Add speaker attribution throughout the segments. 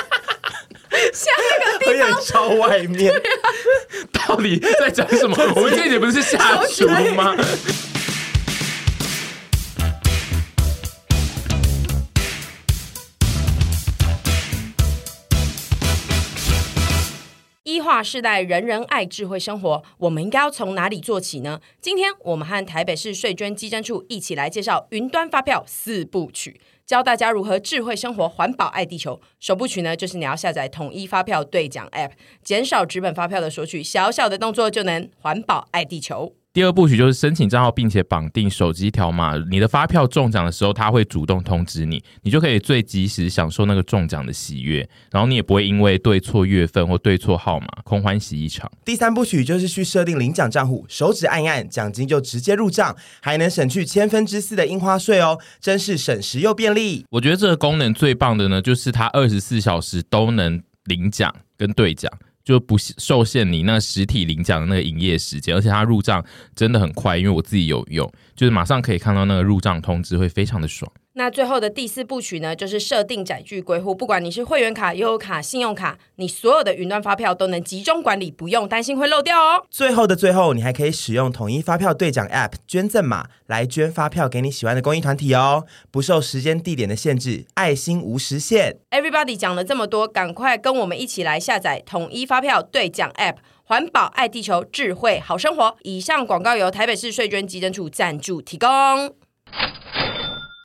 Speaker 1: 像那个
Speaker 2: 哎
Speaker 3: 有点超外 面，
Speaker 4: 到底在讲 什么？我们这一节不是下厨吗？
Speaker 1: 一化世代人人爱智慧生活，我们应该要从哪里做起呢？今天我们和台北市税捐基征处一起来介绍云端发票四部曲，教大家如何智慧生活、环保爱地球。首部曲呢，就是你要下载统一发票兑奖 App，减少纸本发票的索取，小小的动作就能环保爱地球。
Speaker 4: 第二部曲就是申请账号，并且绑定手机条码。你的发票中奖的时候，它会主动通知你，你就可以最及时享受那个中奖的喜悦。然后你也不会因为对错月份或对错号码空欢喜一场。
Speaker 3: 第三部曲就是去设定领奖账户，手指按一按，奖金就直接入账，还能省去千分之四的印花税哦，真是省时又便利。
Speaker 4: 我觉得这个功能最棒的呢，就是它二十四小时都能领奖跟兑奖，就不受限你那实体领奖的那个营业时间，而且它入账真的很快，因为我自己有用，就是马上可以看到那个入账通知，会非常的爽。
Speaker 1: 那最后的第四部曲呢，就是设定载具归户。不管你是会员卡、悠游卡、信用卡，你所有的云端发票都能集中管理，不用担心会漏掉哦。
Speaker 3: 最后的最后，你还可以使用统一发票兑奖 App 捐赠码来捐发票给你喜欢的公益团体哦，不受时间地点的限制，爱心无时限。
Speaker 1: Everybody 讲了这么多，赶快跟我们一起来下载统一发票兑奖 App，环保爱地球，智慧好生活。以上广告由台北市税捐基征处赞助提供。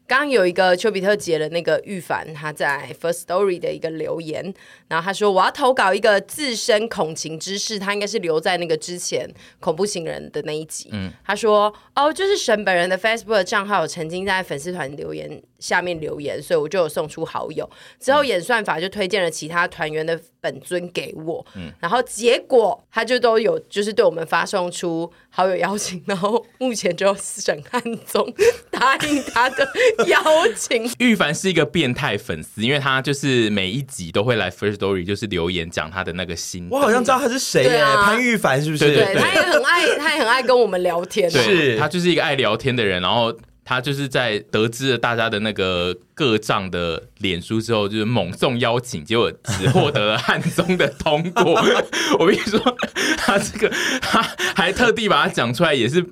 Speaker 1: 刚刚有一个丘比特节的那个玉凡，他在 First Story 的一个留言，然后他说我要投稿一个自身恐情之事，他应该是留在那个之前恐怖情人的那一集。他说哦，就是神本人的 Facebook 账号曾经在粉丝团留言下面留言，所以我就有送出好友。之后演算法就推荐了其他团员的本尊给我，
Speaker 4: 嗯
Speaker 1: 然后结果他就都有就是对我们发送出好友邀请，然后目前就沈汉宗答应他的邀请。
Speaker 4: 玉凡是一个变态粉丝，因为他就是每一集都会来 First Story，就是留言讲他的那个心得。
Speaker 3: 我好像知道他是谁
Speaker 1: 对
Speaker 3: 耶，
Speaker 1: 啊
Speaker 3: 潘玉凡是不 是？
Speaker 4: 对
Speaker 1: 对，他也很爱， 他也很爱跟我们聊天。啊
Speaker 4: 对，
Speaker 3: 是
Speaker 4: 他就是一个爱聊天的人，然后他就是在得知了大家的那个各账的脸书之后，就是猛送邀请，结果只获得了汉中的通过。我跟你说，他这个他还特地把它讲出来，也是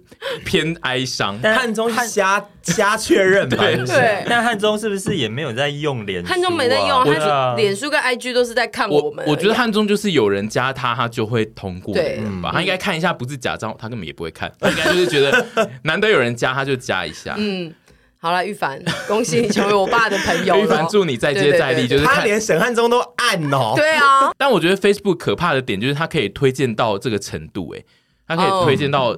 Speaker 4: 偏哀伤。
Speaker 3: 汉中是瞎瞎确认吧？
Speaker 4: 对
Speaker 3: 是不是
Speaker 1: 对，
Speaker 5: 但汉中是不是也没有在用脸、啊？
Speaker 1: 汉中没在用，
Speaker 5: 对
Speaker 1: 他
Speaker 5: 啊
Speaker 1: 是脸书跟 IG 都是在看
Speaker 4: 我
Speaker 1: 们而已。啊
Speaker 4: 我觉得嗯汉中就是有人加他，他就会通过的
Speaker 1: 对
Speaker 6: 嗯
Speaker 4: 人吧。他应该看一下，不是假账，他根本也不会看，他应该就是 觉得难得有人加，他就加一下。
Speaker 1: 嗯好了，玉凡，恭喜你成为我爸的朋友了。
Speaker 4: 玉凡祝你再接再厉，
Speaker 1: 对对对
Speaker 4: 就是
Speaker 3: 他
Speaker 4: 看
Speaker 3: 连沈汉中都按哦。
Speaker 1: 对啊，
Speaker 4: 但我觉得 Facebook 可怕的点就是它可以推荐到这个程度、欸，它可
Speaker 1: 哦
Speaker 4: 以推荐到、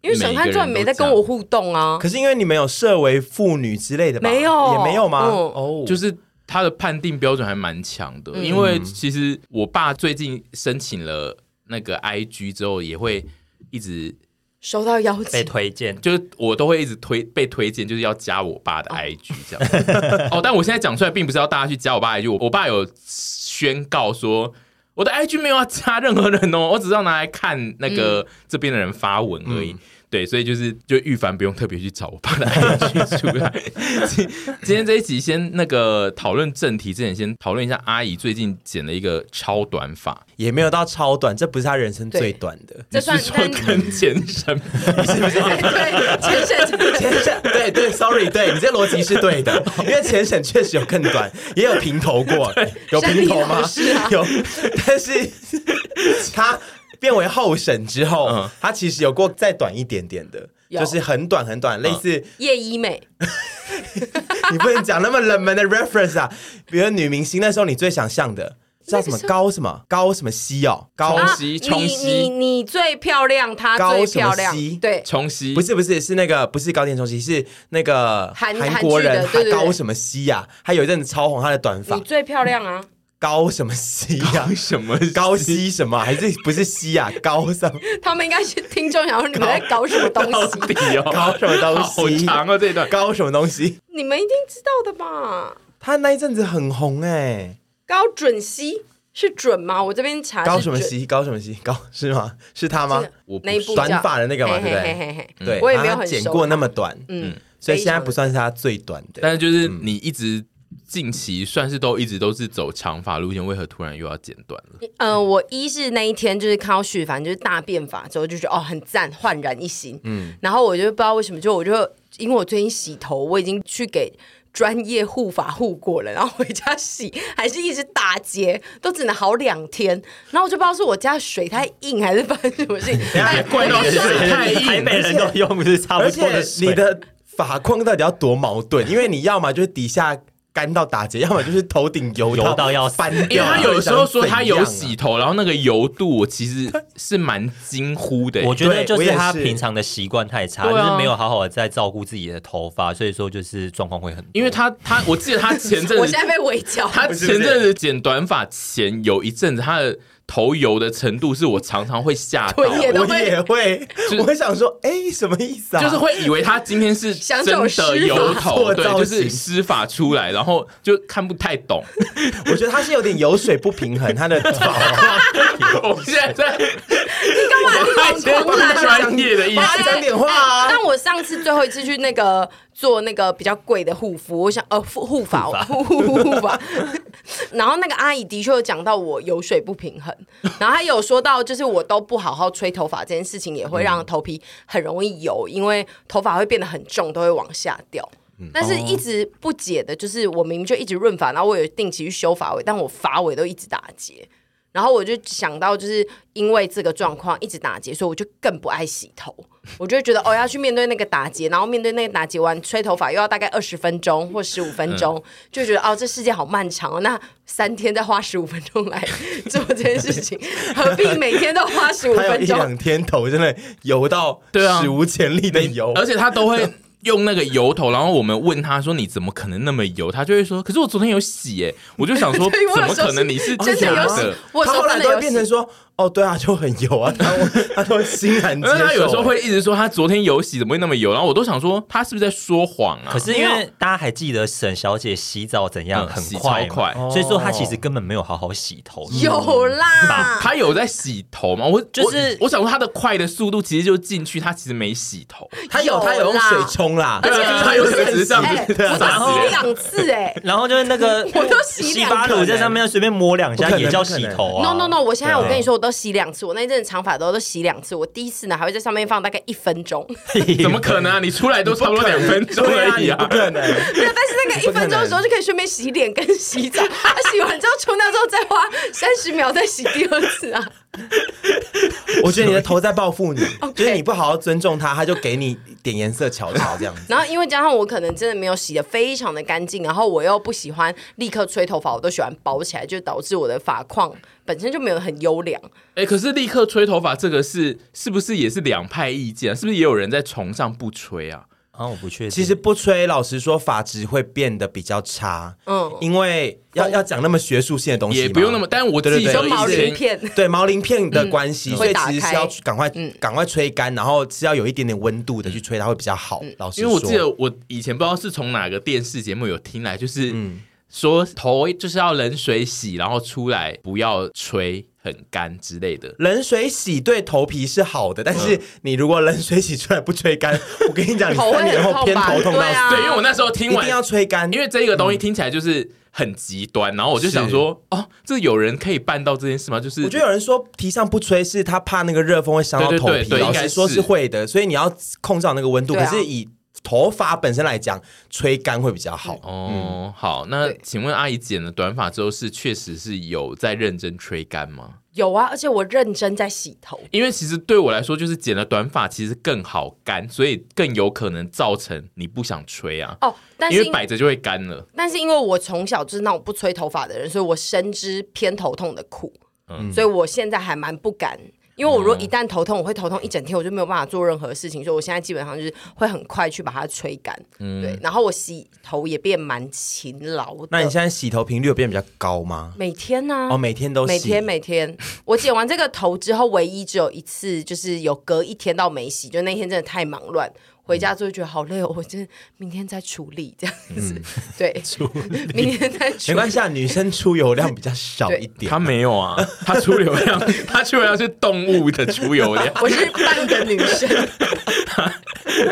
Speaker 1: 因为沈汉传没在跟我，互动啊，
Speaker 3: 可是因为你们有设为妇女之类的吧？
Speaker 1: 没有
Speaker 3: 也没有吗？
Speaker 1: 嗯
Speaker 3: 哦，
Speaker 4: 就是它的判定标准还蛮强
Speaker 1: 嗯
Speaker 4: 的。因为其实我爸最近申请了那个 IG 之后，也会一直
Speaker 1: 收到邀
Speaker 4: 哎
Speaker 5: 被
Speaker 1: 请。
Speaker 5: 推荐。
Speaker 4: 就是我都会一直推被推荐，就是要加我爸的 IG 这样。哦，但我现在讲出来，并不是要大家去加我爸的 IG，我我爸有宣告说。我的 IG 没有要加任何人哦，我只是要拿来看那个这边的人发文而已。对，所以就是就玉凡不用特别去找我爸的 IG 出来。今今天这一集先那个讨论正题之前，先讨论一下阿姨最近剪了一个超短发，
Speaker 3: 也没有到超短，这不是他人生最短的。
Speaker 1: 这算
Speaker 4: 你是说
Speaker 1: 但
Speaker 4: 跟健身
Speaker 1: 对，前
Speaker 3: 前
Speaker 1: 省
Speaker 3: 省 对对，sorry，对你这逻辑是 对的，因为前省确实有更短，也有平头过，有平头吗？
Speaker 1: 是啊
Speaker 3: 有，但是 他变为候审之后
Speaker 6: 嗯，
Speaker 3: 它其实有过再短一点点的，
Speaker 1: 有
Speaker 3: 就是很短很短，类似
Speaker 1: 叶医美，
Speaker 3: 你不能讲那么冷门的 reference 啊，比如女明星那时候你最想像的叫什
Speaker 1: 那
Speaker 3: 么
Speaker 1: 个时
Speaker 3: 高什么高什么西哦
Speaker 6: 冲
Speaker 3: 高
Speaker 1: 啊
Speaker 6: 洗
Speaker 1: 你
Speaker 6: 冲洗
Speaker 1: 你你最漂亮，她
Speaker 3: 高
Speaker 1: 最
Speaker 3: 什么
Speaker 1: 漂亮
Speaker 3: 西，
Speaker 1: 对，
Speaker 6: 冲西
Speaker 3: 不是不是是那个不是高田充希是那个
Speaker 1: 韩
Speaker 3: 韩国
Speaker 1: 韩
Speaker 3: 人
Speaker 1: 剧的对对对
Speaker 3: 高什么西呀、他有一阵子超红他的短
Speaker 1: 你
Speaker 3: 发
Speaker 1: 最漂亮啊！
Speaker 3: 高什么西呀、
Speaker 6: 什么
Speaker 3: 高西什么还是不是 西呀、高什么
Speaker 1: 他们应该是听众，想说你们 在搞什么东
Speaker 6: 到
Speaker 1: 西？
Speaker 6: 底哦，
Speaker 3: 高什么东西
Speaker 6: 好长哦这一段。
Speaker 3: 高什么东西？
Speaker 1: 你们一定知道的吧？
Speaker 3: 他那一阵子很红哎、
Speaker 1: 高准西是准吗？我这边查啊是
Speaker 3: 高什么
Speaker 1: 准
Speaker 3: 西高什么西高是吗？是他吗
Speaker 1: 这？
Speaker 6: 我不
Speaker 1: 那一部
Speaker 3: 短
Speaker 1: 叫
Speaker 3: 发的那个嘛，
Speaker 1: 嘿
Speaker 3: 对不
Speaker 1: 嘿
Speaker 3: 对？
Speaker 1: 嘿嘿嘿
Speaker 3: 对，
Speaker 1: 我也没有
Speaker 3: 他
Speaker 1: 很
Speaker 3: 剪
Speaker 1: 熟
Speaker 3: 过
Speaker 1: 他
Speaker 3: 那么短，
Speaker 1: 嗯，
Speaker 3: 所以现在
Speaker 1: 非常
Speaker 3: 不算是他最短的。
Speaker 6: 但是就是你一直近期算是都一直都是走长发路线，为何突然又要剪短了？
Speaker 1: 呃，我一是那一天就是看到旭，反正就是大变法之后就觉得哦很赞，焕然一新。嗯，然后我就不知道为什么，就我就因为我最近洗头，我已经去给。专业护发护过了，然后回家洗，还是一直打结，都只能好两天。然后我就不知道是我家水太硬，还是发生什么事情。但
Speaker 6: 怪到水太
Speaker 2: 台
Speaker 6: 硬，
Speaker 2: 北人都用是差啊不
Speaker 3: 而
Speaker 2: 多
Speaker 3: 且
Speaker 2: 的水，
Speaker 3: 你的发框到底要多矛盾？ 因为你要么就是底下干到打结，要么就是头顶油
Speaker 2: 油到要死
Speaker 3: 翻
Speaker 6: 因
Speaker 3: 掉。
Speaker 6: 为他有时候说他有洗
Speaker 3: 想怎样啊，
Speaker 6: 头，然后那个油度我其实是蛮惊呼的、
Speaker 2: 我觉得
Speaker 3: 对
Speaker 2: 就
Speaker 3: 我
Speaker 2: 是
Speaker 3: 也
Speaker 2: 他
Speaker 3: 是
Speaker 2: 平常的习惯太差，
Speaker 6: 对啊
Speaker 2: 就是没有好好的在照顾自己的头发，所以说就是状况会很多。
Speaker 6: 因为他他我记得他前阵
Speaker 1: 我
Speaker 6: 子
Speaker 1: 现在被围剿，
Speaker 6: 他
Speaker 3: 是
Speaker 6: 前阵子剪短发前有一阵子他的头油的程度是我常常会吓到，
Speaker 1: 对也都
Speaker 3: 我
Speaker 1: 会
Speaker 3: 也会
Speaker 6: 就，是
Speaker 3: 我会想说，哎，什么意思啊？
Speaker 6: 就是会以为他今 天是
Speaker 1: 想
Speaker 6: 真
Speaker 1: 这种
Speaker 6: 的
Speaker 1: 施法
Speaker 6: 油头，
Speaker 3: 做
Speaker 6: 对，
Speaker 3: 造
Speaker 6: 就是
Speaker 3: 型
Speaker 6: 施法出来，然后就看不太 懂。
Speaker 3: 我觉得他是有点油水不平衡，他的 头啊
Speaker 6: 我们现在
Speaker 1: 干
Speaker 6: 在
Speaker 1: 嘛你往
Speaker 6: 先
Speaker 1: 狂来
Speaker 6: 不专业的意思
Speaker 3: 帮他讲点话啊。
Speaker 1: 哎但我上次最后一次去那个做那个比较贵的护肤，我想呃护护发护护护护发， 然后那个阿姨的确有讲到我油水不平衡，然后她有说到就是我都不好好吹头发这件事情也会让头皮很容易油，因为头发会变得很重，都会往下掉。
Speaker 3: 嗯
Speaker 1: 但是一直不解的就是，我明明就一直润发，然后我有定期去修发尾，但我发尾都一直打结。然后我就想到，就是因为这个状况一直打结，所以我就更不爱洗头。我就会觉得哦，要去面对那个打结，然后面对那个打结完吹头发又要大概二十分钟或十五分
Speaker 3: 嗯
Speaker 1: 钟，就觉得哦，这世界好漫长哦。那三天再花十五分钟来做这件事 情，何必每天都花十五
Speaker 3: 他有
Speaker 1: 分
Speaker 3: 一
Speaker 1: 钟？
Speaker 3: 两天头真的油到
Speaker 6: 对啊呃
Speaker 3: 史无前例的油，
Speaker 6: 而且他都会用那个油头，然后我们问他说：“你怎么可能那么油？”他就会说：“可是我昨天有洗耶。”我就想说
Speaker 1: 对，我
Speaker 6: 怎
Speaker 1: 有
Speaker 6: 么
Speaker 1: 时候
Speaker 6: 可能你是啊
Speaker 1: 是真的
Speaker 6: 假
Speaker 1: 有洗
Speaker 6: 的？
Speaker 1: 我
Speaker 3: 哦他
Speaker 1: 说
Speaker 3: 后来
Speaker 1: 真
Speaker 3: 都
Speaker 1: 的
Speaker 3: 会
Speaker 1: 有洗
Speaker 3: 变成说，哦，对啊，就很油啊，他会他都会欣然接
Speaker 6: 因为
Speaker 3: 受。
Speaker 6: 他有时候会一直说他昨天有洗，怎么会那么油？然后我都想说他是不是在说谎啊？
Speaker 2: 可是因
Speaker 1: 没
Speaker 2: 为大家还记得沈小姐洗澡怎样
Speaker 6: 嗯
Speaker 2: 很
Speaker 6: 洗
Speaker 2: 快
Speaker 6: 超
Speaker 2: 嘛，
Speaker 6: 快
Speaker 2: 所以说她其实根本没有好好洗头。
Speaker 1: 有
Speaker 3: 嗯
Speaker 1: 啦，
Speaker 6: 他有在洗头吗？我
Speaker 2: 就是
Speaker 6: 我我想说他的快的速度其实就进去，他其实没洗头。
Speaker 3: 他有他有用
Speaker 1: 啦
Speaker 3: 水冲啦，
Speaker 6: 而且
Speaker 3: 对啊
Speaker 6: 他有可能只是这样子
Speaker 1: 哎，我
Speaker 6: 对啊
Speaker 1: 都洗两次哎、
Speaker 2: 然后就是那个
Speaker 1: 我都洗
Speaker 2: 洗
Speaker 1: 两
Speaker 2: 发
Speaker 3: 可
Speaker 2: 乳
Speaker 3: 能
Speaker 2: 在上面随便抹两
Speaker 3: 不
Speaker 2: 下
Speaker 3: 可能
Speaker 2: 也叫洗头啊
Speaker 1: No no no！我现在
Speaker 3: 对啊
Speaker 1: 我跟你说，我都洗两次，我那一阵子长发都都洗两次。我第一次呢，还会在上面放大概一分钟，
Speaker 6: 怎么可能啊？你出来都差不多两分钟
Speaker 3: 对啊，
Speaker 6: 而已
Speaker 3: 你 不
Speaker 6: 啊！
Speaker 3: 可能。
Speaker 1: 没有，但是那个一分钟的时候就可以顺便洗脸跟洗 澡，啊，洗完之后冲掉之后再花三十秒再洗第二次啊。
Speaker 3: 我觉得你的头在报复你，
Speaker 1: OK
Speaker 3: 就是你不好好尊重他，他就给你点颜色瞧瞧这样子。
Speaker 1: 然后因为加上我可能真的没有洗的非常的干净，然后我又不喜欢立刻吹头发，我都喜欢包起来，就导致我的发况本身就没有很优良。
Speaker 6: 哎、可是立刻吹头发这个是是不是也是两派意见、啊？是不是也有人在崇尚不吹啊？
Speaker 2: 啊，我不确定。
Speaker 3: 其实不吹，老实说，发质会变得比较差。
Speaker 1: 嗯，
Speaker 3: 因为要要讲那么学术性的东西吗，
Speaker 6: 也不用那么，但我
Speaker 3: 对对
Speaker 6: 记
Speaker 3: 对
Speaker 6: 得
Speaker 1: 就毛
Speaker 6: 以
Speaker 1: 鳞
Speaker 6: 前
Speaker 1: 片，
Speaker 3: 对毛鳞片的关系，所以
Speaker 1: 会打
Speaker 3: 其实
Speaker 1: 开
Speaker 3: 是要赶快赶快吹干，然后是要有一点点温度的去吹，它会比较好。老实
Speaker 6: 因为
Speaker 3: 说，
Speaker 6: 我记得我以前不知道是从哪个电视节目有听来，就是说头就是要冷水洗，然后出来不要吹很干之类的。
Speaker 3: 冷水洗对头皮是好的，但是你如果冷水洗出来不吹 干，我跟你讲，你
Speaker 1: 嗯头会
Speaker 3: 三
Speaker 1: 很
Speaker 3: 年后
Speaker 1: 痛
Speaker 3: 偏
Speaker 1: 吧
Speaker 3: 头痛到
Speaker 1: 对啊
Speaker 3: 死，
Speaker 6: 对，因为我那时候听
Speaker 3: 一
Speaker 6: 完
Speaker 3: 定，要吹干，
Speaker 6: 因为这个东西听起来就是很极端，然后我就想说，哦，这有人可以办到这件事吗？就是
Speaker 3: 我觉得有人说提上不吹是他怕那个热风会伤到
Speaker 6: 对对
Speaker 3: 头皮，
Speaker 6: 对对
Speaker 3: 老
Speaker 6: 应该
Speaker 3: 实说是
Speaker 6: 是
Speaker 3: 会的，所以你要控制好那个温度。
Speaker 1: 对啊
Speaker 3: 可是以头发本身来讲，吹干会比较
Speaker 1: 嗯
Speaker 3: 好。
Speaker 6: 哦，好，那
Speaker 1: 对
Speaker 6: 请问阿姨剪了短发之后是确实是有在认真吹干吗？
Speaker 1: 有啊，而且我认真在洗头。
Speaker 6: 因为其实对我来说，就是剪了短发其实更好干，所以更有可能造成你不想吹啊，
Speaker 1: 哦，但
Speaker 6: 因
Speaker 1: 是
Speaker 6: 为摆着就会干了。
Speaker 1: 但是因为我从小就是那种不吹头发的人，所以我深知偏头痛的苦，
Speaker 6: 嗯
Speaker 3: 嗯
Speaker 1: 所以我现在还蛮不敢。因为我如果一旦头痛，我会头痛一整天，我就没有办法做任何事情，所以我现在基本上就是会很快去把它吹干。对，然后我洗头也变蛮勤劳的。
Speaker 3: 嗯那你现在洗头频率有变比较高吗？
Speaker 1: 每天呢、啊
Speaker 3: 哦，每天都
Speaker 1: 嗯
Speaker 3: 洗，
Speaker 1: 每天每天，我剪完这个头之后，唯一只有一次就是有隔一天到没洗，就那天真的太忙乱，回家之后觉得好累哦，我真明天再处理这样子，
Speaker 3: 嗯
Speaker 1: 对， 明天再处
Speaker 3: 没
Speaker 1: 理
Speaker 3: 关。系啊，女生出油量比较少一点。
Speaker 6: 他没有啊， 他出流量，他出流量是动物的出油量，
Speaker 1: 我是半个女生，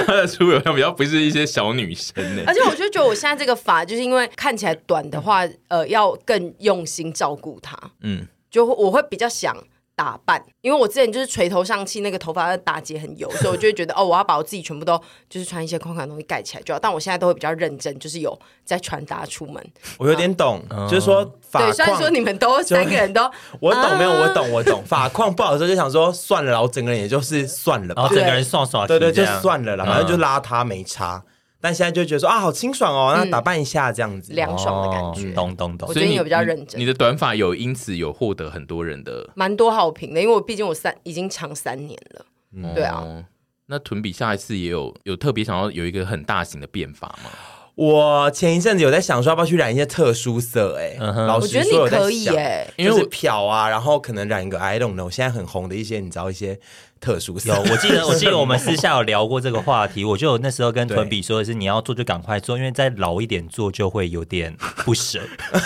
Speaker 6: 他的出流量比较不是一些小女生呢、
Speaker 1: 而且我就觉得我现在这个发，就是因为看起来短的话，呃，要更用心照顾它，
Speaker 6: 嗯，
Speaker 1: 就我会比较想打扮，因为我之前就是垂头丧气，那个头发打结很油，所以我就会觉得哦，我要把我自己全部都就是穿一些宽款的东西盖起来就好。但我现在都会比较认真，就是有在穿搭出门。
Speaker 3: 我有点懂，
Speaker 6: 哦
Speaker 3: 就是说法
Speaker 1: 对，虽然
Speaker 3: 框
Speaker 1: 说，你们都三个人都
Speaker 3: 我懂没有？我懂，我懂。法框不好的时候就想说算了啦，我整个人也就是算了
Speaker 2: 然后
Speaker 3: 吧，
Speaker 2: 整个人爽爽，
Speaker 3: 对对，
Speaker 2: 这
Speaker 3: 就
Speaker 2: 样
Speaker 3: 算了啦，反正就邋遢没差。但现在就觉得说啊，好清爽哦，那打扮一下这样子。
Speaker 1: 凉爽的感觉，
Speaker 2: 哦懂懂懂
Speaker 1: 我。
Speaker 6: 所
Speaker 1: 最
Speaker 6: 以
Speaker 1: 近
Speaker 6: 你
Speaker 1: 有比较认真
Speaker 6: 你。你的短发有因此有获得很多人的，
Speaker 1: 蛮多好评的，因为我毕竟我三已经长三年了，对啊
Speaker 6: 哦。那屯比下一次也有有特别想要有一个很大型的变法吗？
Speaker 3: 我前一阵子有在想说要不要去染一些特殊色，哎，老
Speaker 1: 我
Speaker 3: 实
Speaker 1: 觉得
Speaker 3: 说有
Speaker 1: 你
Speaker 3: 在
Speaker 1: 可以
Speaker 3: 想
Speaker 1: 耶、
Speaker 3: 因
Speaker 6: 因为
Speaker 3: 为
Speaker 6: 我
Speaker 3: 我漂啊，然后可能染一个 I don't know，现在很红的一些，你知道一些特殊色
Speaker 2: 有，我记得，我记得我们私下有聊过这个话题。我就有那时候跟
Speaker 3: 对
Speaker 2: 屯比说的是，你要做就赶快做，因为再老一点做就会有点 不舍。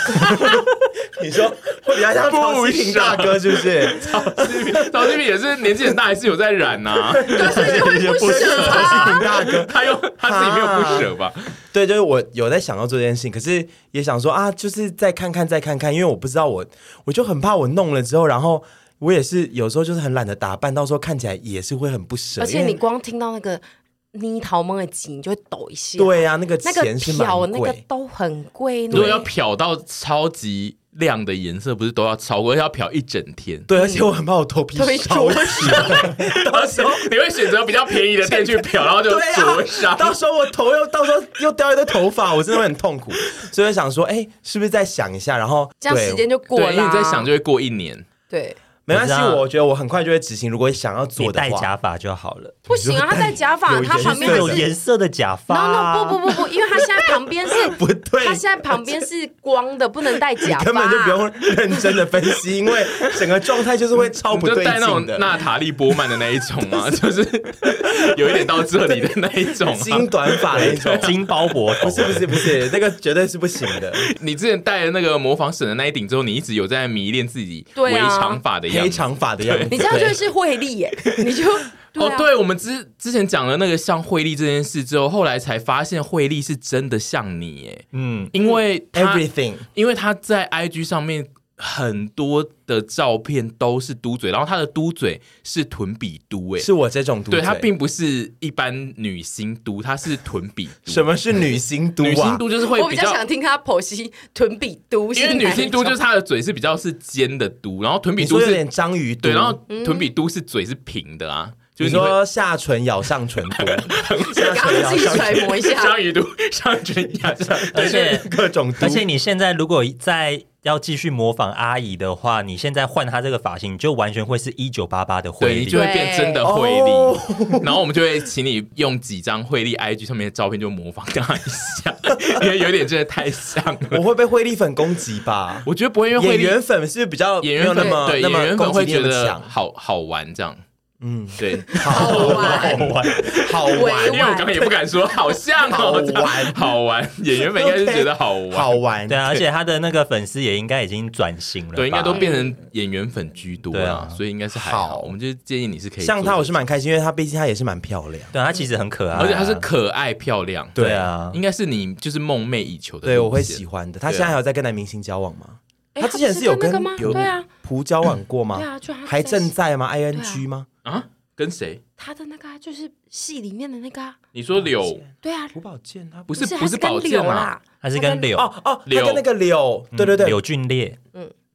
Speaker 3: 你说会比较像
Speaker 6: 不
Speaker 3: 曹
Speaker 6: 是
Speaker 3: 希平大哥是不是？
Speaker 6: 赵志平也是年纪很大，还是有在染呐、啊？
Speaker 1: 对，所以就会不舍啊。
Speaker 3: 希平大哥，
Speaker 6: 他又他自己没有不舍吧？
Speaker 3: 啊对，就是我有在想要做这件事情，可是也想说啊，就是再看看再看看，因为我不知道我，我就很怕我弄了之后，然后我也是有时候就是很懒得打扮，到时候看起来也是会很不舍。
Speaker 1: 而且
Speaker 3: 因为
Speaker 1: 你光听到那个泥桃梦的集，你就会抖一下。
Speaker 3: 对呀、啊，那个
Speaker 1: 那个
Speaker 3: 钱是蛮
Speaker 1: 漂那个
Speaker 3: 贵。
Speaker 1: 都很贵呢。
Speaker 6: 如果要漂到超级亮的颜色，不是都要超过，而且要漂一整天。
Speaker 3: 对，
Speaker 1: 嗯
Speaker 3: 而且我很怕我头皮
Speaker 1: 特别
Speaker 3: 烧
Speaker 1: 灼
Speaker 3: 起
Speaker 6: 到时候你会选择比较便宜的店去漂，然后就灼
Speaker 3: 啊对
Speaker 6: 伤。
Speaker 3: 啊，到时候我头又到时候又掉一堆头发，我真的会很痛苦。所以我想说，哎、是不是再想一下？然后
Speaker 1: 这样
Speaker 3: 对
Speaker 1: 时间就过了、
Speaker 6: 对，因为你在想就会过一年。
Speaker 1: 对，
Speaker 3: 没关系，
Speaker 2: 我知道
Speaker 3: 我觉得我很快就会执行。如果想要
Speaker 2: 你
Speaker 3: 做的
Speaker 2: 戴
Speaker 3: 话，
Speaker 2: 假发就好了，
Speaker 1: 不行啊，他戴假发，
Speaker 3: 有
Speaker 1: 他旁边还
Speaker 3: 对
Speaker 2: 有
Speaker 1: 是。
Speaker 2: 颜色的假发
Speaker 1: no
Speaker 2: 啊。
Speaker 1: no 不不不不，因为他现在旁边是
Speaker 3: 不对
Speaker 1: 他现在旁边是光的，不能戴假发、
Speaker 3: 根本就不。用认真的分析，因为整个状态就是会超
Speaker 6: 我
Speaker 3: 哦不
Speaker 6: 就
Speaker 3: 对
Speaker 6: 戴那种
Speaker 3: 劲的。
Speaker 6: 娜塔莉波曼的那一种 啊，就是有一点到这里的那一种、啊。
Speaker 3: 金短发那种，
Speaker 2: 金包脖头，
Speaker 3: 不是不是不是，那个绝对是不行的。
Speaker 6: 你之前戴了那个模仿省的那一顶之后，你一直有在迷恋自己
Speaker 1: 对
Speaker 6: 围
Speaker 1: 啊
Speaker 6: 长发的样
Speaker 3: 黑
Speaker 6: 子。
Speaker 3: 长发的样子，
Speaker 1: 你这样就是惠利耶，你就对、啊
Speaker 6: 哦，对，我们之之前讲了那个像惠利这件事之后，后来才发现惠利是真的像你耶，
Speaker 2: 嗯，
Speaker 6: 因为他
Speaker 3: everything
Speaker 6: 因为他在 IG 上面很多的照片都是嘟嘴，然后他的嘟嘴是臀比嘟，哎，
Speaker 3: 是我这种读
Speaker 6: 对，
Speaker 3: 者。
Speaker 6: 他并不是一般女星嘟，他是臀 比嘟。
Speaker 3: 什么是女星读
Speaker 6: 女星
Speaker 3: 啊？
Speaker 6: 嘟就是会
Speaker 1: 我比较想听他剖析臀比嘟，
Speaker 6: 因为女性嘟就是
Speaker 1: 是
Speaker 6: 她的嘴是比较是尖的嘟，然后臀比
Speaker 3: 你
Speaker 6: 嘟
Speaker 3: 说有
Speaker 6: 是
Speaker 3: 点章鱼读，
Speaker 6: 对，然后
Speaker 1: 嗯
Speaker 6: 臀比嘟是嘴是平的啊，就
Speaker 3: 你
Speaker 6: 是你会
Speaker 3: 说下唇咬上唇 读，下
Speaker 1: 哪一种，刚
Speaker 3: 唇咬
Speaker 1: 刚自己
Speaker 3: 上 唇，
Speaker 1: 揣摩一下，
Speaker 6: 章鱼嘟、上 唇牙上，
Speaker 2: 而且
Speaker 3: 各种读
Speaker 2: 而。且你现在如果在要继续模仿阿姨的话，你现在换她这个发型，你就完全会是一九八八的
Speaker 6: 对
Speaker 2: 惠
Speaker 6: 你
Speaker 2: 利
Speaker 6: 就。会变真的惠
Speaker 3: 哦
Speaker 6: 利，然后我们就会请你用几张惠利 IG 上面的照片就模仿她一下， 因为有点真的太像
Speaker 3: 我
Speaker 6: 了。
Speaker 3: 会被惠利粉攻击吧？
Speaker 6: 我觉得不会因为惠
Speaker 3: 演
Speaker 6: 利
Speaker 3: 员粉是不是比较
Speaker 6: 演员
Speaker 3: 没有
Speaker 6: 粉
Speaker 3: 那么
Speaker 6: 对
Speaker 3: 那
Speaker 6: 演员粉
Speaker 3: 么攻
Speaker 6: 会
Speaker 3: 击力
Speaker 6: 觉
Speaker 3: 那么
Speaker 6: 得
Speaker 3: 强？
Speaker 6: 好好玩这样，
Speaker 3: 嗯，
Speaker 6: 对，
Speaker 1: 好玩。
Speaker 3: 好
Speaker 1: 喂
Speaker 3: 玩
Speaker 6: 因为我刚刚也不敢说好像哦，
Speaker 3: 好玩
Speaker 6: 好玩，演员们应该是觉得好玩，
Speaker 3: 好玩，
Speaker 2: 对啊，而且她的那个粉丝也应该已经转型了吧，
Speaker 6: 对，应该都变成演员粉居多
Speaker 2: 对
Speaker 6: 啦，
Speaker 2: 啊
Speaker 6: 所以应该是还好。
Speaker 3: 好
Speaker 6: 我们就建议你是可以
Speaker 3: 像她，
Speaker 6: 做
Speaker 3: 我是蛮开心，因为她毕竟她也是蛮漂亮。
Speaker 2: 对啊她其实很可爱啊，
Speaker 6: 而且她是可爱漂亮，
Speaker 2: 对啊，
Speaker 6: 应该是你就是梦寐以求的。
Speaker 3: 对，我会喜
Speaker 6: 欢。
Speaker 3: 欢的。她
Speaker 6: 对啊
Speaker 3: 现在还有在跟男明星交往吗？
Speaker 1: 哎
Speaker 3: 她之前
Speaker 1: 不
Speaker 3: 有
Speaker 1: 跟那
Speaker 3: 跟
Speaker 1: 个吗？
Speaker 3: 有
Speaker 1: 对啊，
Speaker 3: 蒲交往过吗？
Speaker 1: 对啊就她
Speaker 3: 还
Speaker 1: 在
Speaker 3: 正在吗？ING 吗？
Speaker 6: 啊，跟谁？
Speaker 1: 他的那个啊就是戏里面的那个啊，
Speaker 6: 你说柳
Speaker 1: 对啊，
Speaker 3: 朴宝剑，她
Speaker 6: 不
Speaker 3: 不
Speaker 6: 是
Speaker 1: 是
Speaker 6: 不
Speaker 1: 他是
Speaker 6: 保
Speaker 1: 跟
Speaker 6: 健
Speaker 1: 柳
Speaker 6: 啦，
Speaker 1: 啦，
Speaker 2: 她是跟柳嗯
Speaker 3: 哦哦，她
Speaker 6: 柳
Speaker 3: 跟那个柳，对对对，
Speaker 2: 柳俊烈，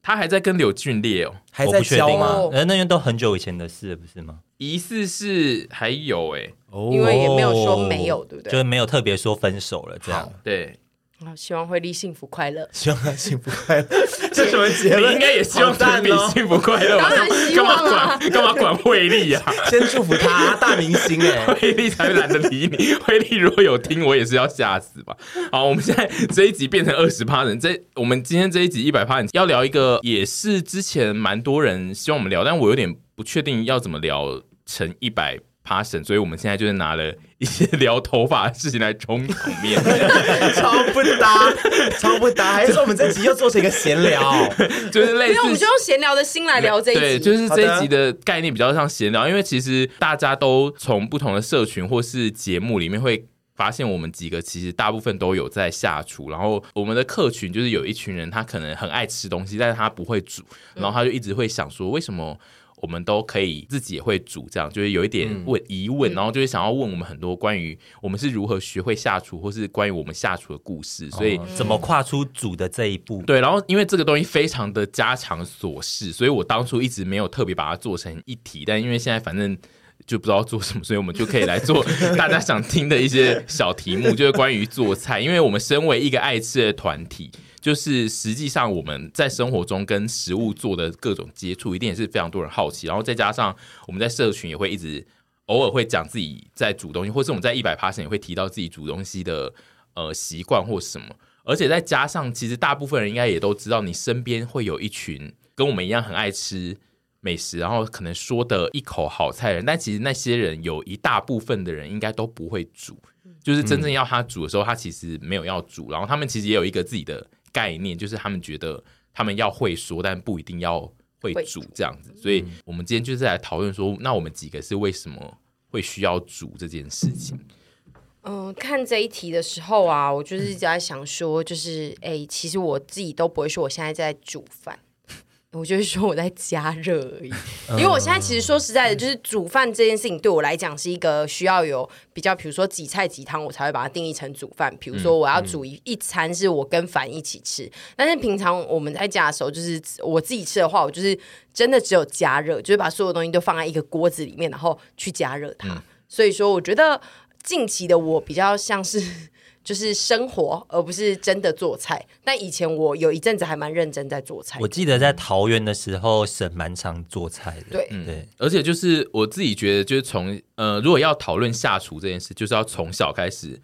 Speaker 6: 他还在跟柳俊烈哦，
Speaker 3: 还
Speaker 2: 我
Speaker 3: 在
Speaker 2: 不确定
Speaker 3: 教吗
Speaker 1: 哦？
Speaker 2: 呃，那都很久以前的事了，不是吗？
Speaker 6: 疑似是还有哎、
Speaker 7: 哦
Speaker 1: 因为也没有说没有对不对
Speaker 2: 就是没有特别说分手了这
Speaker 3: 哦
Speaker 2: 样。
Speaker 6: 对，
Speaker 1: 啊希望惠利幸福快乐。
Speaker 3: 希望他幸福快乐，这什么结
Speaker 6: 你
Speaker 3: 论？
Speaker 6: 应该也希望
Speaker 3: 好
Speaker 6: 他
Speaker 3: 淡
Speaker 6: 比
Speaker 3: 哦
Speaker 6: 幸福快乐吧？
Speaker 1: 当然希望
Speaker 6: 干嘛
Speaker 1: 啊
Speaker 6: 管干嘛管惠利啊？
Speaker 3: 先祝福他大明星 哎、
Speaker 6: 惠利才懒得理你。惠利如果有听，我也是要吓死吧。好，我们现在这一集变成二十趴人，这我们今天这一集一百趴人要聊一个，也是之前蛮多人希望我们聊，但我有点不确定要怎么聊成一百。趴神，所以我们现在就是拿了一些聊头发的事情来充场面。
Speaker 3: 超不搭，超不搭，还是说我们这集又做成一个闲聊？
Speaker 6: 就是类
Speaker 1: 因为
Speaker 6: 似，
Speaker 1: 我们就用闲聊的心来聊这
Speaker 6: 对，
Speaker 1: 一
Speaker 6: 就
Speaker 1: 集，
Speaker 6: 是
Speaker 3: 好
Speaker 6: 这
Speaker 3: 的
Speaker 6: 一集的概念比较像闲聊，因为其实大家都从不同的社群或是节目里面会。发现我们几个其实大部分都有在下厨，然后我们的客群就是有一群人，他可能很爱吃东西，但是他不会煮，
Speaker 1: 嗯
Speaker 6: 然后他就一直会想说，为什么我们都可以自己也会煮，这样就是有一点问疑问，
Speaker 1: 嗯
Speaker 6: 然后就会想要问我们很多关于我们是如何学会下厨，或是关于我们下厨的故事，所以
Speaker 2: 哦怎么跨出组的这一步？
Speaker 6: 对，然后因为这个东西非常的家常琐事，所以我当初一直没有特别把它做成一题，但因为现在反正。就不知道做什么，所以我们就可以来做大家想听的一些小题目，就是关于做菜。因为我们身为一个爱吃的团体，就是实际上我们在生活中跟食物做的各种接触，一定也是非常多人好奇。然后再加上我们在社群也会一直偶尔会讲自己在煮东西，或是我们在一百 p a s s 也会提到自己煮东西的呃习惯或什么。而且再加上，其实大部分人应该也都知道，你身边会有一群跟我们一样很爱吃美食，然后可能说的一口好菜的人，但其实那些人有一大部分的人应该都不会煮，就是真正要他煮的时候，他其实没有要煮，然后他们其实也有一个自己的概念，就是他们觉得他们要会说，但不一定要会
Speaker 1: 会
Speaker 6: 煮这样子。所以我们今天就是来讨论说，那我们几个是为什么会需要煮这件事情？
Speaker 1: 嗯，看这一题的时候啊，我就是一直在想说，就是哎、其实我自己都不会说我现在在煮饭，我就是说我在加热而已。因为我现在其实说实在的，就是煮饭这件事情对我来讲是一个需要有比较，比如说几菜几汤，我才会把它定义成煮饭。比如说我要煮一一餐是我跟饭一起吃，但是平常我们在家的时候，就是我自己吃的话，我就是真的只有加热，就是把所有东西都放在一个锅子里面，然后去加热它。所以说，我觉得近期的我比较像是就是生活，而不是真的做菜。但以前我有一阵子还蛮认真在做菜
Speaker 2: 我，记得在桃园的时候，沈蛮常做菜的。
Speaker 1: 对
Speaker 2: 对，
Speaker 6: 而且就是我自己觉得，就是从呃，如果要讨论下厨这件事，就是要从小开始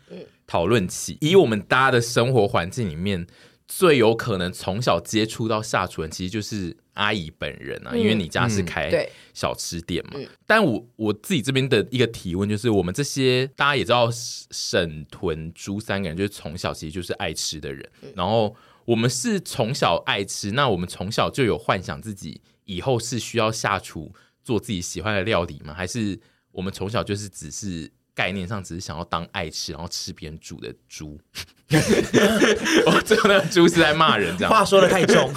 Speaker 6: 讨论起。以我们大家的生活环境里面，最有可能从小接触到下厨人，其实就是阿姨本人啊，因为你家是开
Speaker 1: 对
Speaker 6: 小吃店嘛。但我我自己这边的一个提问就是，我们这些大家也知道，沈屯珠三个人就是从小其实就是爱吃的人，然后我们是从小爱吃，那我们从小就有幻想自己以后是需要下厨做自己喜欢的料理吗？还是我们从小就是只是？概念上只是想要当爱吃，然后吃别人煮的猪。 我真的猪是在骂人，这样
Speaker 3: 话说的太重，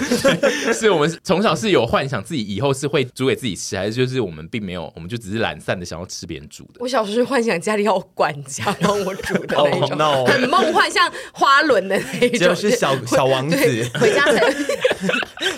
Speaker 6: 是我们从小是有幻想自己以后是会煮给自己吃，还是就是我们并没有，我们就只是懒散的想要吃别人煮的？
Speaker 1: 我小时候幻想家里要有管家帮我煮的那一
Speaker 3: Oh,
Speaker 1: 种
Speaker 3: no.
Speaker 1: 很梦幻，像花轮的那一种，
Speaker 3: 就是小小王子
Speaker 1: 对回家 才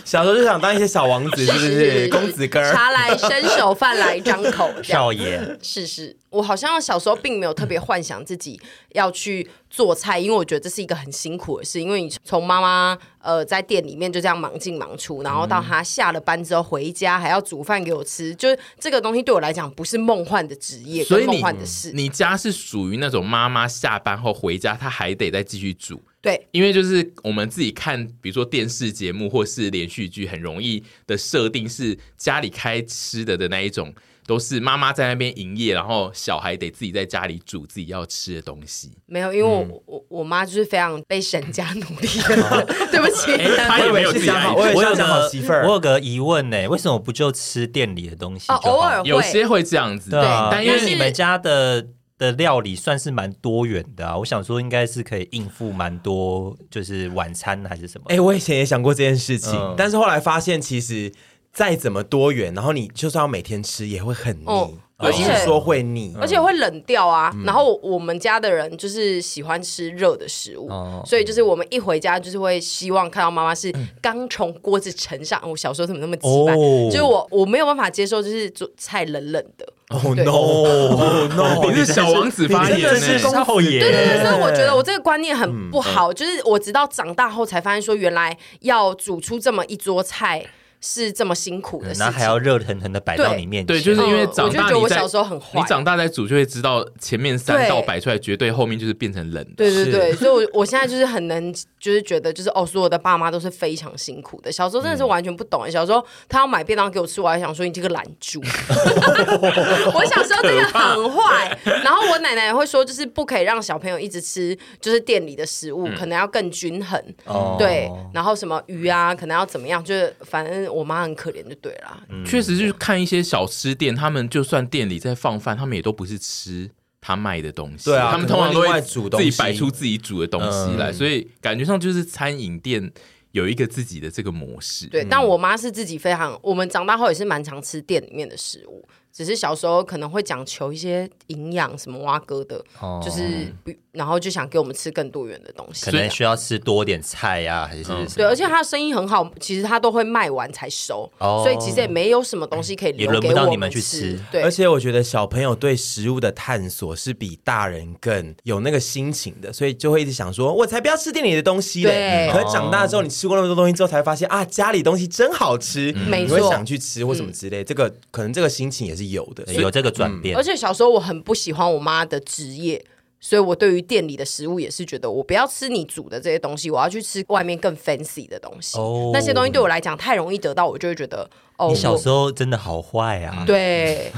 Speaker 3: 小时候就想当一些小王子，是不是？公子哥儿，
Speaker 1: 茶来伸手，饭来张 口，这样
Speaker 2: 少爷，
Speaker 1: 是是，我好像小时候并没有特别幻想自己要去做菜，因为我觉得这是一个很辛苦的事。因为你从妈妈呃在店里面就这样忙进忙出，然
Speaker 3: 嗯
Speaker 1: 后到她下了班之后回家还要煮饭给我吃，就是这个东西对我来讲不是梦幻的职业，
Speaker 6: 所
Speaker 1: 跟
Speaker 6: 以
Speaker 1: 梦
Speaker 6: 你
Speaker 1: 幻的事。
Speaker 6: 你家是属于那种妈妈下班后回家，她还得再继续煮。
Speaker 1: 对，
Speaker 6: 因为就是我们自己看，比如说电视节目或是连续剧，很容易的设定是家里开吃的的那一种，都是妈妈在那边营业，然后小孩得自己在家里煮自己要吃的东西。
Speaker 1: 没有，因为我、
Speaker 2: 嗯
Speaker 1: 我我妈就是非常被沈家努力 的
Speaker 2: 哦
Speaker 1: 人， 对不起。
Speaker 2: 哎
Speaker 1: 哦
Speaker 6: 她 哎也没有
Speaker 3: 我以为
Speaker 6: 自
Speaker 3: 是
Speaker 6: 己
Speaker 3: 想
Speaker 6: 爱
Speaker 3: 好，啊我
Speaker 6: 吃
Speaker 3: 也
Speaker 2: 我
Speaker 3: 想
Speaker 2: 有
Speaker 3: 讲
Speaker 2: 个
Speaker 3: 好媳妇儿
Speaker 2: 我。有个疑问呢，为什么不就吃店里的东西就
Speaker 1: 哦，
Speaker 2: 好？
Speaker 1: 偶尔会
Speaker 6: 有些会这样子，
Speaker 2: 对啊，
Speaker 6: 但因
Speaker 2: 因
Speaker 6: 为
Speaker 2: 为你们家的的料理算是蛮多元的啊，我想说应该是可以应付蛮多，就是晚餐还是什么。
Speaker 3: 哎、我以前也想过这件事情，
Speaker 2: 嗯
Speaker 3: 但是后来发现，其实再怎么多元，然后你就算要每天吃，也会很腻。
Speaker 1: 哦，而
Speaker 3: 不是
Speaker 1: 且
Speaker 3: 说会腻，
Speaker 1: 而且会冷掉啊。
Speaker 2: 嗯
Speaker 1: 然后我我们家的人就是喜欢吃热的食物，
Speaker 2: 哦嗯
Speaker 1: 所以就是我们一回家就是会希望看到妈妈是刚从锅子盛上。我小时候怎么那么奇怪？
Speaker 2: 哦
Speaker 1: 就是我我没有办法接受，就是做菜冷冷的。
Speaker 3: 哦
Speaker 1: 对
Speaker 3: no no，
Speaker 6: 你是小王子发言欸
Speaker 3: 你真的是
Speaker 6: 呢
Speaker 3: 公
Speaker 2: 少爷，
Speaker 1: 对对对，所以我觉得我这个观念
Speaker 2: 嗯
Speaker 1: 很不好，就是我直到长大后才发现，说原来要煮出这么一桌菜是这么辛苦的
Speaker 2: 嗯
Speaker 1: 事
Speaker 2: 然后还要
Speaker 1: 情。
Speaker 2: 热腾腾的摆到
Speaker 1: 对
Speaker 2: 你面前，
Speaker 6: 对，就是因为
Speaker 1: 嗯
Speaker 6: 长
Speaker 1: 我就
Speaker 6: 大
Speaker 1: 觉得
Speaker 6: 你
Speaker 1: 我
Speaker 6: 在
Speaker 1: 小时候很坏
Speaker 6: 你长大在煮就会知道前面三
Speaker 1: 对
Speaker 6: 道摆出来，绝对后面就是变成冷的。
Speaker 1: 对对对，所以我我现在就是很能，就是觉得就是哦，所有的爸妈都是非常辛苦的。小时候真的是
Speaker 6: 嗯
Speaker 1: 完全不懂，欸小时候他要买便当给我吃，我还想说你这个懒 猪。我小时候真的很坏，然后我奶奶也会说，就是不可以让小朋友一直吃就是店里的食
Speaker 6: 嗯
Speaker 1: 物，可能要更均衡。
Speaker 2: 哦
Speaker 1: 对，然后什么鱼啊，可能要怎么样，就是反正我妈很可怜就对啊啦。
Speaker 3: 嗯
Speaker 6: 确实就是看一些小吃店，他们就算店里在放饭，他们也都不是吃他卖的东西，
Speaker 3: 对啊
Speaker 6: 他们通常都
Speaker 3: 可能会另
Speaker 6: 会
Speaker 3: 外煮东
Speaker 6: 自
Speaker 3: 西嗯
Speaker 6: 己摆出自己煮的东西来，所以感觉上就是餐饮店有一个自己的这个模式。
Speaker 1: 对，
Speaker 2: 嗯
Speaker 1: 但我妈是自己非常，我们长大后也是蛮常吃店里面的食物，只是小时候可能会讲求一些营养什么蛙哥的，
Speaker 2: 哦
Speaker 1: 就是不然后就想给我们吃更多元的东西
Speaker 2: 可。
Speaker 6: 所以
Speaker 2: 能需要吃多点菜呀、还是什么
Speaker 1: 对，而且她的生意很好，其实她都会卖完才收，
Speaker 2: 哦
Speaker 1: 所以其实也没有什么东西可以留
Speaker 2: 也轮
Speaker 1: 给
Speaker 2: 不到
Speaker 1: 我
Speaker 2: 你们去
Speaker 1: 吃
Speaker 2: 吃。
Speaker 1: 对，
Speaker 3: 而且我觉得小朋友对食物的探索是比大人更有那个心情的，所以就会一直想说，我才不要吃店里的东西嘞。
Speaker 1: 对
Speaker 3: 可是长大
Speaker 2: 哦
Speaker 3: 之后，你吃过那么多东西之后，才发现啊，家里东西真好吃，
Speaker 2: 嗯
Speaker 1: 没
Speaker 3: 你会
Speaker 1: 错嗯
Speaker 3: 想去吃或什么之类。这个可能这个心情也是有的。所以
Speaker 2: 有这个转
Speaker 1: 嗯
Speaker 2: 变
Speaker 1: 而。且小时候我很不喜欢我妈的职业，所以我对于店里的食物也是觉得我不要吃你煮的这些东西，我要去吃外面更 fancy 的东西。
Speaker 2: 哦
Speaker 1: 那些东西对我来讲太容易得到，我就会觉得哦，
Speaker 2: 你小时
Speaker 1: 候
Speaker 2: 候真的好坏啊！
Speaker 3: 嗯
Speaker 1: 嗯 对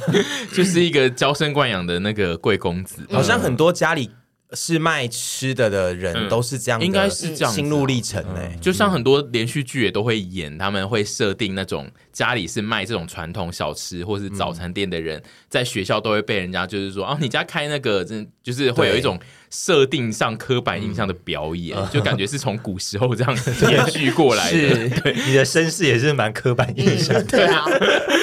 Speaker 6: 就是一个娇生惯养的那个贵公 子，
Speaker 3: 好像很多家里是卖吃的的人都是这样的，
Speaker 6: 嗯应该是这样子啊
Speaker 3: 心路历程欸嘞。
Speaker 6: 就像很多连续剧也都会演，他们会设定那种家里是卖这种传统小吃或是早餐店的人，在学校都会被人家就是说，哦，你家开那个，真就是会有一种设定上刻板印象的表演，就感觉是从古时候这样延续过来 的。
Speaker 2: 是， 你的身世也是蛮刻板印象。
Speaker 1: 对啊，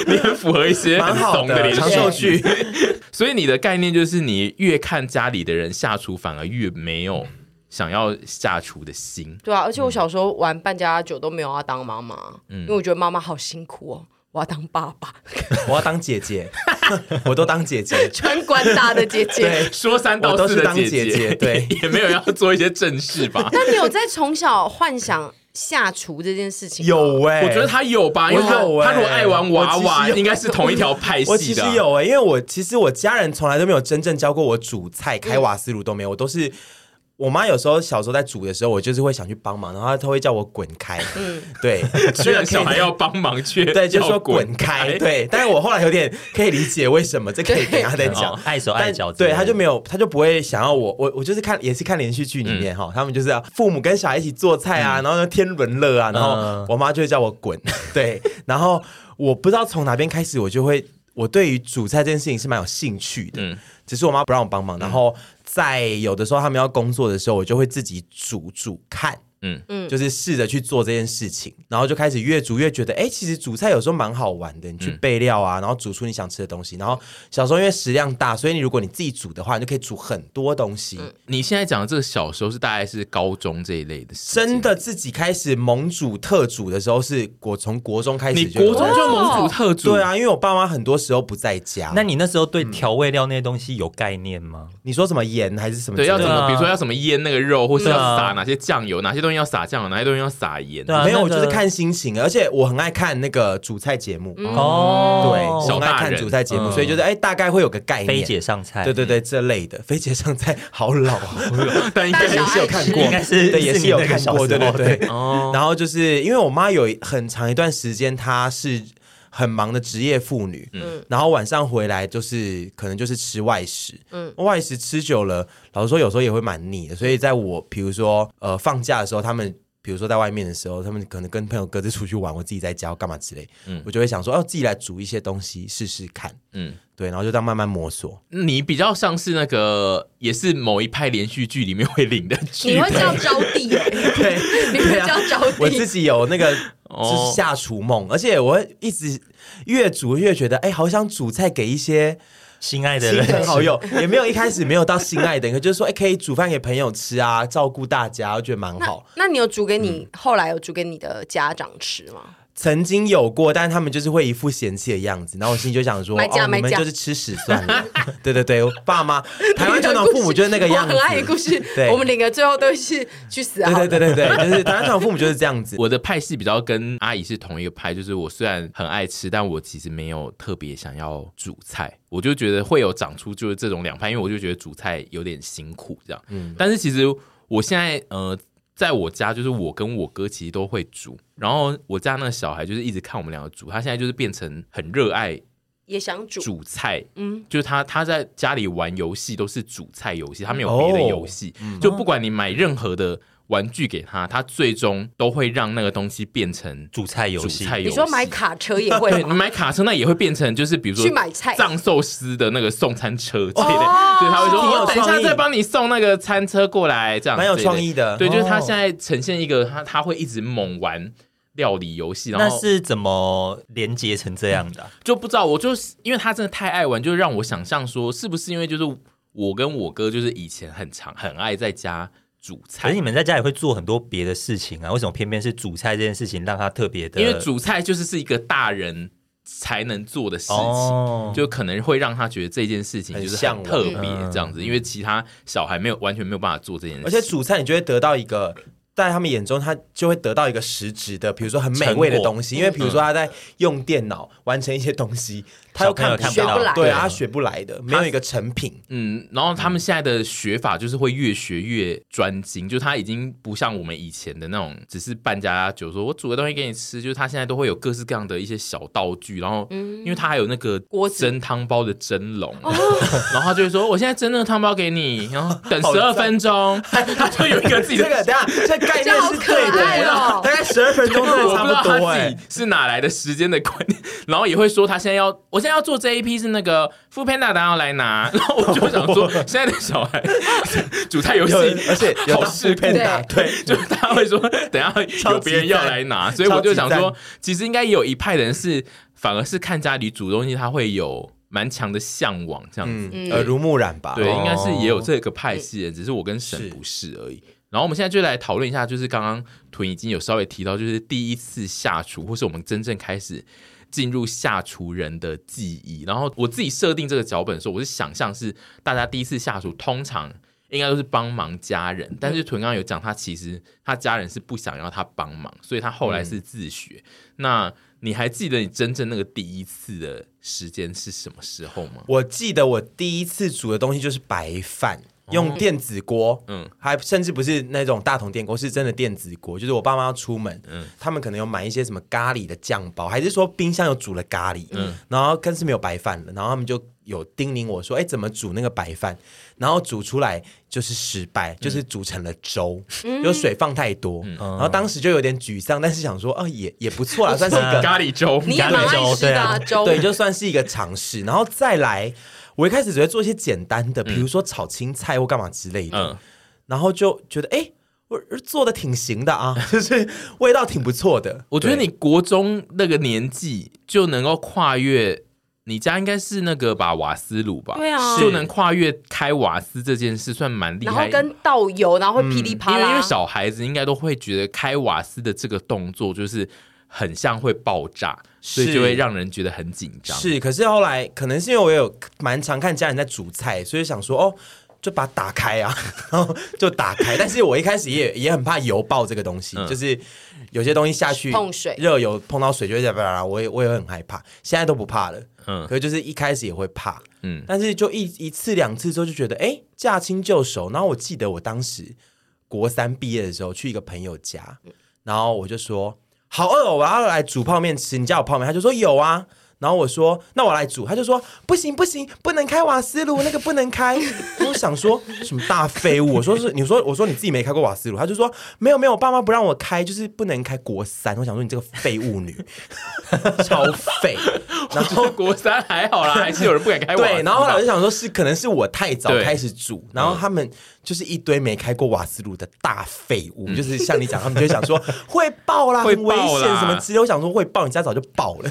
Speaker 6: 你很 符合一些
Speaker 3: 蛮
Speaker 6: 很
Speaker 3: 好
Speaker 6: 怂的
Speaker 3: 的
Speaker 6: 连
Speaker 3: 长
Speaker 6: 续
Speaker 3: 寿
Speaker 6: 剧，
Speaker 3: 剧，
Speaker 6: 所以你的概念就是，你越看家里的人下厨，反而越没有想要下厨的心。
Speaker 1: 对啊，而且我小时候玩扮家家酒都没有要当妈妈，
Speaker 3: 嗯
Speaker 1: 因为我觉得妈妈好辛苦哦。我要当爸爸，
Speaker 3: 我要当姐姐， 我都当 姐姐。
Speaker 1: 穿官搭的姐姐。
Speaker 6: 说三道
Speaker 3: 我都
Speaker 6: 四
Speaker 3: 是
Speaker 6: 的
Speaker 3: 当
Speaker 6: 姐
Speaker 3: 姐姐对
Speaker 6: 也没有要做一些正事吧。
Speaker 1: 那你有在从小幻想下厨这件事情吗？
Speaker 3: 有哎、
Speaker 6: 我觉得他有吧，因为他、
Speaker 3: 我有欸
Speaker 6: 他如果爱玩娃
Speaker 3: 我其
Speaker 6: 娃，
Speaker 3: 实有
Speaker 6: 应该是同一条派
Speaker 3: 我
Speaker 6: 系
Speaker 3: 其
Speaker 6: 的
Speaker 3: 实
Speaker 6: 啊。
Speaker 3: 有哎、因为我其实我家人从来都没有真正教过我煮菜、开瓦斯炉都没有，我都是。我妈有时候小时候在煮的时候，我就是会想去帮忙，然后她她会叫我滚开，嗯，对，
Speaker 6: 虽然小孩要帮忙，却
Speaker 3: 对，就
Speaker 6: 要
Speaker 3: 说滚开，，对。但是我后来有点可以理解为什么，这可以等一下再 讲
Speaker 2: 哦。碍手碍
Speaker 3: 但
Speaker 2: 脚之类
Speaker 3: 对
Speaker 2: 的，
Speaker 3: 他就没有，他就不会想要我，我我就是看也是看连续剧
Speaker 2: 嗯
Speaker 3: 里面哈、他们就是要父母跟小孩一起做菜啊，然后呢天伦乐啊，然后
Speaker 2: 嗯
Speaker 3: 我妈就会叫我滚， 对，然后我不知道从哪边开始，我就会我对于煮菜这件事情是蛮有兴趣的，
Speaker 6: 嗯
Speaker 3: 只是我妈不让我帮
Speaker 2: 嗯
Speaker 3: 忙，然后在有的时候他们要工作的时候，我就会自己煮煮看。
Speaker 6: 嗯
Speaker 3: 嗯，就是试着去做这件事情，然后就开始越煮越觉得，哎、其实煮菜有时候蛮好玩的。
Speaker 6: 嗯
Speaker 3: 你去备料啊，然后煮出你想吃的东西。然后小时候因为食量大，所以你如果你自己煮的话，你就可以煮很多东西。
Speaker 6: 你现在讲的这个小时候是大概是高中这一类的时间，
Speaker 3: 真的自己开始猛煮特煮的时候，是国从国中开始
Speaker 6: 你
Speaker 3: 就有
Speaker 6: 国
Speaker 1: 哦
Speaker 6: 中就蒙古特族
Speaker 3: 对，啊，因为我爸妈很多时候不在家。
Speaker 2: 那你那时候对调味料那些东西有概念吗？
Speaker 3: 你说什么盐还是什么之
Speaker 6: 对，
Speaker 3: 类的？
Speaker 6: 要怎
Speaker 2: 对
Speaker 6: 么
Speaker 2: 啊
Speaker 6: 比如说要怎么腌那个肉，或是要
Speaker 2: 对啊
Speaker 6: 撒哪些酱油，哪些东西要撒酱油，哪些东西要撒盐，
Speaker 2: 对啊
Speaker 3: 没有，
Speaker 2: 那
Speaker 3: 我
Speaker 2: 个
Speaker 3: 就是看心情，而且我很爱看那个煮菜节目。
Speaker 1: 嗯
Speaker 3: 对，
Speaker 2: 哦
Speaker 3: 我
Speaker 6: 嗯小
Speaker 3: 很爱
Speaker 6: 大
Speaker 3: 看
Speaker 6: 人
Speaker 3: 煮菜节目，
Speaker 2: 嗯
Speaker 3: 所以就是哎，大概会有个概念。
Speaker 2: 菲姐上菜，
Speaker 3: 对对对，这类的飞姐上菜好老啊，
Speaker 6: 但应
Speaker 1: 大
Speaker 6: 该
Speaker 1: 小
Speaker 3: 也是有看过，
Speaker 2: 应该是
Speaker 3: 对，也
Speaker 2: 是
Speaker 3: 是
Speaker 2: 你
Speaker 3: 有
Speaker 2: 那个
Speaker 3: 看
Speaker 2: 小
Speaker 3: 过，对
Speaker 2: 时
Speaker 3: 对
Speaker 2: 候
Speaker 3: 对。
Speaker 6: 哦
Speaker 3: 然后就是因为我妈有很长一段时间，她是很忙的职业妇女，嗯，然后晚上回来就是可能就是吃外食，嗯，外食吃久了，老实说有时候也会蛮腻的，所以在我比如说呃放假的时候，他们。比如说在外面的时候，他们可能跟朋友各自出去玩，我自己在家我干嘛之类，嗯，我就会想说，哦，自己来煮一些东西试试看，
Speaker 6: 嗯
Speaker 3: 嗯，对，然后就这样慢慢摸索。
Speaker 6: 你比较像是那个，也是某一派连续剧里面会领的剧
Speaker 1: 你会
Speaker 6: 本，
Speaker 1: 叫招娣 耶，
Speaker 3: 对，
Speaker 1: 你会叫招
Speaker 3: 啊我自
Speaker 1: 娣，
Speaker 3: 己有那个就
Speaker 6: 哦
Speaker 3: 是下厨梦，而且我会一直越煮越觉得，哎、好想煮菜给一些
Speaker 2: 心爱的人
Speaker 1: 亲，
Speaker 3: 好友，也没有一开始没有到心爱的，可就是说，哎、可以煮饭给朋友吃啊，照顾大家，我觉得蛮好。嗯
Speaker 1: 那你有煮给你、后来有煮给你的家长吃吗？
Speaker 3: 曾经有过，但是他们就是会一副嫌弃的样子，然后我心里就想说，
Speaker 1: 买家
Speaker 3: 哦，
Speaker 1: 买
Speaker 3: 你们
Speaker 1: 家
Speaker 3: 就是吃屎算了。 对对对，我爸 妈，台湾传统父母就是那个样子。
Speaker 1: 我很爱的故事，
Speaker 3: 对
Speaker 1: 我们两个最后都是去死好
Speaker 3: 对
Speaker 1: 了。
Speaker 3: 对对对对，就是台湾传统父母就是这样子。
Speaker 6: 我的派系比较跟阿姨是同一个派，就是我虽然很爱吃，但我其实没有特别想要煮菜。我就觉得会有长出就是这种两派，因为我就觉得煮菜有点辛苦这样。嗯，但是其实我现在呃，在我家就是我跟我哥其实都会煮，然后我家那个小孩就是一直看我们两个煮，他现在就是变成很热爱
Speaker 1: 也想煮，
Speaker 6: 煮菜，
Speaker 1: 嗯
Speaker 6: 嗯，就是他他在家里玩游戏都是煮菜游戏，他没有别的游戏，
Speaker 1: 哦嗯
Speaker 6: 就不管你买任何的玩具给他，他最终都会让那个东西变成
Speaker 2: 煮菜游
Speaker 6: 煮
Speaker 2: 戏，
Speaker 6: 菜游戏。
Speaker 1: 你说买卡车也会
Speaker 6: 对你
Speaker 1: 吗？
Speaker 6: 买卡车那也会变成就是比如说
Speaker 1: 去买菜
Speaker 6: 藏寿司的那个送餐车之类的，就是他会说
Speaker 3: 挺有
Speaker 6: 哦，等一
Speaker 3: 创
Speaker 6: 下
Speaker 3: 意
Speaker 6: 再帮你送那个餐车过来，这样
Speaker 3: 蛮有
Speaker 6: 之类的
Speaker 3: 创意的
Speaker 6: 对，就是他
Speaker 2: 哦
Speaker 6: 现在呈现一个他他会一直猛玩料理游戏，然
Speaker 2: 那
Speaker 6: 后
Speaker 2: 是怎么连接成这样的啊、
Speaker 6: 就不知道，我就是因为他真的太爱玩，就让我想象说，是不是因为就是我跟我哥就是以前很常很爱在家煮
Speaker 2: 可
Speaker 6: 菜
Speaker 2: 是你，们在家里会做很多别的事情啊，为什么偏偏是煮菜这件事情让他特别的？
Speaker 6: 因为煮菜就是是一个大人才能做的事情。
Speaker 2: 哦，
Speaker 6: 就可能会让他觉得这件事情
Speaker 3: 很
Speaker 6: 就是
Speaker 3: 向
Speaker 6: 很
Speaker 3: 往
Speaker 6: 特别这样
Speaker 2: 嗯
Speaker 6: 子，因为其他小孩没有完全没有办法做这件事，
Speaker 3: 而且煮菜，你就会得到一个。在他们眼中，他就会得到一个实质的，比如说很美味的东西，因为比如说他在用电脑完成一些东西，他又看
Speaker 2: 小朋友
Speaker 1: 看不到
Speaker 3: 到，对
Speaker 2: 对
Speaker 3: 啊，他学不来的，没有一个成品。
Speaker 6: 嗯，然后他们现在的学法就是会越学越专精，就他已经不像我们以前的那种，只是半家家酒，说我煮个东西给你吃，就是他现在都会有各式各样的一些小道具，然后因为他还有那个
Speaker 1: 锅子
Speaker 6: 蒸汤包的蒸笼，然后他就会说我现在蒸那个汤包给你，然后等十二分钟， 他就有一个自己
Speaker 3: 这
Speaker 6: 的。
Speaker 3: 个等一下这概念是
Speaker 1: 这好
Speaker 3: 对
Speaker 1: 可爱
Speaker 3: 的，
Speaker 1: 哦
Speaker 3: 大概十二 分钟真的
Speaker 6: 我不知
Speaker 3: 差
Speaker 6: 道
Speaker 3: 不
Speaker 6: 他
Speaker 3: 多
Speaker 6: 自
Speaker 3: 哎
Speaker 6: 己。是哪来的时间的观念，然后也会说他现在要，我现在要做这一批是那个副 panda 的要来拿， 然后我就想 说，现在的小孩 煮菜游戏
Speaker 3: 有人，而且有
Speaker 6: 好
Speaker 3: 当
Speaker 6: 吃
Speaker 3: 配打，对，
Speaker 6: 就是他会说，等一下有别人要来拿，所以我就想
Speaker 3: 超
Speaker 6: 说
Speaker 3: 级，
Speaker 6: 其实应该有一派人是反而是看家里煮东西，他会有蛮强的向往这样子。
Speaker 3: 嗯，耳濡目染吧。
Speaker 6: 对，
Speaker 2: 哦
Speaker 6: 应该是也有这个派系的，只是我跟沈不是而已。然后我们现在就来讨论一下，就是刚刚屯已经有稍微提到，就是第一次下厨，或是我们真正开始进入下厨人的记忆。然后我自己设定这个脚本的时候，我是想象是大家第一次下厨，通常应该都是帮忙家人，但是屯刚刚有讲，他其实他家人是不想要他帮忙，所以他后来是自学。那你还记得你真正那个第一次的时间是什么时候吗？
Speaker 3: 我记得我第一次煮的东西就是白饭，用电子锅，嗯
Speaker 6: 嗯，
Speaker 3: 还甚至不是那种大桶电锅，是真的电子锅。就是我爸妈要出门，嗯，他们可能有买一些什么咖喱的酱包，还是说冰箱有煮了咖喱，嗯，然后更是没有白饭了，然后他们就有叮咛我说，哎，怎么煮那个白饭？然后煮出来就是失败，就是煮成了粥，有水放太多，然后当时就有点沮丧，但是想说，哦，也 也不错啦，算是一个
Speaker 6: 咖喱粥，
Speaker 1: 你也蛮爱吃的啊，粥。
Speaker 3: 对，就算是一个尝试，然后再来。我一开始只会做一些简单的，比如说炒青菜或干嘛之类的，
Speaker 6: 嗯
Speaker 3: 然后就觉得哎、诶我做的挺行的啊， 就是味道挺不错的。
Speaker 6: 我觉得
Speaker 3: 对
Speaker 6: 你国中那个年纪就能够跨越，你家应该是那个吧瓦斯炉吧？
Speaker 1: 对啊
Speaker 6: 就能跨越开瓦斯这件事，算蛮厉
Speaker 1: 然后
Speaker 6: 害。
Speaker 1: 跟倒油，然后会噼里
Speaker 6: 因
Speaker 1: 啪
Speaker 6: 为
Speaker 1: 啦。
Speaker 6: 因为
Speaker 3: 嗯
Speaker 6: 小孩子应该都会觉得开瓦斯的这个动作就是很像会爆炸，所以
Speaker 3: 是
Speaker 6: 就会让人觉得很紧张。
Speaker 3: 是，可是后来可能是因为我有蛮常看家人在煮菜，所以想说哦。就把它打开啊， 然后就打开。但是我一开始也也很怕油爆这个东西，
Speaker 6: 嗯
Speaker 3: 就是有些东西下去
Speaker 1: 碰水
Speaker 3: 热油碰到水就会在巴拉巴拉，我也我也会很害怕。现在都不怕了，嗯，
Speaker 6: 嗯
Speaker 3: 可是就是一开始也会怕，
Speaker 6: 嗯
Speaker 3: 但是就一一次两次之后就觉得，哎，驾轻就熟。然后我记得我当时国三毕业的时候去一个朋友家，然后我就说好饿、哦，我要来煮泡面吃，你家有泡面？他就说有啊。然后我说那我来煮，他就说不行不行，不能开瓦斯炉，那个不能开。我想说什么大废物？我说是你说我说你自己没开过瓦斯炉，他就说没有没有，我爸妈不让我开，就是不能开国三。我想说你这个废物女， 超废。然后
Speaker 6: 就是国三还好啦，还是有人不敢开瓦斯吧。
Speaker 3: 对，然后后来我就想说是，可能是我太早
Speaker 6: 对嗯
Speaker 3: 开始煮，然后他们就是一堆没开过瓦斯炉的大废物，就是像你讲， 他们就会想说会爆啦，
Speaker 6: 嗯会
Speaker 3: 很危
Speaker 6: 爆
Speaker 3: 险
Speaker 6: 啦
Speaker 3: 什么之类。我想说会爆，你家早就爆了。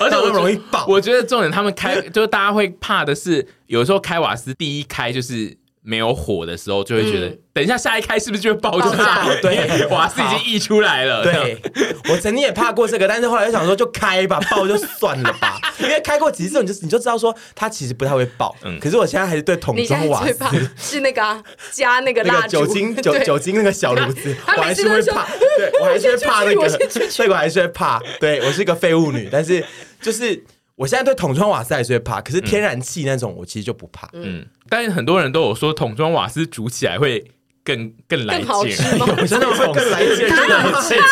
Speaker 6: 而且我
Speaker 3: 那会容易
Speaker 6: 爆。我觉得重点他们开， 就是大家会怕的是，有时候开瓦斯第一开就是。没有火的时候，就会觉得、
Speaker 1: 嗯
Speaker 6: 等一下下一开是不是就会爆
Speaker 1: 爆炸
Speaker 6: 炸？
Speaker 3: 对
Speaker 6: 因为瓦斯已经溢出来了。这样
Speaker 3: 对，我曾经也怕过这个，但是后来就想说就开吧，爆就算了吧，因为开过几次你就你就知道说它其实不太会爆。
Speaker 6: 嗯
Speaker 3: 可是我现在还是对桶
Speaker 1: 你现
Speaker 3: 装
Speaker 1: 在
Speaker 3: 瓦
Speaker 1: 最
Speaker 3: 斯
Speaker 1: 怕是那个啊加那个
Speaker 3: 那
Speaker 1: 蜡
Speaker 3: 个
Speaker 1: 烛，
Speaker 3: 酒精酒
Speaker 1: 对
Speaker 3: 酒精那个小炉子，
Speaker 1: 他
Speaker 3: 我还
Speaker 1: 每次
Speaker 3: 是
Speaker 1: 都
Speaker 3: 会
Speaker 1: 说
Speaker 3: 怕，对我还是会怕那
Speaker 1: 我
Speaker 3: 个
Speaker 1: 先出去我先出，
Speaker 3: 所以我还是会怕。对我是一个废物女，但是就是我现在对桶装瓦斯还是会怕，可是天然气那种我其实就不怕。
Speaker 6: 嗯，但是很多人都有说桶装瓦斯煮起来会更更来
Speaker 1: 更好
Speaker 6: 劲，
Speaker 1: 吃吗？
Speaker 3: 真的会更来劲，真的很气，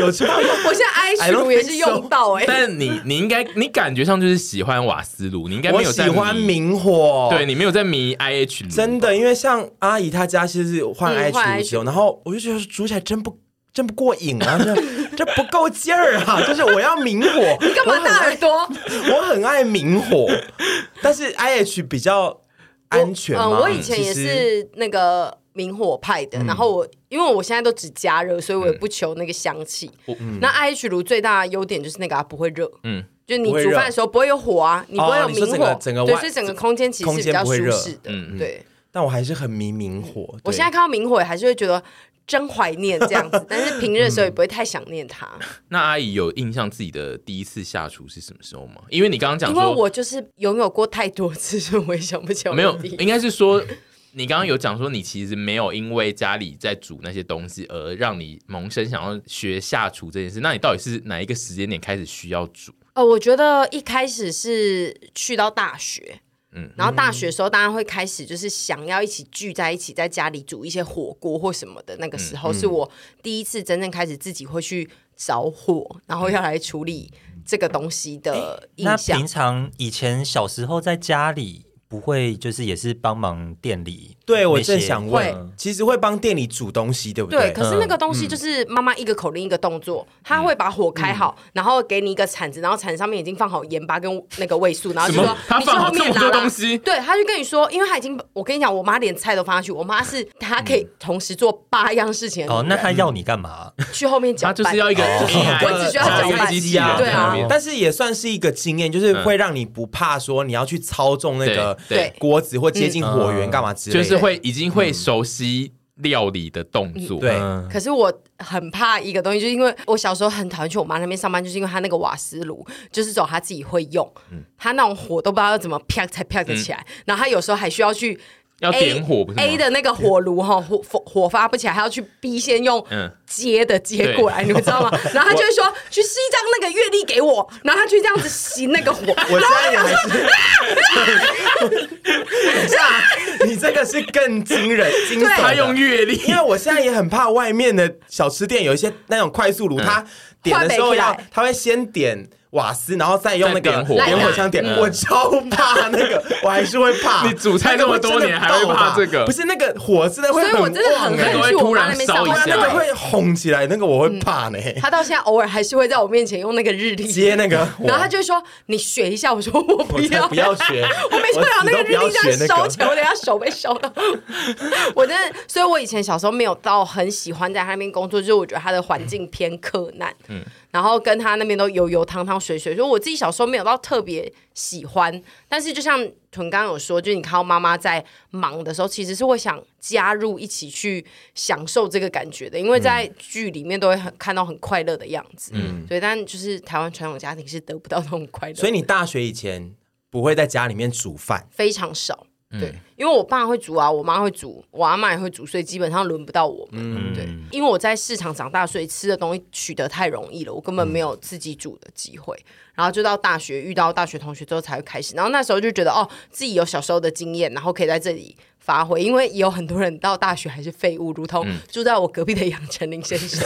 Speaker 3: 有吃到
Speaker 1: 我现在
Speaker 3: I
Speaker 1: 哀
Speaker 3: don't
Speaker 1: 炉也是
Speaker 3: think so
Speaker 1: 用到 哎、
Speaker 6: 但你你应该你感觉上就是喜欢瓦斯炉，你应该
Speaker 3: 我
Speaker 6: 没有
Speaker 3: 喜
Speaker 6: 在迷
Speaker 3: 欢明火，
Speaker 6: 对你没有在迷 IH 炉
Speaker 3: 真的，因为像阿姨她家其实是换
Speaker 1: 嗯
Speaker 3: I
Speaker 1: 换 I
Speaker 3: 厨之后，然后我就觉得煮起来真不真不过瘾啊， 这这不够劲儿啊，就是我要明火，
Speaker 1: 你干嘛大耳朵？
Speaker 3: 我很爱明火，但是 I H 比较安全嘛
Speaker 1: 嗯，我以前也。
Speaker 3: 其实嗯
Speaker 1: 是那个明火派的，然后我因为我现在都只加热，所以我也不求那个香气。那 IH 炉最大的优点就是那个、啊、不会热，嗯
Speaker 6: 嗯，
Speaker 1: 就你
Speaker 3: 不会
Speaker 1: 煮
Speaker 3: 热哦
Speaker 1: 饭的时候不会有火啊，你不会有
Speaker 3: 你说
Speaker 1: 明
Speaker 3: 整
Speaker 1: 火，
Speaker 3: 个整个
Speaker 1: 对，
Speaker 3: 外
Speaker 1: 所以整个空间其实是
Speaker 3: 空
Speaker 1: 比
Speaker 3: 间
Speaker 1: 较
Speaker 3: 不
Speaker 1: 舒
Speaker 3: 会热
Speaker 1: 适的。
Speaker 6: 嗯嗯
Speaker 1: 对，
Speaker 3: 但我还是很迷明火。
Speaker 1: 我
Speaker 3: 对
Speaker 1: 现在看到明火还是会觉得。真怀念这样 子，但是平日的时
Speaker 3: 嗯
Speaker 1: 候也不会太想念它，
Speaker 6: 那阿姨有印象自己的第一次下厨是什么时候吗？因为你刚刚讲
Speaker 1: 因为
Speaker 6: 说
Speaker 1: 我就是拥有过太多次，所以我也想不起来我
Speaker 6: 没有，
Speaker 1: 第一
Speaker 6: 应该是说你刚刚有讲说你其实没有因为家里在煮那些东西而让你萌生想要学下厨这件事。那你到底是哪一个时间点开始需要煮？
Speaker 1: 呃，我觉得一开始是去到大学，嗯，然后大学的时候，当然会开始就是想要一起聚在一起，在家里煮一些火锅或什么的。那个时候是我第一次真正开始自己会去找火，然后要来处理这个东西的
Speaker 2: 那
Speaker 1: 印象
Speaker 2: 平。常以前小时候在家里不会，就是也是帮忙店里那些。
Speaker 3: 对我正想
Speaker 1: 会
Speaker 3: 问，其实会帮店里煮东西，对不
Speaker 1: 对，
Speaker 3: 对？
Speaker 1: 可是那个东
Speaker 6: 嗯
Speaker 1: 西就是妈妈一个口令一个动作，她会把火开好，
Speaker 6: 嗯
Speaker 1: 然后给你一个铲子，然后铲子上面已经放好盐巴跟那个味素，然后就
Speaker 6: 什么
Speaker 1: 说
Speaker 6: 她
Speaker 1: 你去
Speaker 6: 放好
Speaker 1: 后面
Speaker 6: 这么
Speaker 1: 拿
Speaker 6: 多
Speaker 1: 啦
Speaker 6: 东西
Speaker 1: 对，她就跟你说，因为她已经，我跟你讲，我妈连菜都放下去，我妈是她可以同时做八样事情的
Speaker 2: 哦，
Speaker 1: 女
Speaker 2: 那
Speaker 1: 人
Speaker 2: 他要你干嘛？
Speaker 1: 去后面搅
Speaker 6: 它
Speaker 1: 拌，
Speaker 6: 就是要一个
Speaker 2: 哦
Speaker 6: AI，
Speaker 1: 我只需要搅
Speaker 6: 一个
Speaker 1: 拌
Speaker 6: 机
Speaker 1: 机
Speaker 6: 器人
Speaker 1: 对啊
Speaker 6: 在那边
Speaker 3: 但是也算是一个经验，就是会让你不怕说你要去操纵那个
Speaker 6: 对
Speaker 1: 对
Speaker 3: 锅子或接近火源
Speaker 2: 嗯
Speaker 3: 干嘛之类
Speaker 6: 就
Speaker 3: 的，
Speaker 6: 是会已经会熟悉料理的动作。
Speaker 3: 嗯对
Speaker 2: 嗯
Speaker 1: 可是我很怕一个东西，就是因为我小时候很讨厌去我妈那边上班，就是因为她那个瓦斯炉，就是走她自己会用，
Speaker 6: 嗯
Speaker 1: 她那种火都不知道要怎么啪才啪得起来，然后她有时候还需要去。
Speaker 6: 要点火不是吗
Speaker 1: A 的那个火炉哈，火火火发不起来，还要去 B 先用
Speaker 6: 嗯
Speaker 1: 接的接过来，你们知 道吗？然后她就会说去吸一张那个月历给我，然后她去这样子吸那个火，
Speaker 3: 我现在也还是。 等一下，你这个是更惊人、惊悚的。
Speaker 6: 他用阅历，
Speaker 3: 因为我现在也很怕外面的小吃店有一些那种快速炉，
Speaker 6: 嗯
Speaker 3: 它点的时候
Speaker 1: 换
Speaker 3: 要
Speaker 1: 不起来，
Speaker 3: 它会先点瓦斯，然后再用那个
Speaker 6: 再点火嗯
Speaker 3: 点火枪点。我超怕那 个，我还是会怕。
Speaker 6: 你煮菜
Speaker 3: 那
Speaker 6: 那
Speaker 3: 个
Speaker 6: 么
Speaker 3: 会真的
Speaker 6: 多年还会怕
Speaker 3: 爆吧
Speaker 6: 这个
Speaker 3: 不是那个火真的 会
Speaker 1: 所以
Speaker 3: 很
Speaker 1: 我真的很
Speaker 3: 旺欸啊
Speaker 6: 那
Speaker 1: 恨
Speaker 6: 个
Speaker 1: 去
Speaker 6: 会
Speaker 1: 我
Speaker 6: 突
Speaker 1: 妈
Speaker 6: 然
Speaker 1: 那边
Speaker 6: 烧
Speaker 1: 上
Speaker 6: 一
Speaker 1: 班
Speaker 6: 下，
Speaker 3: 那个会红起来，那个我会怕呢。
Speaker 1: 他到现在偶尔还是会在我面前用那个日历
Speaker 3: 接那个火，
Speaker 1: 然后他就会说：“你学一下。”我说：“我不
Speaker 3: 我才
Speaker 1: 要，
Speaker 3: 不要学
Speaker 1: 我每次会把那个日
Speaker 3: 我
Speaker 1: 历
Speaker 3: 死都
Speaker 1: 这样烧
Speaker 3: 不要学那个
Speaker 1: 起来，我等下手被烧到。我真的，所以我以前小时候没有到很喜欢在他那边工作，就是我觉得他的环境偏柯南，嗯，然后跟他那边都油油汤汤水水，所以我自己小时候没有到特别喜欢。但是就像屯刚刚有说，就是你看到妈妈在忙的时候，其实是会想加入一起去享受这个感觉的，因为在剧里面都会很看到很快乐的样子，嗯，对。但就是台湾传统家庭是得不到那种快乐的，
Speaker 3: 所以你大学以前不会在家里面煮饭，
Speaker 1: 非常少。对，因为我爸会煮啊，我妈会煮，我阿妈也会煮，所以基本上轮不到我们。对，因为我在市场长大，所以吃的东西取得太容易了，我根本没有自己煮的机会。然后就到大学遇到大学同学之后才会开始，然后那时候就觉得哦，自己有小时候的经验，然后可以在这里发挥。因为也有很多人到大学还是废物，如同住在我隔壁的杨丞琳先生。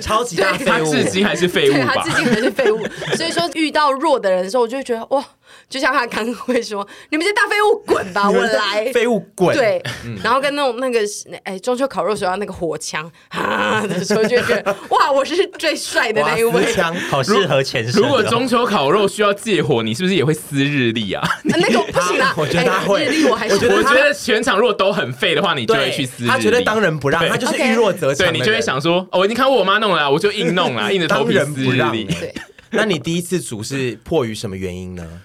Speaker 3: 超级大
Speaker 1: 对
Speaker 3: 废
Speaker 6: 他
Speaker 3: 物。
Speaker 6: 至今还是废物
Speaker 1: 对他
Speaker 6: 吧
Speaker 1: 至？今还是废物，所以说遇到弱的人的时候，我就会觉得哇，就像他刚刚会说，你们这大废物滚吧，我来，对
Speaker 3: 废物滚。嗯
Speaker 1: 对，然后跟那种那个哎中秋烤肉时候要那个火枪啊的时候，就会觉得哇，我是最帅的
Speaker 3: 哇，
Speaker 1: 那一位啊
Speaker 3: 死。 枪，
Speaker 2: 好适合前身 哦。
Speaker 6: 如果中秋烤肉需要借火，你是不是也会撕日历啊？
Speaker 1: 啊那个我不行啦，
Speaker 3: 我觉得他
Speaker 1: 哎
Speaker 3: 会
Speaker 1: 日历我还是
Speaker 3: 我觉得
Speaker 6: 我
Speaker 3: 他
Speaker 6: 觉得全场如果都很废的话，你就会
Speaker 3: 对
Speaker 6: 去撕日历。
Speaker 3: 他绝对当仁不让，
Speaker 6: 对
Speaker 3: 他就是
Speaker 1: OK
Speaker 3: 遇弱则强。
Speaker 6: 对你就会，想说，哦，我已经看过我妈弄了啊，我就硬弄 啦，硬着头皮
Speaker 3: 当仁
Speaker 6: 撕
Speaker 3: 不
Speaker 6: 日
Speaker 3: 让
Speaker 6: 历。
Speaker 1: 对，
Speaker 3: 那你第一次煮是迫于什么原因呢？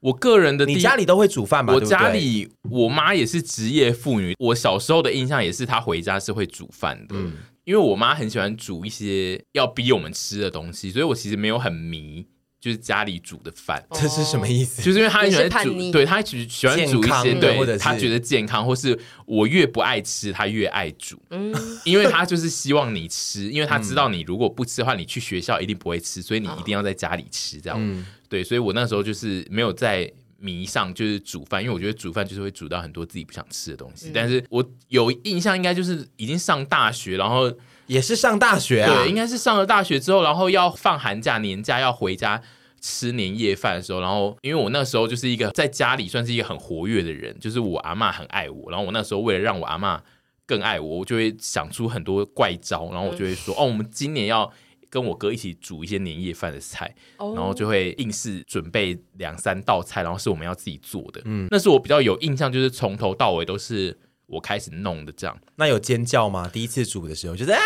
Speaker 6: 我个人呃的第
Speaker 3: 你
Speaker 6: 一
Speaker 3: 家里都会煮饭吧？
Speaker 6: 我
Speaker 3: 对不对
Speaker 6: 家里我妈也是职业妇女，我小时候的印象也是她回家是会煮饭的，
Speaker 3: 嗯
Speaker 6: 因为我妈很喜欢煮一些要逼我们吃的东西，所以我其实没有很迷就是家里煮的饭。
Speaker 3: 这是什么意思？
Speaker 6: 就是因为她很喜
Speaker 1: 你是
Speaker 6: 欢
Speaker 1: 叛逆
Speaker 6: 煮，对她喜喜欢煮一
Speaker 3: 健康
Speaker 6: 些，
Speaker 3: 的
Speaker 6: 对
Speaker 3: 或者是
Speaker 6: 她觉得健康，或是我越不爱吃，她越爱煮，
Speaker 1: 嗯，
Speaker 6: 因为她就是希望你吃，因为她知道你如果不吃的话，你去学校一定不会吃，所以你一定要在家里吃这样。
Speaker 3: 嗯，
Speaker 6: 对，所以我那时候就是没有在迷上就是煮饭，因为我觉得煮饭就是会煮到很多自己不想吃的东
Speaker 1: 嗯
Speaker 6: 西。但是我有印象，应该就是已经上大学，然后
Speaker 3: 也是上大学啊
Speaker 6: 对，，嗯应该是上了大学之后，然后要放寒假、年假要回家。吃年夜饭的时候，然后因为我那时候就是一个在家里算是一个很活跃的人，就是我阿嬷很爱我，然后我那时候为了让我阿嬷更爱我，我就会想出很多怪招，然后我就会说，哦，我们今年要跟我哥一起煮一些年夜饭的菜，
Speaker 1: 哦
Speaker 6: 然后就会硬是准备两三道菜，然后是我们要自己做的。嗯，那是我比较有印象，就是从头到尾都是我开始弄的，这样
Speaker 3: 那有尖叫吗？第一次煮的时候，就是啊，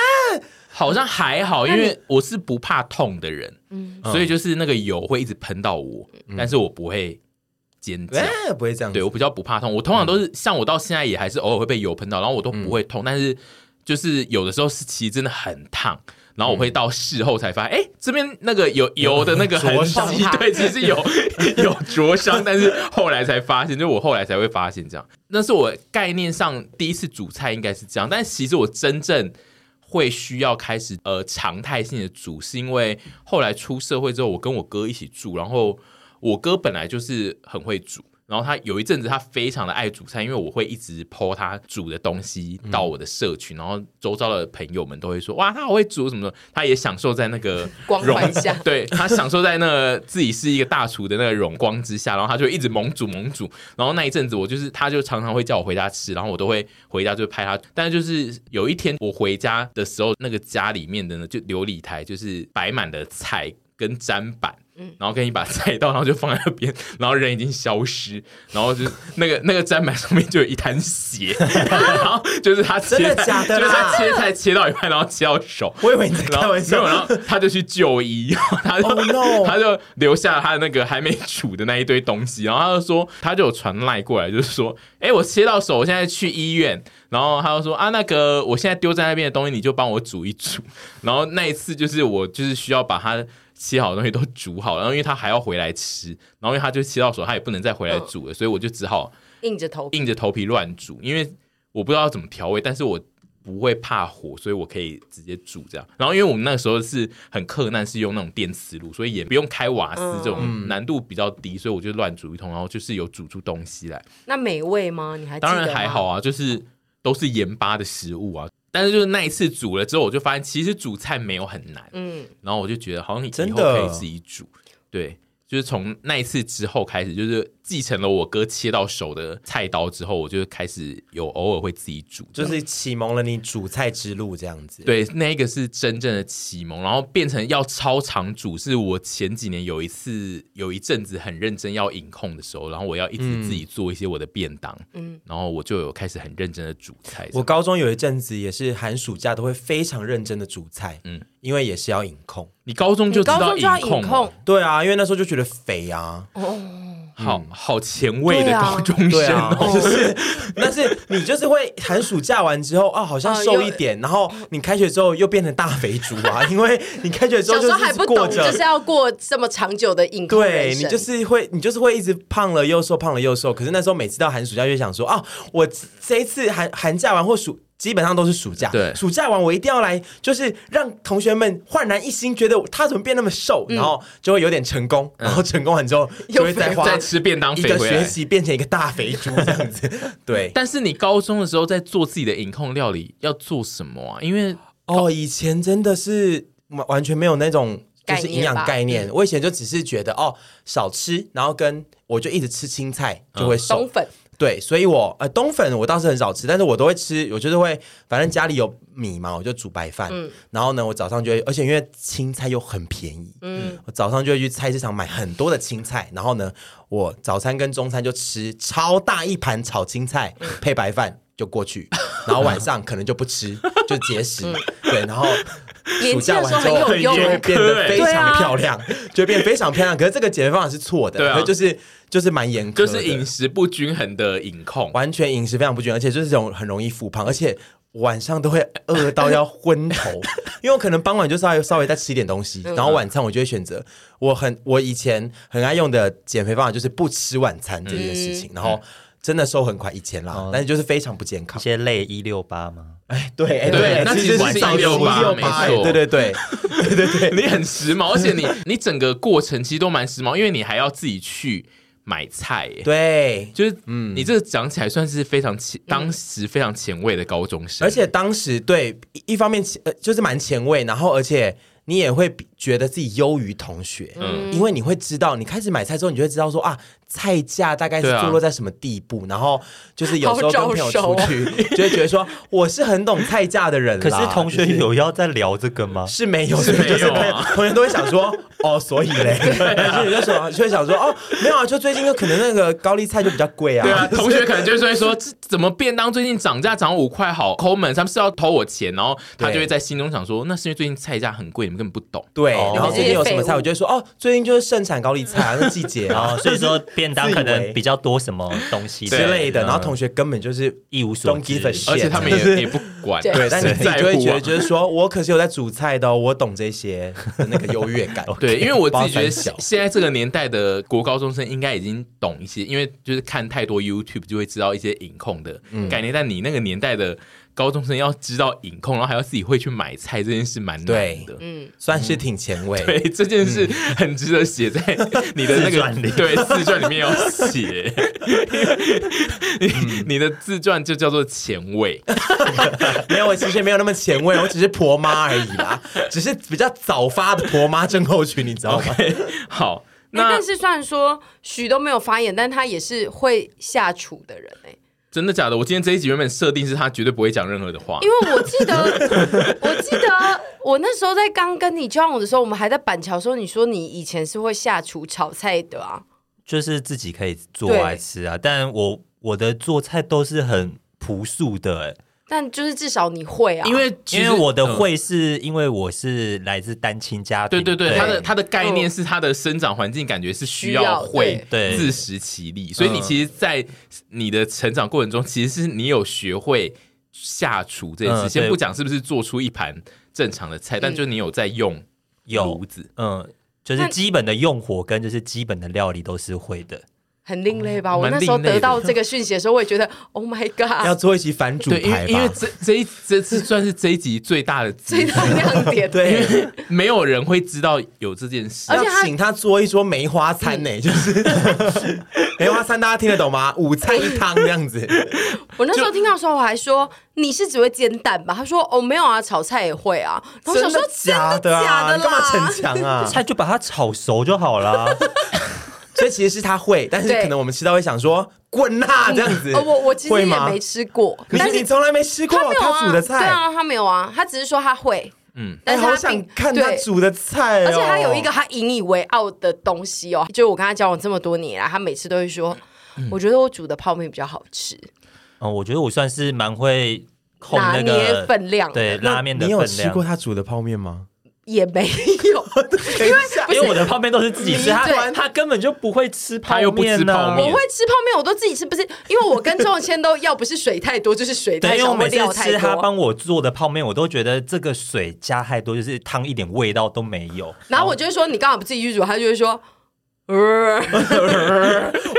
Speaker 6: 好像还好，因为我是不怕痛的人，嗯，所以就是那个油会一直喷到我，但是我不会尖叫。
Speaker 3: 啊不会这样子。
Speaker 6: 对我比较不怕痛，我通常都是、像我到现在也还是偶尔会被油喷到，然后我都不会痛，但是就是有的时候是其实真的很烫。然后我会到事后才发现，哎、这边那个有油的那个痕迹
Speaker 1: 灼伤，
Speaker 6: 对，其实有有灼伤，但是后来才发现，就我后来才会发现这样。那是我概念上第一次煮菜应该是这样，但其实我真正会需要开始呃常态性的煮，是因为后来出社会之后，我跟我哥一起住，然后我哥本来就是很会煮，然后他有一阵子他非常的爱煮菜，因为我会一直 po 他煮的东西到我的社群，然后周遭的朋友们都会说哇，他好会煮什么的，他也享受在那个
Speaker 1: 光环下
Speaker 6: 荣对他享受在那个自己是一个大厨的那个荣光之下，然后他就一直猛煮猛煮，然后那一阵子我就是他就常常会叫我回家吃，然后我都会回家就拍他，但是就是有一天我回家的时候，那个家里面的呢就琉璃台就是摆满了菜跟砧板。
Speaker 3: 嗯
Speaker 6: 然后跟一把菜刀，然后就放在那边，然后人已经消失，然后就是那个那个砧板上面就有一滩血， 然后就是他切
Speaker 3: 真的
Speaker 6: 菜
Speaker 3: 假的
Speaker 6: 就是
Speaker 3: 啦
Speaker 6: 他切菜切到一半，然后切到手，
Speaker 3: 我以为你在
Speaker 6: 然
Speaker 3: 开
Speaker 6: 后
Speaker 3: 玩
Speaker 6: 没有，
Speaker 3: 笑。
Speaker 6: 然后他就去就医， 然后他就、
Speaker 3: Oh no
Speaker 6: 他就留下他那个还没煮的那一堆东西，然后他就说，他就有传赖过来，就是说，哎、我切到手，我现在去医院，然后他就说啊，那个我现在丢在那边的东西，你就帮我煮一煮。 然后那一次就是我就是需要把它切好的东西都煮好，然后因为他还要回来吃，然后因为他就切到手，他也不能再回来煮了，所以我就只好
Speaker 1: 硬着头皮。
Speaker 6: 硬着头皮乱煮，因为我不知道怎么调味，但是我不会怕火，所以我可以直接煮这样。然后因为我们那个时候是很克难，是用那种电磁炉，所以也不用开瓦斯
Speaker 1: 嗯，
Speaker 6: 这种难度比较低，所以我就乱煮一通，然后就是有煮出东西来。
Speaker 1: 那美味吗？你还记得
Speaker 6: 当
Speaker 1: 吗
Speaker 6: 然还好啊，就是都是盐巴的食物啊。但是就是那一次煮了之后，我就发现其实煮菜没有很难，
Speaker 1: 嗯，
Speaker 6: 然后我就觉得好像以
Speaker 3: 真
Speaker 6: 后
Speaker 3: 的
Speaker 6: 可以自己煮，对，就是从那一次之后开始，就是继承了我哥切到手的菜刀之后，我就开始有偶尔会自己煮，
Speaker 3: 就是启蒙了你煮菜之路这样子。，
Speaker 6: 对，那一个是真正的启蒙，然后变成要超常煮，是我前几年有一次有一阵子很认真要饮控的时候，然后我要一
Speaker 3: 嗯
Speaker 6: 直自己做一些我的便当，嗯，然后我就有开始很认真的煮菜，
Speaker 3: 我高中有一阵子也是寒暑假都会非常认真的煮菜，嗯
Speaker 6: 嗯，
Speaker 3: 因为也是要饮控。
Speaker 6: 你高中就
Speaker 1: 你
Speaker 6: 知
Speaker 1: 高
Speaker 6: 道
Speaker 1: 中就要
Speaker 6: 控
Speaker 1: 隐
Speaker 6: 了，
Speaker 1: 控，
Speaker 3: 对啊，因为那时候就觉得肥啊，
Speaker 6: 好好前卫的
Speaker 1: 对啊
Speaker 6: 高中
Speaker 3: 嗯对
Speaker 6: 生
Speaker 3: 啊，
Speaker 6: 哦。
Speaker 3: 就是， 但是你就是会寒暑假完之后啊，好像
Speaker 1: 哦
Speaker 3: 瘦
Speaker 1: 又
Speaker 3: 一点，然后你开学之后又变成大肥猪 啊，因为你开学之后
Speaker 1: 小
Speaker 3: 就
Speaker 1: 时候还
Speaker 3: 是
Speaker 1: 不
Speaker 3: 过
Speaker 1: 懂，就
Speaker 3: 着
Speaker 1: 是要过这么长久的硬控
Speaker 3: 对
Speaker 1: 人
Speaker 3: 你
Speaker 1: 生。
Speaker 3: 就是会，你就是会一直胖了又瘦，胖了又瘦。可是那时候每次到寒暑假就想说啊，我这一次寒寒假完或暑。基本上都是暑假，
Speaker 6: 对
Speaker 3: 暑假完我一定要来，就是让同学们焕然一新，觉得他怎么变那么瘦，
Speaker 1: 嗯
Speaker 3: 然后就会有点成功，然后成功完之后就会再
Speaker 1: 又肥
Speaker 3: 花
Speaker 6: 嗯再吃便当
Speaker 3: 一
Speaker 6: 肥
Speaker 3: 个
Speaker 6: 回
Speaker 3: 学
Speaker 6: 来。
Speaker 3: 期变成一个大肥猪这样 子，对。
Speaker 6: 但是你高中的时候在做自己的饮控料理要做什么啊？因为
Speaker 3: 哦，以前真的是完完全没有那种就是营养概
Speaker 1: 概
Speaker 3: 念，我以前就只是觉得哦少吃，然后跟我就一直吃青菜就会瘦
Speaker 1: 冬，粉
Speaker 3: 对，所以我呃冬粉我倒是很少吃，但是我都会吃，我就是会反正家里有米嘛，我就煮白饭，
Speaker 1: 嗯
Speaker 3: 然后呢我早上就会，而且因为青菜又很便宜，嗯，我早上就会去菜市场买很多的青菜，然后呢我早餐跟中餐就吃超大一盘炒青菜
Speaker 1: 嗯
Speaker 3: 配白饭。就 过去，然后晚上可能就不吃，就节食。对，然后暑
Speaker 1: 年轻
Speaker 3: 假
Speaker 1: 的时候
Speaker 3: 完之后
Speaker 1: 很有用
Speaker 3: 就会
Speaker 1: 欸
Speaker 3: 变得非
Speaker 1: 对啊
Speaker 3: 常漂亮，就会变得非常漂亮。可是这个减肥方法是错的，
Speaker 6: 对啊
Speaker 3: 可是就是就是蛮严苛
Speaker 6: 就
Speaker 3: 的，
Speaker 6: 是饮食不均衡的隐控。
Speaker 3: 完全饮食非常不均，而且就是这种很容易复胖，而且晚上都会饿到要昏头，因为我可能傍晚就稍微稍微再吃一点东西，然后晚餐我就会选择我很我以前很爱用的减肥方法就是不吃晚餐这件事情，然后。真的瘦很快，以前啦，
Speaker 6: 哦
Speaker 3: 但是就是非常不健康
Speaker 2: 一。些类一六八吗？
Speaker 3: 对，哎
Speaker 6: 对
Speaker 3: 对，
Speaker 6: 那其
Speaker 3: 实
Speaker 6: 实是
Speaker 3: 早期
Speaker 6: 168
Speaker 3: 168
Speaker 6: 没
Speaker 3: 哎
Speaker 6: 错
Speaker 3: 对对对，
Speaker 6: 你很时 髦，而且你你整个过程其实都蛮时髦，因为你还要自己去买菜 耶。
Speaker 3: 对，
Speaker 6: 就是，嗯，你这个讲起来算是非常
Speaker 1: 嗯
Speaker 6: 前，当时非常前卫的高中生，
Speaker 3: 而且当时对一一方面前呃就是蛮前卫，然后而且你也会比觉得自己优于同学，
Speaker 6: 嗯
Speaker 3: 因为你会知道，你开始买菜之后，你就会知道说啊，菜价大概是
Speaker 6: 对啊
Speaker 3: 坐落在什么地步，然后就是有时候
Speaker 1: 好
Speaker 3: 跟
Speaker 1: 早
Speaker 3: 朋友出去， 就会觉得说我是很懂菜价的人啦
Speaker 2: 可是同学
Speaker 3: 就是
Speaker 2: 有要在聊这个 吗？
Speaker 3: 是没有，
Speaker 6: 是没有
Speaker 3: 就是
Speaker 6: 啊
Speaker 3: 同学都会想说，哦，所以嘞，所以就说，就会想说，哦，没有啊，就最近就可能那个高丽菜就比较贵啊，
Speaker 6: 对啊，同学可能就是会说，这怎么便当最近涨价涨五块，好抠门，他们是要偷我钱，然后他
Speaker 3: 对
Speaker 6: 就会在心中想说，那是因为最近菜价很贵，你们根本不懂。
Speaker 3: 对，
Speaker 2: 哦
Speaker 3: 然后最近有什么
Speaker 1: 这些废
Speaker 3: 菜，
Speaker 1: 物
Speaker 3: 我就会说哦，最近就是盛产高丽菜啊，那季节
Speaker 2: 然
Speaker 3: 啊
Speaker 2: 后哦所以说便当可
Speaker 3: 自以
Speaker 2: 能
Speaker 3: 为
Speaker 2: 比较多什么东西
Speaker 3: 之类
Speaker 6: 嗯
Speaker 3: 的。然后同
Speaker 2: 学
Speaker 3: 学根 本就是
Speaker 2: 一无所
Speaker 3: don't
Speaker 2: 知
Speaker 3: give a shit，
Speaker 6: 而且他们
Speaker 3: 就
Speaker 6: 也
Speaker 3: 是
Speaker 6: 也不管，
Speaker 1: 对
Speaker 3: 对，但你
Speaker 6: 谁
Speaker 3: 自己
Speaker 6: 在
Speaker 3: 就会
Speaker 6: 乎
Speaker 3: 觉
Speaker 6: 啊。
Speaker 3: 得，就是说 我可是有在煮菜的哦，我懂这些 的那个优越感
Speaker 6: 对，因为我自己觉得
Speaker 3: 包
Speaker 6: 现
Speaker 3: 三小
Speaker 6: 现在这个年代的国高中生应该已经懂一些，因为就是看太多 YouTube 就会知道一些隐控的概念。但你那个年代的高中生要知道隐控，然后还要自己会去买菜，这件事蛮难的。
Speaker 3: 算是挺前卫。
Speaker 6: 嗯对，啊这件事很值得写在你的那
Speaker 2: 自传
Speaker 6: 个
Speaker 2: 里
Speaker 6: 对嗯自传里面要写，因为你 你的自传就叫做前 卫，
Speaker 3: 没有，我其实没有那么前卫，我只是婆妈而已 啦，只是比较早发的婆妈症候群，你知道吗？
Speaker 6: 好。
Speaker 1: 那
Speaker 6: 那
Speaker 1: 哎但是虽然说许都没有发言，但他也是会下厨的人哎、
Speaker 6: 真的假的？我今天这一集原本设定是他绝对不会讲任何的话
Speaker 1: 因，为我记得， 我记得我那时候在刚跟你交往的时候，我们还在板桥的时候，你说你以前是会下厨炒菜的啊，
Speaker 2: 就是自己可以做来吃啊，但我我的做菜都是很朴素的、欸，
Speaker 1: 但就是至少你会啊，
Speaker 6: 因为其
Speaker 2: 因为
Speaker 6: 实
Speaker 2: 我的
Speaker 6: 嗯
Speaker 2: 会是因为我是来自单亲家
Speaker 6: 对
Speaker 2: 庭，
Speaker 6: 对对，
Speaker 2: 他
Speaker 6: 他的他的概念
Speaker 1: 嗯
Speaker 6: 是他的生长环境感觉是需
Speaker 1: 需要
Speaker 6: 要会
Speaker 2: 对对
Speaker 6: 自食其力，所以
Speaker 2: 嗯
Speaker 6: 你其实，在你的成长过程中，其实是你有学会下厨这件事。
Speaker 2: 嗯
Speaker 6: 先
Speaker 2: 对
Speaker 6: 不讲是不是做出一盘正常的菜，但就你有在用
Speaker 2: 有
Speaker 6: 炉子，
Speaker 2: 嗯，就是基本的用火跟就是基本的料理都是会的。
Speaker 1: 很另类吧？我
Speaker 6: 蛮
Speaker 1: 那时候
Speaker 6: 另类的
Speaker 1: 得到这个讯息的时候，我也觉得 Oh my
Speaker 3: 要
Speaker 1: God，
Speaker 3: 做一起反主
Speaker 6: 对，因
Speaker 3: 牌
Speaker 6: 为因为
Speaker 3: 吧。
Speaker 6: 这这一这次算是这一集最大的 资
Speaker 1: 最
Speaker 6: 讯，
Speaker 1: 大亮点。
Speaker 3: 对，
Speaker 6: 没有人会知道有这件事
Speaker 1: 而。且他
Speaker 3: 要请他做一桌梅花
Speaker 6: 嗯
Speaker 3: 餐呢、就是 梅花餐，大家听得懂吗？五菜一汤这样子。
Speaker 1: 我那时候听到的时候，我还说你是只会煎蛋吧？他说哦没有啊，炒菜也会啊。然后我想说
Speaker 3: 假
Speaker 1: 的
Speaker 3: 的
Speaker 1: 假
Speaker 3: 啊？
Speaker 1: 的
Speaker 3: 你干嘛
Speaker 1: 啦
Speaker 3: 逞？强啊？
Speaker 2: 菜就把它炒熟就好 啦。
Speaker 3: 所以其实是他会，但是
Speaker 1: 对
Speaker 3: 可能我们吃到会想说滚呐、这样子。
Speaker 1: 哦，我我其实
Speaker 3: 会
Speaker 1: 也
Speaker 3: 吗
Speaker 1: 没。吃过，
Speaker 3: 可
Speaker 1: 但
Speaker 3: 是你从来没吃过
Speaker 1: 他没有啊，
Speaker 3: 煮的
Speaker 1: 对
Speaker 3: 菜，
Speaker 1: 啊，他没有啊，他只是说他会，嗯，但
Speaker 3: 哎，
Speaker 1: 是他
Speaker 3: 好
Speaker 1: 并
Speaker 3: 想看他
Speaker 1: 对
Speaker 3: 煮的菜哦。
Speaker 1: 而且他有一个他引以为傲的东西哦，就是我跟他交往这么多年来，啊他每次都会说，我觉得我煮的泡面比较好吃，
Speaker 2: 嗯，我觉得我算是蛮会控
Speaker 1: 拿
Speaker 2: 那
Speaker 1: 捏
Speaker 2: 个
Speaker 1: 分量
Speaker 2: 对
Speaker 3: 那
Speaker 2: 拉面的
Speaker 3: 你
Speaker 2: 分
Speaker 3: 有吃
Speaker 2: 量
Speaker 3: 过。他煮的泡面吗？
Speaker 1: 也没有，
Speaker 3: 因为
Speaker 2: 因为我的泡面都是自己
Speaker 1: 你
Speaker 2: 吃，他
Speaker 1: 对
Speaker 2: 他根本就不会吃泡面、啊，
Speaker 6: 他又不吃泡
Speaker 1: 我
Speaker 6: 面
Speaker 1: 会吃泡面，我都自己吃，不是因为我跟周永谦都 要不是水太多，就是水太
Speaker 2: 对，因为
Speaker 1: 少，
Speaker 2: 我
Speaker 1: 会
Speaker 2: 每
Speaker 1: 料
Speaker 2: 次
Speaker 1: 太
Speaker 2: 吃他
Speaker 1: 多。
Speaker 2: 帮我做的泡面，我都觉得这个水加太多，就是汤一点味道都没有。
Speaker 1: 然后我就会说你干嘛不自己去煮，他就会说，呃，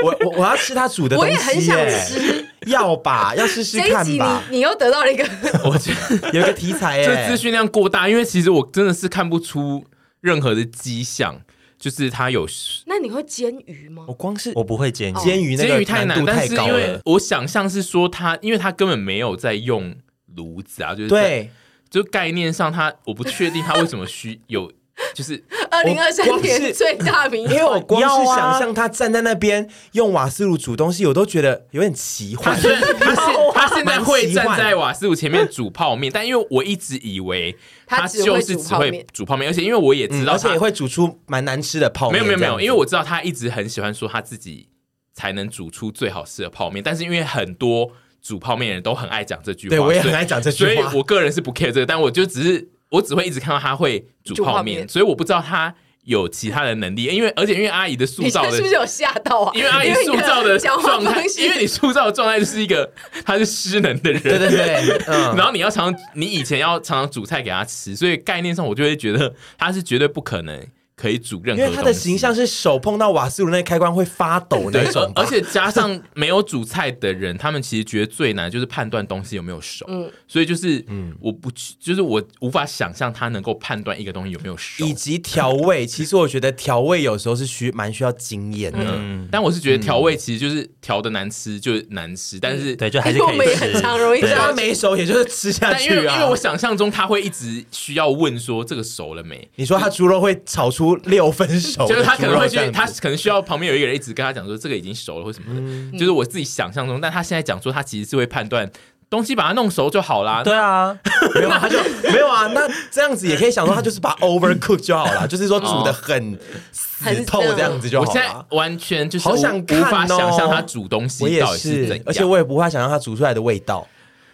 Speaker 3: 我我我要吃他煮的东
Speaker 1: 我
Speaker 3: 西，
Speaker 1: 也很想。吃。
Speaker 3: 要吧，要试试
Speaker 1: 这一
Speaker 3: 看
Speaker 1: 集
Speaker 3: 吧。
Speaker 1: 你你又得到了一个，
Speaker 6: 我觉得
Speaker 3: 有一个题材
Speaker 6: 这
Speaker 3: 哎
Speaker 6: 资，讯量过大，因为其实我真的是看不出任何的迹象，就是他有
Speaker 1: 那你会煎鱼吗
Speaker 3: 我？光是
Speaker 2: 我不会煎鱼，
Speaker 3: 煎鱼那
Speaker 6: 煎
Speaker 3: 个
Speaker 6: 鱼太
Speaker 3: 难
Speaker 6: 难，
Speaker 3: 度
Speaker 6: 但
Speaker 3: 太
Speaker 6: 是
Speaker 3: 高
Speaker 6: 因为
Speaker 3: 了。
Speaker 6: 我想象是说他，因为他根本没有在用炉子啊，就是在，
Speaker 3: 对，
Speaker 6: 就概念上他，我不确定他为什么需有就是
Speaker 1: 二零二三
Speaker 3: 光
Speaker 1: 年
Speaker 3: 是
Speaker 1: 最大名
Speaker 3: 因为我光是
Speaker 2: 要啊
Speaker 3: 想象他站在那边用瓦斯炉煮东西，我都觉得有点奇
Speaker 6: 他
Speaker 3: 幻。
Speaker 6: 虽然他 现他现在会站
Speaker 3: 蛮奇
Speaker 6: 在
Speaker 3: 幻
Speaker 6: 瓦斯炉前面煮泡面，但因为我一直以为
Speaker 1: 他
Speaker 6: 他
Speaker 1: 只会
Speaker 6: 就是
Speaker 1: 煮
Speaker 6: 只
Speaker 1: 泡
Speaker 6: 会
Speaker 1: 面
Speaker 6: 煮泡面，而且因为我也知
Speaker 3: 嗯
Speaker 6: 道
Speaker 3: 而且
Speaker 6: 他
Speaker 3: 也会煮出蛮难吃的泡
Speaker 6: 没
Speaker 3: 面。
Speaker 6: 有没有没有，因为
Speaker 3: 我
Speaker 6: 我知道他一直很喜欢说他自己才能煮出最好吃的泡面，但是因为很多煮泡面的人都很爱讲这句话，
Speaker 3: 对我也很
Speaker 6: 所以
Speaker 3: 爱讲这句
Speaker 6: 所以
Speaker 3: 话
Speaker 6: 我个人是不 care 这个，但我就只是我只会一直看到他会煮
Speaker 1: 煮泡
Speaker 6: 泡面，
Speaker 1: 面
Speaker 6: 所以我不知道他有其他的能力，因为而且因为阿姨的塑
Speaker 1: 你
Speaker 6: 造
Speaker 1: 这
Speaker 6: 的
Speaker 1: 是不是有吓到啊？
Speaker 6: 因为阿 姨塑造
Speaker 1: 因为你
Speaker 6: 的
Speaker 1: 讲话
Speaker 6: 状态
Speaker 1: 方，式
Speaker 6: 因为你塑造的状态就是一个他是失能的人，
Speaker 3: 对对对，嗯，
Speaker 6: 然后你要常，你以前要常常煮菜给他吃，所以概念上我就会觉得他是绝对不可能可以煮任何东
Speaker 3: 因为
Speaker 6: 西。
Speaker 3: 他的形象是手碰到瓦斯炉那开关会发抖
Speaker 6: 对
Speaker 3: 那，种吧，
Speaker 6: 而且加上没有煮菜的人，他们其实觉得最难就是判断东西有没有熟。
Speaker 1: 嗯
Speaker 6: 所以就是，嗯，我不就是我无法想象他能够判断一个东西有没有熟。
Speaker 3: 以及调味。其实我觉得调味有时候是需蛮需要经验的。
Speaker 6: 嗯，但我是觉得调味其实就是调的难吃就难吃，但是
Speaker 2: 对，就还
Speaker 1: 因
Speaker 2: 是
Speaker 1: 为
Speaker 2: 可
Speaker 1: 我
Speaker 2: 以
Speaker 1: 们也
Speaker 2: 吃
Speaker 1: 很常容易
Speaker 2: 对
Speaker 1: 这
Speaker 3: 它
Speaker 1: 样
Speaker 3: 没熟，也就是吃下
Speaker 6: 但因为
Speaker 3: 去
Speaker 6: 因为
Speaker 3: 啊
Speaker 6: 我。想象中他会一直需要问说这个熟了没，
Speaker 3: 你说他猪肉会炒出六分熟的猪
Speaker 6: 就是
Speaker 3: 肉这样子，
Speaker 6: 他可能会去，他可能需要旁边有一个人一直跟他讲说这个已经熟了或什么的，
Speaker 3: 嗯
Speaker 6: 就是我自己想象中。但他现在讲说他其实是会判断东西把它弄熟就好啦。
Speaker 2: 对啊，
Speaker 3: 没有啊，他就没有啊。那这样子也可以想说，他就是把 overcook 就好 了，就是说煮的很死透这样子就
Speaker 6: 我
Speaker 3: 好
Speaker 6: 现在
Speaker 3: 了。
Speaker 6: 完全就是
Speaker 3: 好想
Speaker 6: 无
Speaker 3: 看
Speaker 6: 无法
Speaker 3: 哦
Speaker 6: 想象他煮东
Speaker 3: 我
Speaker 6: 西
Speaker 3: 也
Speaker 6: 到底是怎
Speaker 3: 是
Speaker 6: 样，，
Speaker 3: 而且我也不会想让它煮出来的味道。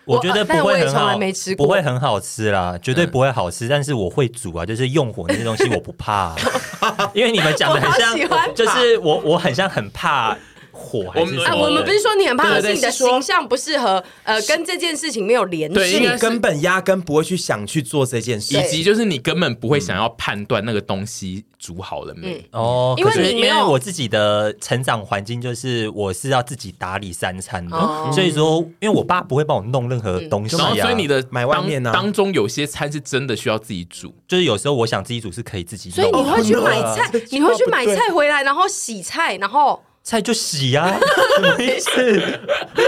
Speaker 2: 我觉得不
Speaker 1: 但我
Speaker 2: 会
Speaker 1: 也
Speaker 2: 很
Speaker 1: 从来
Speaker 2: 好，
Speaker 1: 没吃过
Speaker 2: 不会很好吃嗯啦，绝对不会好吃。但是我会煮啊，就是用火那些东西我不 怕、啊因为你们讲的很
Speaker 1: 我好喜欢
Speaker 2: 像，就是我我很像很怕火还是
Speaker 6: 我们
Speaker 2: 什
Speaker 1: 啊，
Speaker 2: 么
Speaker 1: 我们不是说你很怕，
Speaker 3: 对
Speaker 1: 而
Speaker 3: 对
Speaker 1: 是你的
Speaker 3: 是说
Speaker 1: 形象不适合，呃，跟这件事情没有联
Speaker 6: 对
Speaker 1: 系
Speaker 6: 应
Speaker 3: 你。
Speaker 6: 该是
Speaker 3: 根本压根不会去想去做这件事
Speaker 6: 以
Speaker 1: 对，
Speaker 6: 及就是你根本不会想要判断那个东西煮好了
Speaker 1: 嗯
Speaker 6: 没。
Speaker 2: 哦，
Speaker 1: 因为
Speaker 2: 可是
Speaker 1: 你
Speaker 2: 因
Speaker 1: 没有
Speaker 2: 为我自己的成长环境就是我是要自己打理三餐的，
Speaker 1: 哦
Speaker 2: 所以说因为我爸不会帮我弄任何东西
Speaker 6: 然
Speaker 2: 啊，
Speaker 6: 后，所以你的
Speaker 3: 买外
Speaker 6: 当
Speaker 3: 面啊
Speaker 6: 当中有些餐是真的需要自己煮，
Speaker 2: 就是有时候我想自己煮是可以自己
Speaker 1: 所以
Speaker 2: 弄的，
Speaker 1: 你会去买菜
Speaker 3: 这句话不，对
Speaker 1: 你会去买菜回来，然后洗菜，然后
Speaker 2: 菜就洗呀、什么意思？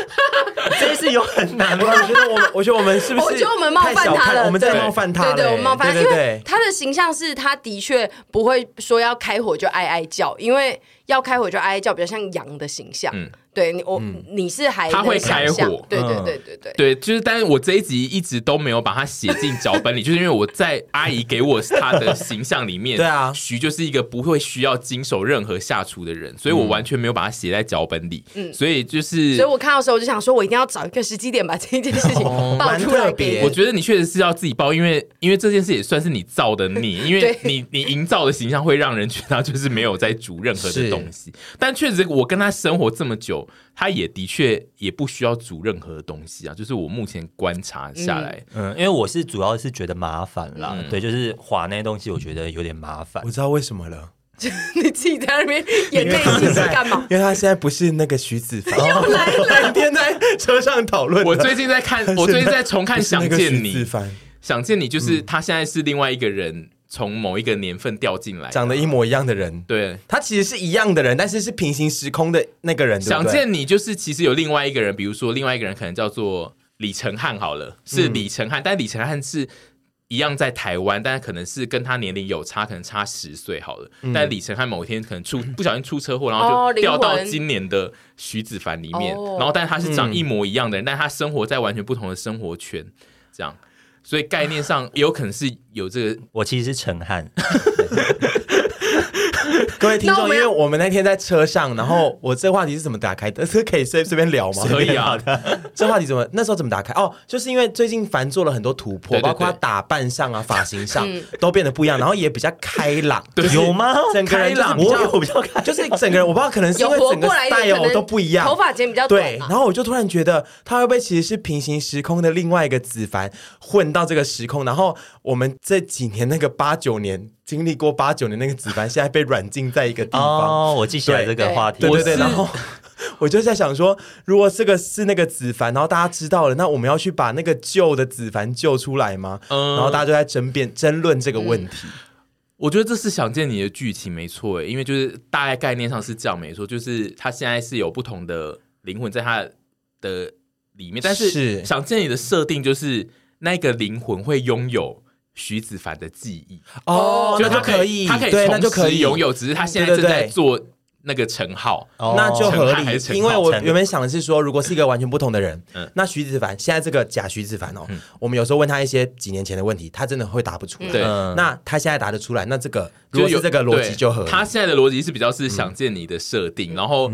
Speaker 2: 这件事有很难吗？
Speaker 3: 我觉得我们，我觉得我们是不 是？
Speaker 1: 我觉得我们冒犯他了
Speaker 3: 我们在
Speaker 1: 对
Speaker 3: 冒犯他
Speaker 1: 对
Speaker 3: 了。欸
Speaker 1: 对，我冒犯他，
Speaker 3: 对
Speaker 1: 因
Speaker 3: 对
Speaker 1: 为
Speaker 3: 对。
Speaker 1: 他的形象是他的确不会说要开火就哀哀叫，因为要开火就哀哀叫比较像羊的形象
Speaker 6: 嗯。
Speaker 1: 对你，我你是还
Speaker 6: 他会
Speaker 1: 能想象
Speaker 6: 开火
Speaker 1: 对对
Speaker 2: 嗯
Speaker 1: 对对对。
Speaker 6: 对，就是，但是我这一集一直都没有把它写进脚 本里，就是因为我在阿姨给我她的形象里面，
Speaker 3: 对啊
Speaker 6: 徐就是一个不会需要经手任何下厨的人，所以
Speaker 3: 嗯
Speaker 6: 我完全没有把它写在脚本里，所以就
Speaker 1: 嗯
Speaker 6: 是
Speaker 1: 所以我看到的时候，我就想说，我一定要找一个时机点把这件事情 爆
Speaker 3: 哦蛮
Speaker 1: 出来
Speaker 3: 特
Speaker 1: 给
Speaker 3: 别
Speaker 6: 我觉得你确实是要自己报，因为因为这件事也算是你造的 孽，因为
Speaker 1: 对
Speaker 6: 你你营造的形象会让人觉得他就是没有在煮任何的
Speaker 3: 是
Speaker 6: 东西。但确实，我跟他生活这么久，他也的确也不需要煮任何的东西啊。就是我目前观察下来，
Speaker 2: 嗯，因为我是主要是觉得麻烦啦，对，就是划那些东西，我觉得有点麻烦
Speaker 3: 嗯我。知道为什么了，
Speaker 1: 你，你自己在那 边演内心是干嘛？
Speaker 3: 因为他现在不是那个徐子凡，又来了， 半天在车上讨论的。
Speaker 6: 我最近在 看，我最近在重看《
Speaker 3: 不是
Speaker 6: 想
Speaker 3: 那个
Speaker 6: 见
Speaker 3: 徐
Speaker 6: 你
Speaker 3: 子》，凡
Speaker 6: 想见你
Speaker 3: 嗯
Speaker 6: 就是他现在是另外一个人，从某一个年份调进来，
Speaker 3: 长得一模一样的人，
Speaker 6: 对。
Speaker 3: 他其实是一样的人，但是是平行时空的那个人。对不
Speaker 6: 想
Speaker 3: 对
Speaker 6: 见你就是其实有另外一个人，比如说另外一个人可能叫做李承翰好了，
Speaker 3: 嗯
Speaker 6: 是李承翰，但李承翰是一样在台湾，但可能是跟他年龄有差，可能差十岁好了。
Speaker 3: 嗯
Speaker 6: 但李承翰某一天可能 出不小心出车祸，然后
Speaker 1: 哦
Speaker 6: 就
Speaker 1: 灵
Speaker 6: 掉到
Speaker 1: 魂
Speaker 6: 今年的徐子凡里面，
Speaker 1: 哦
Speaker 6: 然后但是他是长一模一样的人，但他生活在完全不同的生活圈，这样。所以概念 上也有可能是有这个
Speaker 2: 我其实是陈汉，
Speaker 3: 各位听
Speaker 1: 那我
Speaker 3: 众，因
Speaker 1: 们
Speaker 3: 为我们那天在车上，然后我这话题是怎么打开的？这可以随随便聊吗？
Speaker 6: 可以啊，
Speaker 3: 这话题怎么那时候怎么打开？哦，就是因为最近凡做了很多突破，
Speaker 6: 对对对
Speaker 3: 包括打扮上啊、发型上、都变得不一样，然后也比较开朗。 对
Speaker 2: 有吗？
Speaker 3: 整个人就是
Speaker 2: 开朗
Speaker 3: 比较
Speaker 2: 我有比较开朗
Speaker 3: 就是整个人，我不知道可能是因
Speaker 1: 有
Speaker 3: 为
Speaker 1: 活
Speaker 3: 整个
Speaker 1: 过来一点，可
Speaker 3: style
Speaker 1: 能
Speaker 3: 都不一样，
Speaker 1: 头发剪比较短啊
Speaker 3: 对，
Speaker 1: 嘛
Speaker 3: 然。后我就突然觉得，他会不会其实是平行时空的另外一个子凡混到这个时空？然后我们这几年那个八九年经历过八九年那个子凡，现在被软禁在一个地方。
Speaker 2: 哦，我记起来这
Speaker 3: 对
Speaker 2: 个话题，
Speaker 3: 对对对，
Speaker 6: 我是
Speaker 3: 然后 我就在想说，如果这个是那个子凡，然后大家知道了，那我们要去把那个旧的子凡救出来吗？
Speaker 6: 嗯
Speaker 3: 然后大家就在争辩争论这个问题。
Speaker 6: 我觉得这是想见你的剧情没错欸诶，因为就是大概概念上是这样没错，就是他现在是有不同的灵魂在他的里面，但是
Speaker 3: 是
Speaker 6: 想见你的设定就是那个灵魂会拥有徐子凡的记忆，
Speaker 3: 哦，那
Speaker 6: 就他
Speaker 3: 就可以，
Speaker 6: 他可以
Speaker 3: 对，那
Speaker 6: 同
Speaker 3: 就可
Speaker 6: 时
Speaker 3: 以
Speaker 6: 拥有，只是他现在
Speaker 3: 对
Speaker 6: 正
Speaker 3: 对
Speaker 6: 在
Speaker 3: 对
Speaker 6: 做那个称号。
Speaker 2: 哦
Speaker 3: 那就合
Speaker 6: 陈汉还是陈
Speaker 3: 理，
Speaker 6: 浩
Speaker 3: 因为我
Speaker 2: 陈
Speaker 3: 原本想的是说，如果是一个完全不同的人，
Speaker 6: 嗯
Speaker 3: 那徐子凡现在这个假徐子凡哦，我们有时候问他一些几年前的问题，他真的会答不出来。
Speaker 6: 对
Speaker 2: 嗯
Speaker 3: 那他现在答得出来，那这个如
Speaker 6: 就
Speaker 3: 果
Speaker 6: 有
Speaker 3: 是这个逻辑
Speaker 6: 对
Speaker 3: 就合嗯理。
Speaker 6: 他现在的逻辑是比较是想见你的设定，然后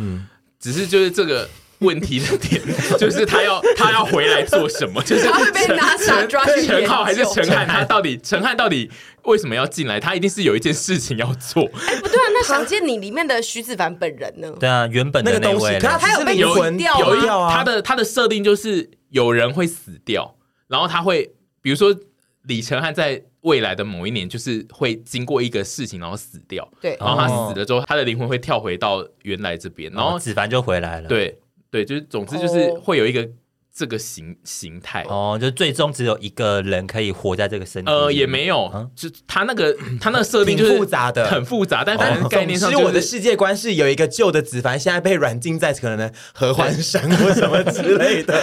Speaker 6: 只是就是这个问题的点， 就是他要他要回来做什么，就是
Speaker 1: 他会被
Speaker 6: 陈
Speaker 1: NASA 啊抓去
Speaker 6: 陈陈
Speaker 1: 研
Speaker 6: 浩还是
Speaker 1: 究
Speaker 6: 陈汉，他到底陈汉到底为什么要进来？他一定是有一件事情要做，
Speaker 1: 不对啊，那想见你里面的徐子凡本人呢？
Speaker 2: 对啊，原本
Speaker 3: 那
Speaker 2: 的
Speaker 3: 个东西，
Speaker 2: 位
Speaker 3: 可他，
Speaker 2: 呢
Speaker 3: 只
Speaker 1: 他有
Speaker 3: 是
Speaker 1: 被
Speaker 3: 灵
Speaker 1: 洗
Speaker 3: 魂
Speaker 1: 掉吗
Speaker 6: 有一
Speaker 3: 掉啊，
Speaker 6: 他的他的设定就是有人会死掉，然后他会比如说李承汉在未来的某一年就是会经过一个事情然后死掉，
Speaker 1: 对
Speaker 6: 然后他
Speaker 2: 哦
Speaker 6: 死了之后，他的灵魂会跳回到原来这边，然后
Speaker 2: 子凡就回来了。，
Speaker 6: 对对，就是总之就是
Speaker 1: 哦
Speaker 6: 会有一个这个形形态。
Speaker 2: 哦，就最终只有一个人可以活在这个身体里面。
Speaker 6: 呃，也没有，就他那个他那个设定
Speaker 3: 挺
Speaker 6: 就是
Speaker 3: 复杂的
Speaker 6: 很复杂，但反正概念上
Speaker 3: 总之我
Speaker 6: 就
Speaker 3: 的
Speaker 6: 是
Speaker 3: 世界观是有一个旧的子凡，现在被软禁在可能合欢山或什么之 类的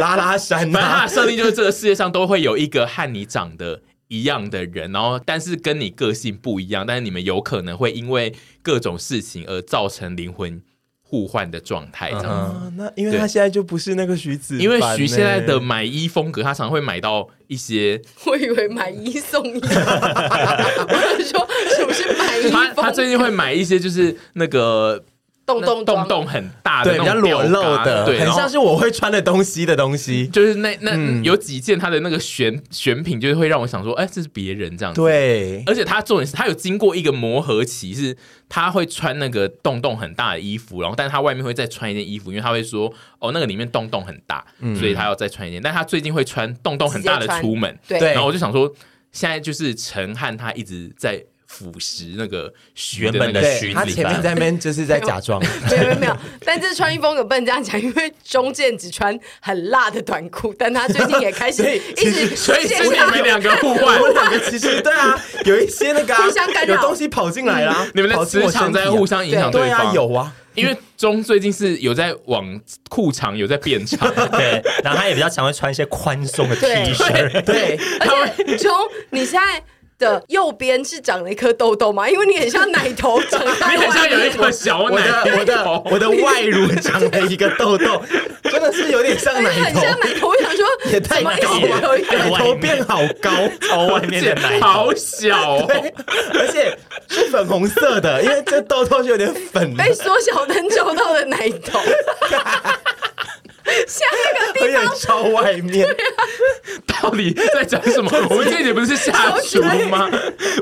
Speaker 3: 拉拉 山
Speaker 6: 反正他
Speaker 3: 啊
Speaker 6: 的。设定就是这个世界上都会有一个和你长得一样的人，然后但是跟你个性不一样，但是你们有可能会因为各种事情而造成灵魂互换的状态这样子。
Speaker 3: 啊，那因为他现在就不是那个徐子凡欸，
Speaker 6: 嗯因为徐现在的买衣风格，他常会买到一些
Speaker 1: 我以为买一送一， 我就说是不是 买一
Speaker 6: 他他
Speaker 1: 送
Speaker 6: 最近会买一些就是那个
Speaker 1: 洞洞
Speaker 6: 洞
Speaker 1: 装
Speaker 6: 洞很大的
Speaker 3: 对
Speaker 6: 那种
Speaker 3: 比较裸
Speaker 6: 吊
Speaker 3: 露
Speaker 6: 嘎
Speaker 3: 的，
Speaker 6: 对，
Speaker 3: 很
Speaker 6: 然后
Speaker 3: 像是嗯我会穿的东西的东西。
Speaker 6: 就是那那有几件他的那个选选品，就是会让我想说，哎，这是别人这样子。，
Speaker 3: 对，
Speaker 6: 而且他重点是他有经过一个磨合期，是他会穿那个洞洞很大的衣服，然后但是他外面会再穿一件衣服，因为他会说，哦，那个里面洞洞很大，
Speaker 3: 嗯
Speaker 6: 所以他要再穿一件。但他最近会穿洞洞很大的
Speaker 1: 直接穿
Speaker 6: 出门，
Speaker 1: 对
Speaker 3: 对
Speaker 6: 然后我就想说，现在就是陈汉他一直在腐蚀那个徐
Speaker 2: 原本
Speaker 6: 那
Speaker 2: 的
Speaker 6: 个
Speaker 2: 徐
Speaker 3: 对，他
Speaker 2: 子
Speaker 3: 前面
Speaker 2: 凡
Speaker 3: 在那边就是在假 装，
Speaker 1: 没有没有没有，但这穿衣风格不能这样讲，因为中间只穿很辣的短裤，但他最近也开始一直
Speaker 6: 所以
Speaker 1: 线
Speaker 6: 是你
Speaker 1: 上
Speaker 6: 们两个互换
Speaker 3: 我。们两个其实对啊，有一些那个啊
Speaker 1: 互相干扰
Speaker 3: 有东西跑进来啦，
Speaker 6: 你们的
Speaker 3: 跑进
Speaker 6: 磁
Speaker 3: 我
Speaker 6: 场
Speaker 3: 身体啊
Speaker 6: 在互相影响
Speaker 3: 对
Speaker 6: 方。
Speaker 3: 啊，有啊，
Speaker 6: 因为钟最近是有在往裤长有在变 长，
Speaker 2: 对，然后他也比较常会穿一些宽松的 T
Speaker 1: 对
Speaker 2: 恤。
Speaker 3: 对，
Speaker 1: 而且从你现在的右边是长了一颗痘痘吗？因为你很像奶头长在
Speaker 6: 你很
Speaker 1: 外
Speaker 6: 像有一
Speaker 1: 面。
Speaker 6: 个小
Speaker 3: 我
Speaker 6: 奶
Speaker 3: 的我的
Speaker 6: 头
Speaker 3: 我的外乳长了一个痘痘，真的是有点像
Speaker 1: 而且
Speaker 3: 奶
Speaker 1: 很
Speaker 3: 头，
Speaker 1: 像奶头，我想说
Speaker 3: 也太
Speaker 1: 怎么一
Speaker 3: 高
Speaker 1: 直有一个
Speaker 3: 了，奶头变好 高，
Speaker 2: 超外面的奶头，
Speaker 6: 好小哦，
Speaker 3: 而且是粉红色的，因为这痘痘就有点粉了，
Speaker 1: 被缩小灯照到的奶头， 像那个
Speaker 3: 有点超外面，
Speaker 6: 到底在讲什么？我们这一集不是下厨吗？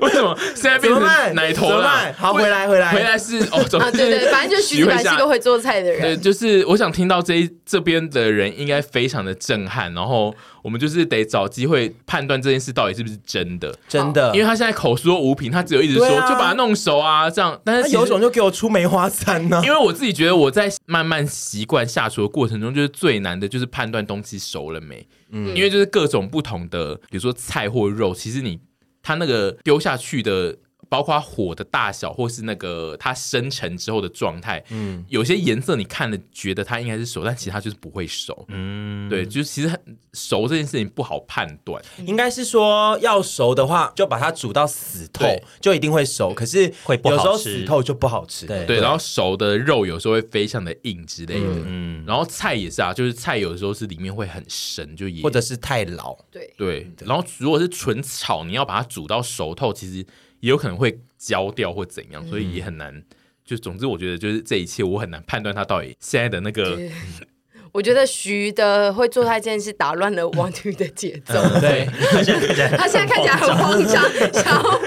Speaker 6: 为什么现在
Speaker 3: 怎
Speaker 6: 变
Speaker 3: 么
Speaker 6: 成
Speaker 3: 办？
Speaker 6: 奶头
Speaker 3: 怎么
Speaker 6: 了
Speaker 3: 办？？好，回来回来
Speaker 6: 回。来是哦，总
Speaker 1: 啊，
Speaker 6: 之
Speaker 1: 对 对，反正就徐子凡
Speaker 6: 徐
Speaker 1: 是
Speaker 6: 慧
Speaker 1: 个
Speaker 6: 夏
Speaker 1: 会做菜的人
Speaker 6: 对，。就是我想听到这一这边的人应该非常的震撼，然后我们就是得找机会判断这件事到底是不是真的，
Speaker 3: 真的，
Speaker 6: 因为他现在口说无凭，他只有一直说、
Speaker 3: 呃对啊
Speaker 6: 就把它弄熟啊这样，但
Speaker 3: 他
Speaker 6: 是
Speaker 3: 有
Speaker 6: 其实
Speaker 3: 种就给我出梅花三呢、
Speaker 6: 因为我自己觉得我在慢慢习惯下厨的过程中，就是最难的就是判断东西熟了没。嗯，因为就是各种不同的，比如说菜或肉，其实你它那个丢下去的。包括火的大小，或是那个它生成之后的状态，嗯，有些颜色你看了觉得它应该是熟，但其实它就是不会熟，
Speaker 2: 嗯，
Speaker 6: 对，就是其实很熟这件事情不好判断，
Speaker 3: 应该是说要熟的话，就把它煮到死透
Speaker 6: 对，
Speaker 3: 就一定会熟。可是
Speaker 2: 会不好
Speaker 3: 有
Speaker 2: 吃
Speaker 3: 时候死透就不好吃。
Speaker 2: 对
Speaker 6: 对，然后熟的肉有时候会非常的硬之类的，
Speaker 2: 嗯
Speaker 6: 然后菜也是啊，就是菜有时候是里面会很深，就也
Speaker 3: 或者是太老，
Speaker 1: 嗯对，
Speaker 6: 对，然后如果是纯炒，你要把它煮到熟透，其实也有可能会焦掉或怎
Speaker 1: 嗯
Speaker 6: 样，所以也很难。就总之，我觉得就是这一切，我很难判断它到底现在的那个
Speaker 1: 对我觉得徐的会做菜这件事打乱了王宇的节 奏。
Speaker 3: 对，
Speaker 1: 他现在看起来很慌张，想要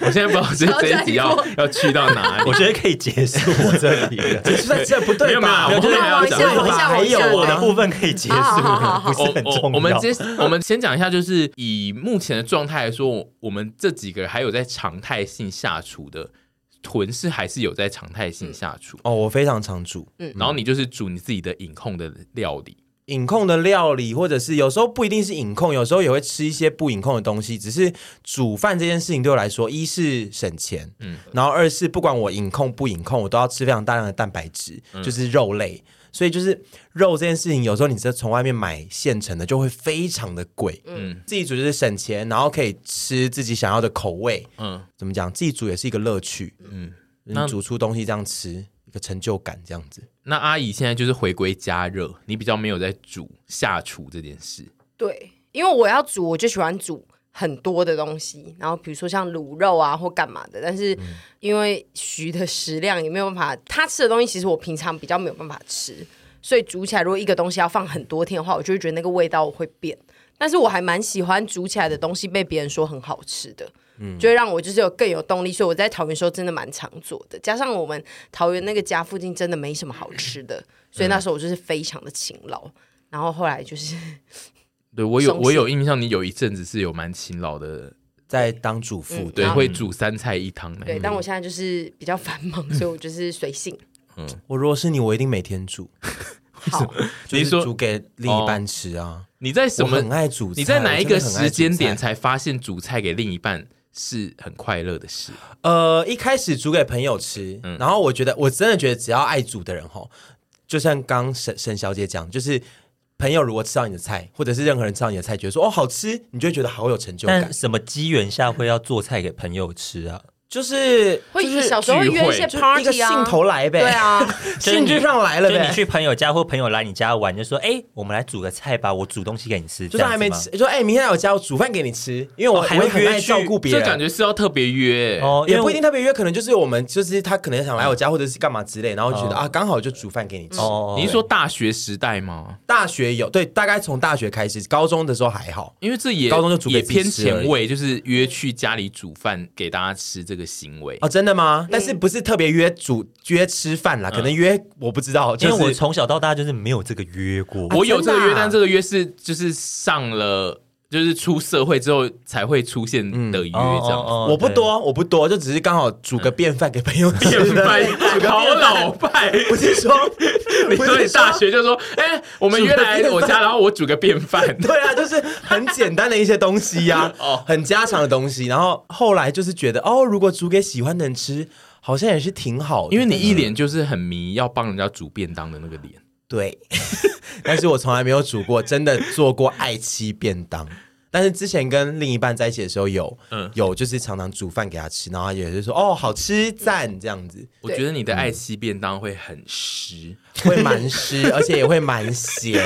Speaker 6: 我现在不知道这这一集 要
Speaker 1: 超难
Speaker 6: 要去到哪里
Speaker 2: 我。觉得可以结束我这里了。
Speaker 3: 只是在这不
Speaker 6: 没
Speaker 3: 对
Speaker 6: 有没有
Speaker 3: 吧？
Speaker 6: 我们后面还要讲
Speaker 1: 往下
Speaker 3: 还有
Speaker 1: 往下
Speaker 2: 我
Speaker 3: 我
Speaker 2: 的
Speaker 3: 的
Speaker 2: 部分可以结束
Speaker 1: 好好好好
Speaker 2: 了，不
Speaker 6: 我
Speaker 2: 是很重
Speaker 6: 我
Speaker 2: 要。
Speaker 6: 我们接我们先讲一下，就是以目前的状态来说，我我们这几个还有在常态性下厨的，豚是还是有在常态性下
Speaker 1: 嗯
Speaker 6: 厨。
Speaker 3: 哦，我非常常煮
Speaker 6: 然后你就是煮你自己的饮控的料理，
Speaker 3: 饮控的料理，或者是有时候不一定是饮控，有时候也会吃一些不饮控的东西。只是煮饭这件事情对我来说，一是省钱，嗯，然后二是不管我饮控不饮控，我都要吃非常大量的蛋白质，就是肉类。所以就是肉这件事情，有时候你在从外面买现成的就会非常的贵。嗯，自己煮就是省钱，然后可以吃自己想要的口味。
Speaker 6: 嗯，
Speaker 3: 怎么讲？自己煮也是一个乐趣。嗯，你
Speaker 6: 那
Speaker 3: 煮出东西这样吃，一个成就感这样子。
Speaker 6: 那阿姨现在就是回归加热，你比较没有在煮下厨这件事。
Speaker 1: 对，因为我要煮，我就喜欢煮很多的东西，然后比如说像卤肉啊或干嘛的。但是因为徐的食量也没有办法，他吃的东西其实我平常比较没有办法吃，所以煮起来如果一个东西要放很多天的话，我就会觉得那个味道会变。但是我还蛮喜欢煮起来的东西被别人说很好吃的，就会让我就是有更有动力。所以我在桃园的时候真的蛮常做的，加上我们桃园那个家附近真的没什么好吃的，所以那时候我就是非常的勤劳。然后后来就是
Speaker 6: 对我有
Speaker 1: 松懈
Speaker 6: 我有印象，你有一阵子是有蛮勤劳的，
Speaker 3: 在当主妇，
Speaker 1: 嗯
Speaker 6: 对，
Speaker 1: 然后
Speaker 6: 会煮三菜一汤嗯那
Speaker 1: 对，
Speaker 6: 一
Speaker 1: 但
Speaker 3: 嗯
Speaker 6: 种。
Speaker 1: 我现在就是比较繁 忙，所以我就是随性。
Speaker 3: 我如果是你，我一定每天煮，
Speaker 1: 好，
Speaker 3: 就是
Speaker 6: 说
Speaker 3: 煮给另一半吃啊。
Speaker 6: 你在什
Speaker 3: 我
Speaker 6: 么
Speaker 3: 很？爱煮菜，
Speaker 6: 你在哪一个
Speaker 3: 我真的很爱
Speaker 6: 时
Speaker 3: 煮
Speaker 6: 间点
Speaker 3: 菜？
Speaker 6: 才发现煮菜给另一半是很快乐的事？
Speaker 3: 呃，一开始煮给朋友吃，然后我觉得我真的觉得只要爱煮的人吼，就像刚刚沈沈小姐讲，就是朋友如果吃到你的菜，或者是任何人吃到你的菜，觉得说哦好吃，你就会觉得好有成就感
Speaker 2: 但。什么机缘下会要做菜给朋友吃啊？
Speaker 3: 就是
Speaker 1: 会
Speaker 6: 就是
Speaker 1: 小时候
Speaker 6: 聚
Speaker 1: 约一
Speaker 6: 会
Speaker 1: 些
Speaker 6: 就
Speaker 3: 一个
Speaker 1: party 啊，
Speaker 3: 兴头来呗，
Speaker 1: 对，啊，
Speaker 3: 兴致上来了
Speaker 2: 就是
Speaker 3: 呗
Speaker 2: 你。去朋友家或朋友来你家玩，就说：“哎、我们来煮个菜吧，我煮东西给你吃。”
Speaker 3: 就是还没
Speaker 2: 这样
Speaker 3: 吃
Speaker 2: 子，
Speaker 3: 就说哎、明天来我家我煮饭给你吃，因为我、
Speaker 2: 哦还
Speaker 3: 我也
Speaker 2: 会
Speaker 3: 很
Speaker 2: 约
Speaker 3: 爱
Speaker 2: 去
Speaker 3: 照顾别
Speaker 6: 这
Speaker 3: 人，
Speaker 6: 感觉是要特别约、
Speaker 2: 吗哦，因
Speaker 3: 也
Speaker 2: 为
Speaker 3: 不一
Speaker 2: 我
Speaker 3: 定特别约，可能就是我们就是他可能想来我家或者是干嘛之类，然后觉得、
Speaker 2: 哦
Speaker 3: 啊刚好就煮饭给你吃。
Speaker 2: 哦，
Speaker 6: 你是说大学时代吗？
Speaker 3: 大学有对，大概从大学开始，高中的时候还好，
Speaker 6: 因为这也
Speaker 3: 高中就煮
Speaker 6: 也
Speaker 3: 给自己
Speaker 6: 偏
Speaker 3: 吃而已
Speaker 6: 前卫，就是约去家里煮饭给大家吃这个行为。
Speaker 3: 哦，真的吗？但是不是特别约煮约吃饭啦？可能约我不知道，
Speaker 2: 因
Speaker 3: 就
Speaker 2: 为我
Speaker 3: 是
Speaker 2: 从小到大就是没有这个约过，
Speaker 6: 我有这个
Speaker 3: 真
Speaker 6: 约，
Speaker 3: 的啊
Speaker 6: 但这个约是就是上了，就是出社会之后才会出现的
Speaker 3: 嗯
Speaker 2: 哦
Speaker 6: 约，这样子。
Speaker 3: 我不多，我不多，就只是刚好煮个便饭给朋友 吃。
Speaker 6: 变
Speaker 3: 煮
Speaker 6: 拜，
Speaker 3: 个
Speaker 6: 好
Speaker 3: 便饭，
Speaker 6: 老拜。
Speaker 3: 哦 不是说
Speaker 6: 你
Speaker 3: 不
Speaker 6: 说你
Speaker 3: 是
Speaker 6: 大学就说，哎、我们约来我家，然后我煮个便 饭。
Speaker 3: 对啊，就是很简单的一些东西呀、
Speaker 6: 哦
Speaker 3: 很家常的东西。然后后来就是觉得哦，如果煮给喜欢的人吃，好像也是挺好的，
Speaker 6: 因为你一脸就是很迷要帮人家煮便当的那个脸，
Speaker 3: 对， 但是我从来没有煮过，真的做过爱妻便当。但是之前跟另一半在一起的时候有，
Speaker 6: 嗯
Speaker 3: 有就是常常煮饭给他吃，然后他也是说哦好吃赞这样子，
Speaker 6: 我觉得你的爱妻便当会很湿。
Speaker 3: 会蛮湿， 而且也会蛮咸，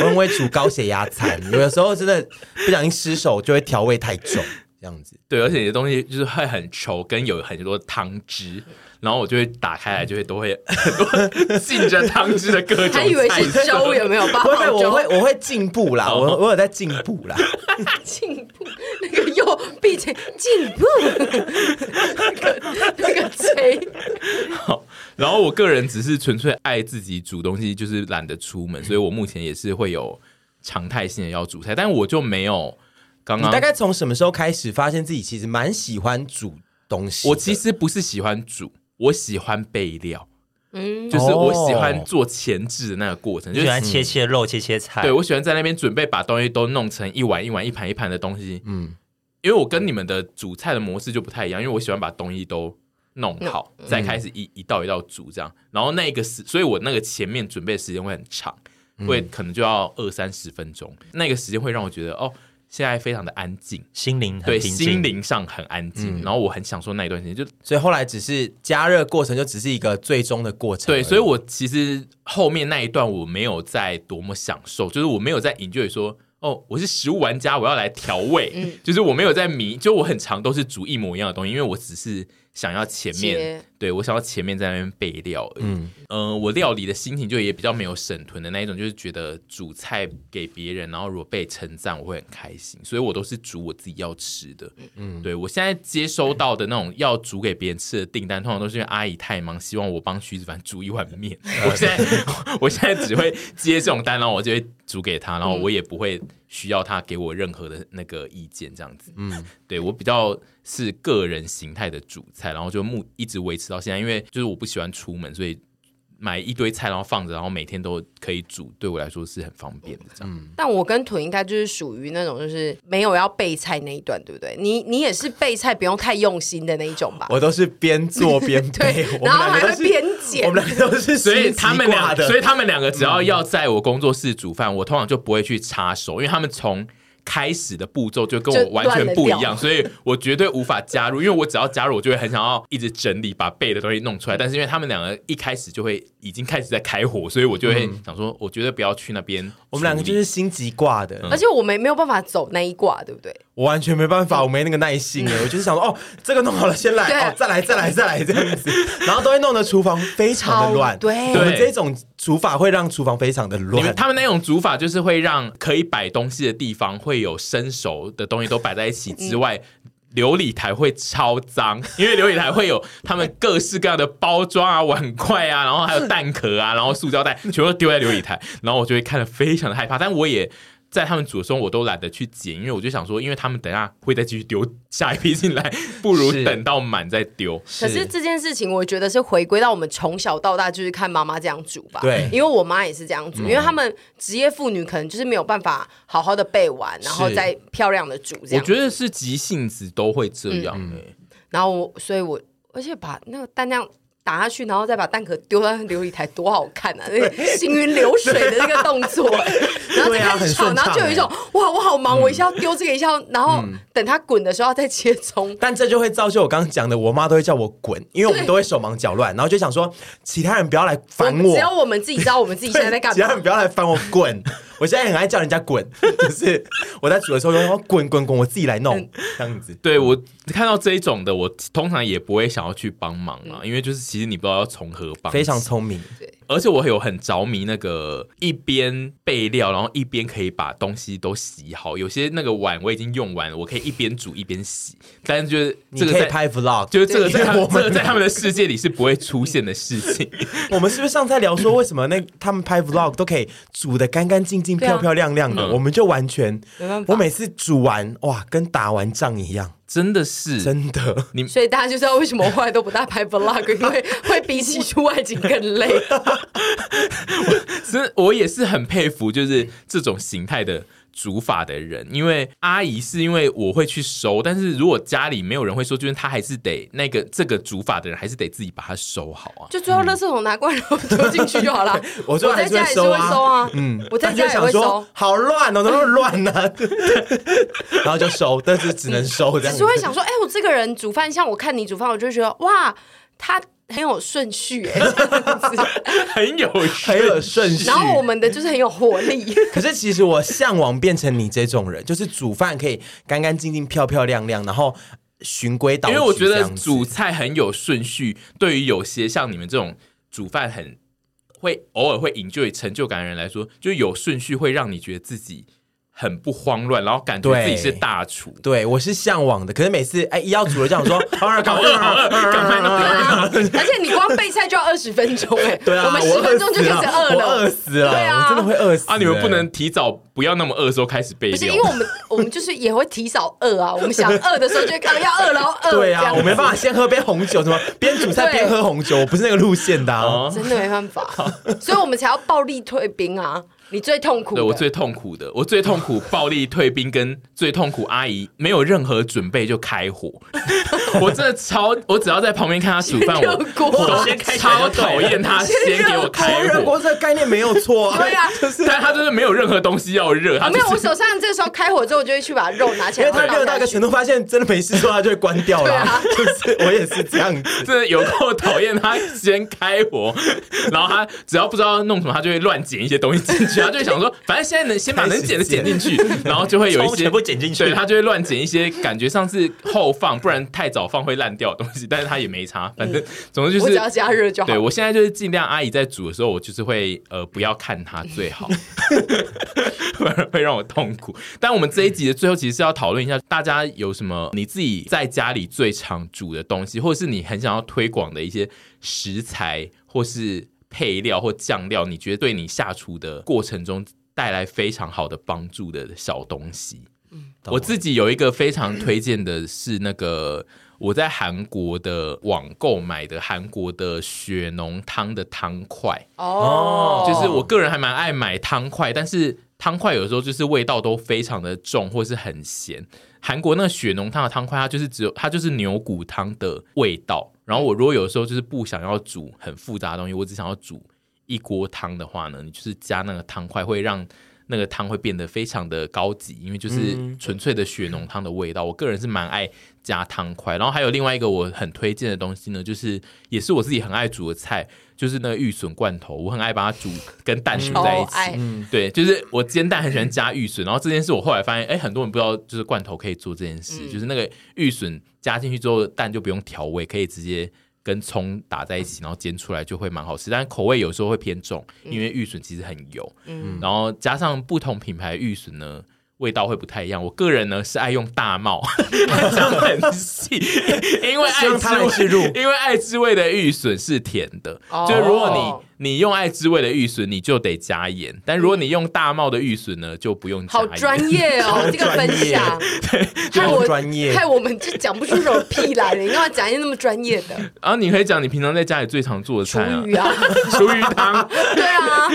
Speaker 3: 我很会煮高血压餐，有的时候真的不小心失手就会调味太重这样子。
Speaker 6: 对，而且你的东西就是会很稠，跟有很多汤汁，然后我就会打开来，就会都会很多 浸着汤汁的各种菜
Speaker 1: 还
Speaker 6: 色。
Speaker 1: 以为是粥有没有？八
Speaker 3: 哎不会，
Speaker 1: 宝
Speaker 3: 我
Speaker 1: 粥
Speaker 3: 会我会进步啦，我我有在进 步啦。
Speaker 1: 进步，那个右闭嘴进步， 那个那个嘴，
Speaker 6: 然后我个人只是纯粹爱自己煮东西，就是懒得出
Speaker 3: 嗯
Speaker 6: 门，所以我目前也是会有常态性的要煮菜，但我就没有刚
Speaker 3: 你
Speaker 6: 刚
Speaker 3: 大概从什么时候开始发现自己其实蛮喜欢煮东西的？
Speaker 6: 我其实不是喜欢煮，我喜欢备料，
Speaker 1: 嗯，
Speaker 6: 就是我喜欢
Speaker 3: 哦
Speaker 6: 做前置的那个过程，
Speaker 2: 你
Speaker 6: 就
Speaker 2: 喜
Speaker 6: 是
Speaker 2: 欢切切肉、切切菜，
Speaker 6: 对我喜欢在那边准备把东西都弄成一碗一碗、一盘一盘的东西。嗯，因为我跟你们的煮菜的模式就不太一样，因为我喜欢把东西都弄好，再开始一一道一道煮这样。然后那个时，所以我那个前面准备的时间会很长，
Speaker 2: 嗯
Speaker 6: 会可能就要二三十分钟。那个时间会让我觉得哦，现在非常的安静。
Speaker 2: 心灵很
Speaker 6: 对，
Speaker 2: 平
Speaker 6: 心
Speaker 2: 静。嗯
Speaker 6: 灵上很安静，然后我很享受那一段时间，就
Speaker 3: 所以后来只是加热过程，就只是一个最终的过程而已。
Speaker 6: 对，所以我其实后面那一段我没有在多么享受，就是我没有在 enjoy 说。哦，我是食物玩家，我要来调味，
Speaker 3: 嗯
Speaker 6: 就是我没有在迷，就我很常都是煮一模一样的东西，因为我只是想要前面
Speaker 1: 切，
Speaker 6: 对我想要前面在那边备料而已。嗯、呃，我料理的心情就也比较没有沈囤的那一种，就是觉得煮菜给别人，然后如果被称赞，我会很开心，所以我都是煮我自己要吃的。嗯，对我现在接收到的那种要煮给别人吃的订单，通常都是因为阿姨太忙，希望我帮徐子凡煮一碗 面。我现在我现在只会接这种单，然后我就会煮给他，然后我也不会需要他给我任何的那个意见，这样子。嗯，对我比较是个人形态的主菜，然后就目一直维持到现在，因为就是我不喜欢出门，所以。买一堆菜，然后放着，然后每天都可以煮，对我来说是很方便的。这
Speaker 3: 嗯
Speaker 6: 样，
Speaker 1: 但我跟屯应该就是属于那种就是没有要备菜那一段，对不对？你你也是备菜不用太用心的那一种吧？
Speaker 3: 我都是边做边
Speaker 1: 对
Speaker 3: 背，，我
Speaker 1: 然
Speaker 3: 们
Speaker 1: 后还
Speaker 3: 两个
Speaker 1: 会
Speaker 3: 都
Speaker 1: 边
Speaker 3: 是，
Speaker 1: 剪
Speaker 3: 我，们两个都是
Speaker 6: 所以他们
Speaker 3: 俩
Speaker 6: 俩，
Speaker 3: 的，
Speaker 6: 所以他们两个只要要在我工作室煮饭，我通常就不会去插手，因为他们从开始的步骤就跟我
Speaker 1: 就
Speaker 6: 完
Speaker 1: 乱
Speaker 6: 全
Speaker 1: 了
Speaker 6: 不一
Speaker 1: 掉
Speaker 6: 样，所以我绝对无法加入，因为我只要加入，我就会很想要一直整理，把背的东西弄出来。但是因为他们两个一开始就会已经开始在开火，所以我就会想说，我绝对不要去那边。
Speaker 3: 嗯我们两个就是心急挂的，
Speaker 6: 嗯
Speaker 1: 而且我们没有办法走那一卦，对不对？
Speaker 3: 我完全没办法，我没那个耐心哎，我就是想说，哦，这个弄好了先来，
Speaker 1: 嗯对
Speaker 3: 哦，再来，再来，再来这 样子，然后都会弄得厨房非常的乱。
Speaker 1: 超对
Speaker 3: 我们这种煮法会让厨房非常的
Speaker 6: 你们
Speaker 3: 乱。
Speaker 6: 他们那种煮法，就是会让可以摆东西的地方会有生熟的东西都摆在一起之外。琉璃台会超脏，因为琉璃台会有他们各式各样的包装啊、碗筷啊，然后还有蛋壳啊，然后塑胶袋，全部都丢在琉璃台，然后我就会看得非常的害怕。但我也在他们煮的时候，我都懒得去捡，因为我就想说，因为他们等一下会再继续丢下一批进来，不如
Speaker 3: 是
Speaker 6: 等到满再丢。
Speaker 1: 可是这件事情，我觉得是回归到我们从小到大就是看妈妈这样煮吧。
Speaker 3: 对嗯
Speaker 1: 因为我妈也是这样煮，因为他们职业妇女可能就是没有办法好好的备完，然后再漂亮的煮这
Speaker 6: 我
Speaker 1: 样。
Speaker 6: 觉得是急性子都会这样、欸
Speaker 1: 然后我，所以我而且把那个蛋量。打下去，然后再把蛋壳丢到琉璃台，多好看啊！那个行云流水的那个动 作，然后再开
Speaker 3: 啊很
Speaker 1: 始炒，
Speaker 3: 顺畅欸嗯
Speaker 1: 然后就有一种哇，我好忙，我一下要丢这个，一下要，然后等它滚的时候要再切葱。
Speaker 3: 但这就会造就我刚刚讲的，我妈都会叫我滚，因为我们
Speaker 1: 对
Speaker 3: 都会手忙脚乱，然后就想说其他人不要来烦
Speaker 1: 们
Speaker 3: 我，
Speaker 1: 只有我们自己知道我们自己现在在干
Speaker 3: 其他
Speaker 1: 嘛
Speaker 3: 人。不要来烦我， 滚！我现在很爱叫人家滚，就是我在煮的时候就说哦滚滚滚，我自己来
Speaker 1: 嗯
Speaker 3: 弄这样子。
Speaker 6: 对我看到这一种的，我通常也不会想要去帮忙啊，因为就是其实你不知道要从何帮起，
Speaker 3: 嗯非常聪明，
Speaker 6: 而且我有很着迷那个一边备料，然后一边可以把东西都洗好。有些那个碗我已经用完了，我可以一边煮一边洗，但是就是
Speaker 3: 你
Speaker 6: 这个
Speaker 3: 可以
Speaker 6: 在。
Speaker 3: 拍 vlog，
Speaker 6: 就是这个在他
Speaker 3: 对
Speaker 6: 们这个在他们的世界里是不会出现的事 情，
Speaker 3: 我们是不是上次在聊说，为什么那他们拍 vlog 都可以煮的干干净净、
Speaker 1: 对啊
Speaker 3: 漂漂亮亮的，
Speaker 6: 嗯
Speaker 3: 我们就完全
Speaker 1: 没办，法
Speaker 3: 我每次煮完哇，跟打完仗一样，
Speaker 6: 真的
Speaker 1: 嗯
Speaker 6: 是
Speaker 3: 真的。。
Speaker 1: 所以大家就知道为什么我后来都不大拍 vlog，因为会比起去外景更累。
Speaker 6: 真的，我也是很佩服，就是这种形态的煮法的人，因为阿姨是因为我会去收，但是如果家里没有人会收，就是她还是得那个这个煮法的人还是得自己把它收好啊。
Speaker 1: 就最后垃圾桶拿过来，然后丢进去就好了
Speaker 3: 我最后
Speaker 1: 在
Speaker 3: 还是会
Speaker 1: 家也是
Speaker 3: 收
Speaker 1: 会
Speaker 3: 啊
Speaker 1: 收啊，嗯，我在
Speaker 3: 但就
Speaker 1: 家也
Speaker 3: 想
Speaker 1: 会
Speaker 3: 说
Speaker 1: 收，，
Speaker 3: 好乱哦，怎么那么乱呢、 然后就收，但是只能收这
Speaker 1: 只
Speaker 3: 样
Speaker 1: 是
Speaker 3: 子。
Speaker 1: 会想说，哎，我这个人煮饭，像我看你煮饭，我就觉得哇，他很有顺 序哎。这样子
Speaker 6: 很有趣
Speaker 3: 很有顺序。
Speaker 1: 然后我们的就是很有活 力，
Speaker 3: 可是其实我向往变成你这种人，就是煮饭可以干干净净、漂漂亮亮，然后循规蹈矩
Speaker 6: 因为
Speaker 3: 这样
Speaker 6: 我
Speaker 3: 子。
Speaker 6: 觉得煮菜很有顺序，对于有些像你们这种煮饭很会偶尔会 enjoy 成就感的人来说，就有顺序会让你觉得自己很不慌乱，然后感觉自己是
Speaker 3: 对
Speaker 6: 大厨。
Speaker 3: 对我是向往的，可是每次哎一要煮了就想说，好了，搞饿好饿，
Speaker 6: 赶快弄
Speaker 1: 而且你光备菜就要二十分钟哎，
Speaker 3: 啊 对啊，
Speaker 1: 我们十分钟就开始饿
Speaker 3: 饿我饿
Speaker 1: 了。
Speaker 3: 死了，
Speaker 1: 对啊
Speaker 3: 我真的会饿死
Speaker 6: 啊！你们不
Speaker 3: 欸
Speaker 6: 能提早不要那么饿的时候开始备
Speaker 1: 不是，因
Speaker 6: 料
Speaker 1: 为。我们我们就是也会提早饿啊，我们想饿的时候就会看到要饿，然后饿。
Speaker 3: 对
Speaker 1: 这
Speaker 3: 啊，
Speaker 1: 样
Speaker 3: 我
Speaker 1: 子
Speaker 3: 没办法先喝杯红酒，什么边煮菜
Speaker 1: 对
Speaker 3: 边喝红酒，我不是那个路线的、啊。
Speaker 6: 哦
Speaker 1: 真的没办法，所以我们才要暴力退兵啊！你最痛苦
Speaker 6: 对
Speaker 1: 的，
Speaker 6: 我最痛苦的，我最痛苦暴力退兵，跟最痛苦阿姨没有任何准备就开火， 我真的超，我只要在旁边看她煮 饭，
Speaker 1: 热
Speaker 6: 我
Speaker 1: 锅
Speaker 6: 我都超讨厌她先给我
Speaker 3: 我
Speaker 6: 开
Speaker 3: 热
Speaker 6: 火
Speaker 3: 锅，这个概念没有错啊，
Speaker 1: 对 啊，
Speaker 6: 但她就是没有任何东西要热，她
Speaker 1: 哦没
Speaker 6: 就
Speaker 1: 有，我
Speaker 6: 是
Speaker 1: 手上这时候开火之后，我就会去把肉拿起
Speaker 3: 因
Speaker 1: 来，
Speaker 3: 为它
Speaker 1: 然后
Speaker 3: 热到
Speaker 1: 倒
Speaker 3: 一个
Speaker 1: 下去
Speaker 3: 程度，发现真的没事做，它就会关掉了。
Speaker 1: 对啊
Speaker 3: 就是我也是这样子。
Speaker 6: 真的有够讨厌她先开火， 然后她只要不知道弄什么，她就会乱捡一些东西进去，她就会想说，反正现在能先把能捡的捡进去，然后就会有一
Speaker 2: 葱
Speaker 6: 些
Speaker 2: 全部捡进去
Speaker 6: 对她就会乱捡一些感觉上是后放，不然太早放会烂掉的东西，但是她也没差，反正总之就
Speaker 1: 嗯我只
Speaker 6: 是
Speaker 1: 要加热就好
Speaker 6: 对。我现在就是尽量阿姨在煮的时候，我就是会呃不要看她 最好，不然会让我痛苦。但我们这一集的最后其实是要讨论一下，大家有什么你自己在家里最常煮的东西，或者是你很想要推广的一些食材，或是配料或酱料，你觉得对你下厨的过程中带来非常好的帮助的小东西。我自己有一个非常推荐的是那个，我在韩国的网购买的韩国的血浓汤的汤块，
Speaker 1: 哦，
Speaker 6: 就是我个人还蛮爱买汤块，但是汤块有时候就是味道都非常的重，或是很咸。韩国那个血浓汤的汤块，它就是只有它就是牛骨汤的味道。然后我如果有时候就是不想要煮很复杂的东西，我只想要煮一锅汤的话呢，你就是加那个汤块，会让那个汤会变得非常的高级，因为就是纯粹的血浓汤的味道。我个人是蛮爱加汤块，然后还有另外一个我很推荐的东西呢，就是也是我自己很爱煮的菜，就是那个玉笋罐头，我很爱把它煮跟蛋煮
Speaker 1: 超
Speaker 6: 在一起。
Speaker 1: 哦
Speaker 6: 嗯
Speaker 1: 爱
Speaker 6: 对，就是我煎蛋很喜欢加玉笋，然后这件事我后来发现，哎，很多人不知道，就是罐头可以做这件事，就是那个玉笋加进去之后，蛋就不用调味，可以直接跟葱打在一起，然后煎出来就会蛮好吃。但是口味有时候会偏重，因为玉笋其实很油，嗯，然后加上不同品牌的玉笋呢。味道会不太一样。我个人呢是爱用大帽， 讲得很细，因为
Speaker 3: 希望它来
Speaker 6: 爱
Speaker 3: 置
Speaker 6: 吃
Speaker 3: 入
Speaker 6: 味，因为爱滋味的玉笋是甜的，
Speaker 1: 哦
Speaker 6: 就如果你你用爱滋味的玉笋，你就得加盐；但如果你用大茂的玉笋呢，就不用加
Speaker 1: 好
Speaker 6: 盐。
Speaker 1: 专业 哦，这个分享，害我
Speaker 3: 超专业
Speaker 1: 害我们就讲不出什么屁来了。你干嘛讲一些那么专业的
Speaker 6: 然啊后你可以讲你平常在家里最常做的
Speaker 1: 厨
Speaker 6: 菜啊，
Speaker 1: 余啊？
Speaker 6: 厨余 汤。
Speaker 1: 对啊，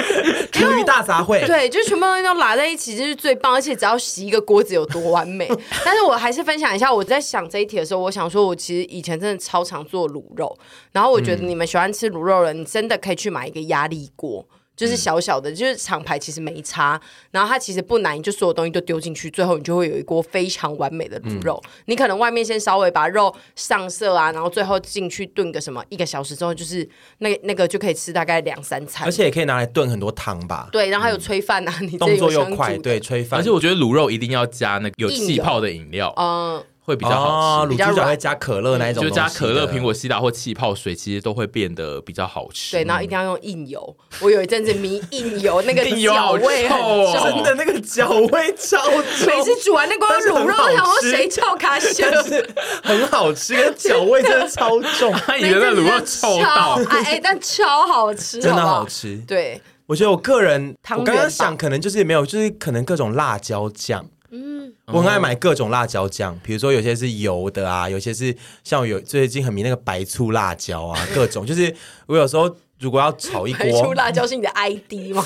Speaker 3: 厨余大杂烩，
Speaker 1: 对，就是全部东西都拉在一起，就是最棒，而且只要洗一个锅子有多完 美。但是我还是分享一下，我在想这一题的时候，我想说，我其实以前真的超常做卤肉，然后我
Speaker 3: 嗯
Speaker 1: 觉得你们喜欢吃卤肉的，你真的可以去买一个压力锅。就是小小的，就是厂牌其实没差，然后它其实不难，你就所有东西都丢进去，最后你就会有一锅非常完美的卤肉。
Speaker 3: 嗯
Speaker 1: 你可能外面先稍微把肉上色啊，然后最后进去炖个什么，一个小时之后就是那那个就可以吃大概两三餐
Speaker 3: 而。且也可以拿来炖很多汤吧，
Speaker 1: 对，然后还
Speaker 6: 嗯
Speaker 1: 有炊饭啊， 你这
Speaker 3: 动
Speaker 1: 有
Speaker 3: 作又
Speaker 1: 相煮
Speaker 3: 快，
Speaker 1: 的
Speaker 3: 对，炊饭，
Speaker 6: 而且我觉得卤肉一定要加那个有气泡的饮料，啊
Speaker 1: 嗯，
Speaker 6: 会比较好
Speaker 3: 哦
Speaker 6: 吃。
Speaker 1: 比
Speaker 3: 卤
Speaker 1: 较
Speaker 3: 猪脚会
Speaker 1: 软
Speaker 3: 加可乐那一种
Speaker 6: 就
Speaker 3: 东西的，
Speaker 6: 加可乐、苹果西达或气泡水，其实都会变得比较好吃。
Speaker 1: 对，然后一定要用硬油。我有一阵子迷硬油，那个
Speaker 6: 硬油
Speaker 1: 脚
Speaker 6: 好
Speaker 1: 味很
Speaker 6: 臭哦
Speaker 1: 重。
Speaker 3: 真的那个脚味超重，
Speaker 1: 每次煮完那锅
Speaker 3: 但是
Speaker 1: 卤
Speaker 3: 很
Speaker 1: 肉，
Speaker 3: 好
Speaker 1: 我想说
Speaker 3: 吃
Speaker 1: 谁叫 卡西？
Speaker 3: 但是很好吃，可是脚味真的超 重，
Speaker 1: 啊
Speaker 6: 他以为那卤肉臭到
Speaker 1: 那一阵子真的超，哎哎，但超好吃，
Speaker 3: 真的
Speaker 1: 不
Speaker 3: 好。吃。
Speaker 1: 对，
Speaker 3: 我觉得我个人，
Speaker 1: 汤圆
Speaker 3: 我刚刚
Speaker 1: 吧
Speaker 3: 想，可能就是也没有，就是可能各种辣椒酱。嗯，我很爱买各种辣椒酱，比如说有些是油的啊，有些是像有最近很迷那个白醋辣椒 啊，各种。就是我有时候如果要炒一
Speaker 1: 白醋
Speaker 3: 锅，
Speaker 1: 辣椒是你的 ID 吗？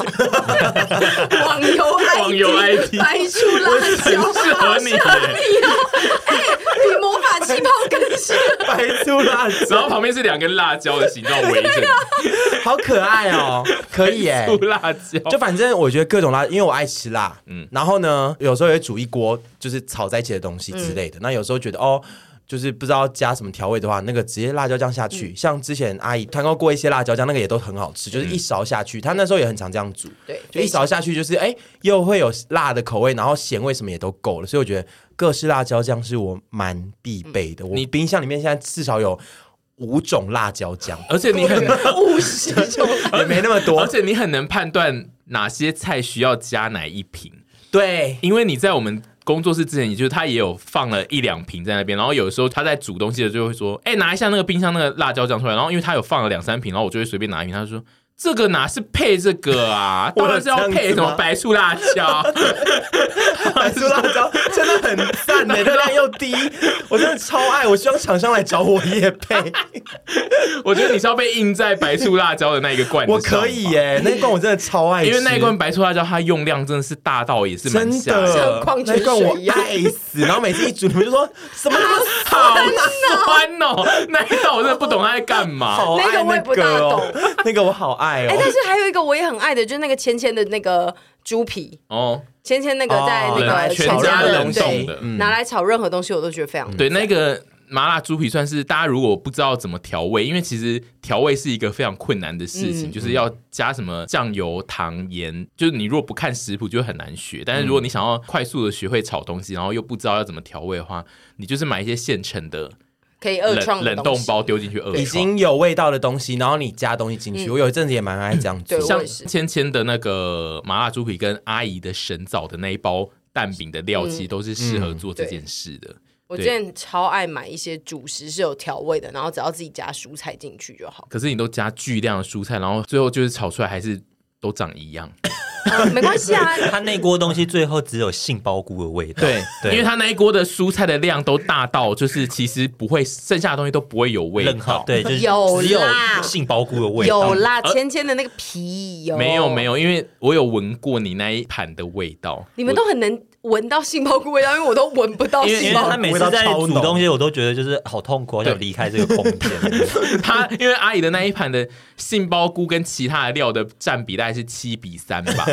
Speaker 1: 网游 ID，
Speaker 6: 网游 ID
Speaker 1: 白醋辣椒
Speaker 6: 很适合你耶欸
Speaker 1: 好适合你哦，哎，比魔法气泡更适合。
Speaker 3: 白醋辣椒
Speaker 6: 然后旁边是两根辣椒的形状围着你，
Speaker 3: 好可爱哦，可以 耶、
Speaker 6: 醋辣椒。
Speaker 3: 就反正我觉得各种辣，因为我爱吃辣，嗯，然后呢，有时候也会煮一锅就是炒在一起的东西之类的。那有时候觉得哦，就是不知道加什么调味的话，那个直接辣椒酱下去，像之前阿姨团购过一些辣椒酱，那个也都很好吃，就是一勺下去，她那时候也很常这样煮，
Speaker 1: 对
Speaker 3: 就一勺下去就是哎，又会有辣的口味，然后咸味什么也都够了，所以我觉得各式辣椒酱是我蛮必备的。我
Speaker 6: 你
Speaker 3: 冰箱里面现在至少有五种辣椒酱，
Speaker 6: 而且 你很
Speaker 1: 五十种
Speaker 3: 也没那么
Speaker 6: 而
Speaker 3: 多，
Speaker 6: 且你很能判断哪些菜需要加哪一瓶，
Speaker 3: 对。
Speaker 6: 因为你在我们工作室之前，也就是他也有放了一两瓶在那边，然后有时候他在煮东西的时候就会说：“哎、拿一下那个冰箱那个辣椒酱出来。”然后因为他有放了两三瓶，然后我就会随便拿一瓶，他就说。这个哪是配这个啊？
Speaker 3: 我有
Speaker 6: 当然是要配什
Speaker 3: 这样子
Speaker 6: 么
Speaker 3: 吗
Speaker 6: 白醋辣椒。
Speaker 3: 白醋辣椒真的很赞的，热量又低，我真的超爱。我希望厂商来找我夜配，
Speaker 6: 我觉得你是要被印在白醋辣椒的那一个罐子
Speaker 3: 我
Speaker 6: 上吧
Speaker 3: 可以，耶、那一罐我真的超爱吃，
Speaker 6: 因为那一罐白醋辣椒它用量真的是大到也是蛮
Speaker 3: 真
Speaker 6: 吓人的
Speaker 3: 的
Speaker 1: 像矿泉
Speaker 3: 那一
Speaker 1: 水
Speaker 3: 罐我
Speaker 1: 一样
Speaker 3: 爱死。然后每次一煮，你们就说什么那么
Speaker 6: 好酸哦！那一道我真的不懂他在干嘛。
Speaker 3: 好爱
Speaker 1: 那个我也不大
Speaker 3: 哦，那个我好爱
Speaker 1: 哎、
Speaker 3: 哦。
Speaker 1: 但是还有一个我也很爱的，就是那个芊芊的那个猪皮，
Speaker 6: 哦，
Speaker 1: 芊芊那个在
Speaker 3: 哦
Speaker 1: 那个
Speaker 6: 全
Speaker 1: 全
Speaker 6: 家
Speaker 1: 家
Speaker 6: 冷
Speaker 1: 的
Speaker 6: 冻
Speaker 1: 对，
Speaker 6: 的，嗯
Speaker 1: 拿来炒任何东西我都觉得非常
Speaker 3: 嗯
Speaker 6: 对，那个麻辣猪皮算是大家如果不知道怎么调味，因为其实调味是一个非常困难的事
Speaker 1: 嗯
Speaker 6: 情，就是要加什么酱油、糖、盐，就是你如果不看食谱就很难学。但
Speaker 3: 嗯
Speaker 6: 是如果你想要快速的学会炒东西，然后又不知道要怎么调味的话，你就是买一些现成的
Speaker 1: 可以二创
Speaker 6: 冷
Speaker 1: 的东
Speaker 6: 冷冻
Speaker 1: 西。
Speaker 6: 包丢进去二创。
Speaker 3: 已经有味道的东西，然后你加东西进去，我有一阵子也蛮爱这样煮
Speaker 1: 对。我
Speaker 6: 像
Speaker 1: 也是
Speaker 6: 芊芊的那个麻辣猪皮跟阿姨的神枣的那一包蛋饼的
Speaker 1: 嗯
Speaker 6: 料，其实都是适
Speaker 3: 嗯
Speaker 6: 合做这件事的。
Speaker 1: 我之
Speaker 6: 对
Speaker 1: 前超爱买一些主食是有调味的，然后只要自己加蔬菜 进去就好。
Speaker 6: 可是你都加巨量的蔬菜，然后最后就是炒出来还是都长一样。
Speaker 1: 嗯没关系啊，
Speaker 2: 它那锅东西最后只有杏鲍菇的 味道。
Speaker 6: 对，
Speaker 2: 对
Speaker 6: 因为他那一锅的蔬菜的量都大到，就是其实不会剩下的东西都不会有味
Speaker 2: 任
Speaker 6: 道
Speaker 2: 何。对，就是
Speaker 1: 有
Speaker 2: 只有
Speaker 1: 啦
Speaker 2: 杏鲍菇的味道。
Speaker 1: 有啦，芊芊的那个皮有，
Speaker 6: 呃没有没，有，因为我有闻过你那一盘的味道。
Speaker 1: 你们都很能闻到杏鲍菇味道，因为我都闻不到
Speaker 2: 因为因
Speaker 1: 杏
Speaker 2: 为
Speaker 1: 鲍菇
Speaker 2: 他。每次在煮东西，我都觉得就是好痛苦，好想离开这个空间。
Speaker 6: 我 他因为阿姨的那一盘的杏鲍菇跟其他的料的占比大概是七比三 吧，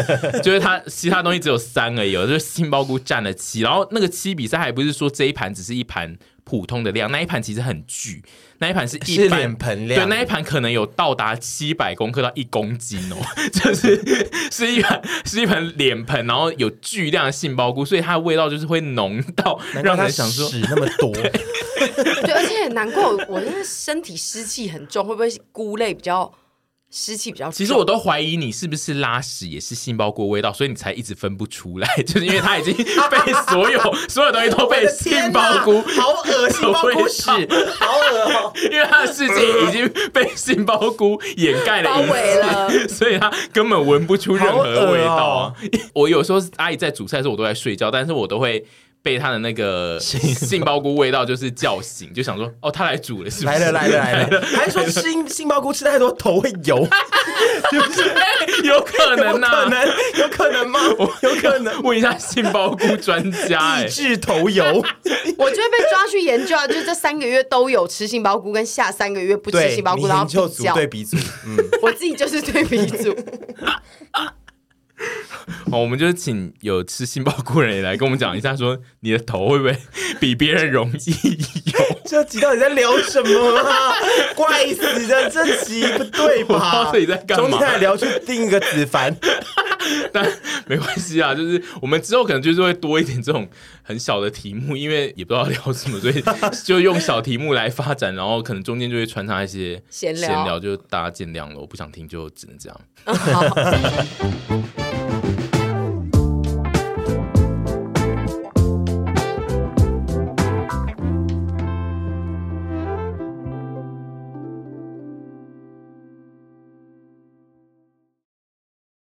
Speaker 6: 就是他其他东西只有三而已哦，就是杏鲍菇占了七，然后那个七比三还不是说这一盘只是一盘普通的量，那一盘其实很巨，那一盘是一
Speaker 3: 是
Speaker 6: 般
Speaker 3: 脸盆
Speaker 6: 对，
Speaker 3: 量
Speaker 6: 那一盘可能有到达七百公克到一公斤哦， 就是是一盘是一盘脸盆，然后有巨量的杏鲍菇，所以它的味道就是会浓到让
Speaker 3: 他
Speaker 6: 人想说，
Speaker 3: 屎那么多，
Speaker 1: 对，而且难怪我我真的身体湿气很重，会不会是菇类比较湿气比较重？
Speaker 6: 其实我都怀疑你是不是拉屎也是杏鲍菇味道，所以你才一直分不出 来，就是因为它已经被所有 所有东西都被杏鲍菇，
Speaker 3: 好恶心，
Speaker 6: 有
Speaker 3: 包
Speaker 6: 味道
Speaker 3: 菇屎，好恶哦。
Speaker 6: 因为它的世界已经被杏鲍菇掩盖
Speaker 1: 包
Speaker 6: 了一
Speaker 1: 围
Speaker 6: 切，
Speaker 1: 了
Speaker 6: 所以它根本闻不出任何味道啊
Speaker 3: 好。哦
Speaker 6: 我有时候阿姨在煮菜的时候，我都在睡觉，但是我都会。被她的那个杏鲍菇味道就是叫醒，就想说哦，她来煮了，是不
Speaker 3: 来
Speaker 6: 是？
Speaker 3: 了来了来了，还说吃杏杏鲍菇吃太多头会油，
Speaker 6: 有可
Speaker 3: 有
Speaker 6: 能啊呐、
Speaker 3: 可能有可能吗？有可能
Speaker 6: 问一下杏鲍菇专家、哎
Speaker 3: 抑制头油，
Speaker 1: 我就会被抓去研究啊，就是这三个月都有吃杏鲍菇，跟下三个月不吃
Speaker 3: 对，
Speaker 1: 杏鲍菇，然后
Speaker 3: 你就
Speaker 1: 比
Speaker 3: 组
Speaker 1: 较。
Speaker 3: 对比组，嗯，
Speaker 1: 我自己就是对比组，
Speaker 6: 好，我们就请有吃杏鲍菇的人也来跟我们讲一下，说你的头会不 会比别人容易有？
Speaker 3: 这集到底在聊什么 啊？怪死的，这集不对
Speaker 6: 我不知
Speaker 3: 吧
Speaker 6: 道？这里在干嘛
Speaker 3: 啊中间还聊去定一个子凡，
Speaker 6: 但没关系啊，就是我们之后可能就是会多一点这种很小的题目，因为也不知道聊什么，所以就用小题目来发展，然后可能中间就会穿插一些
Speaker 1: 闲聊
Speaker 6: 闲聊就大家见谅了。我不想听，就只能这样。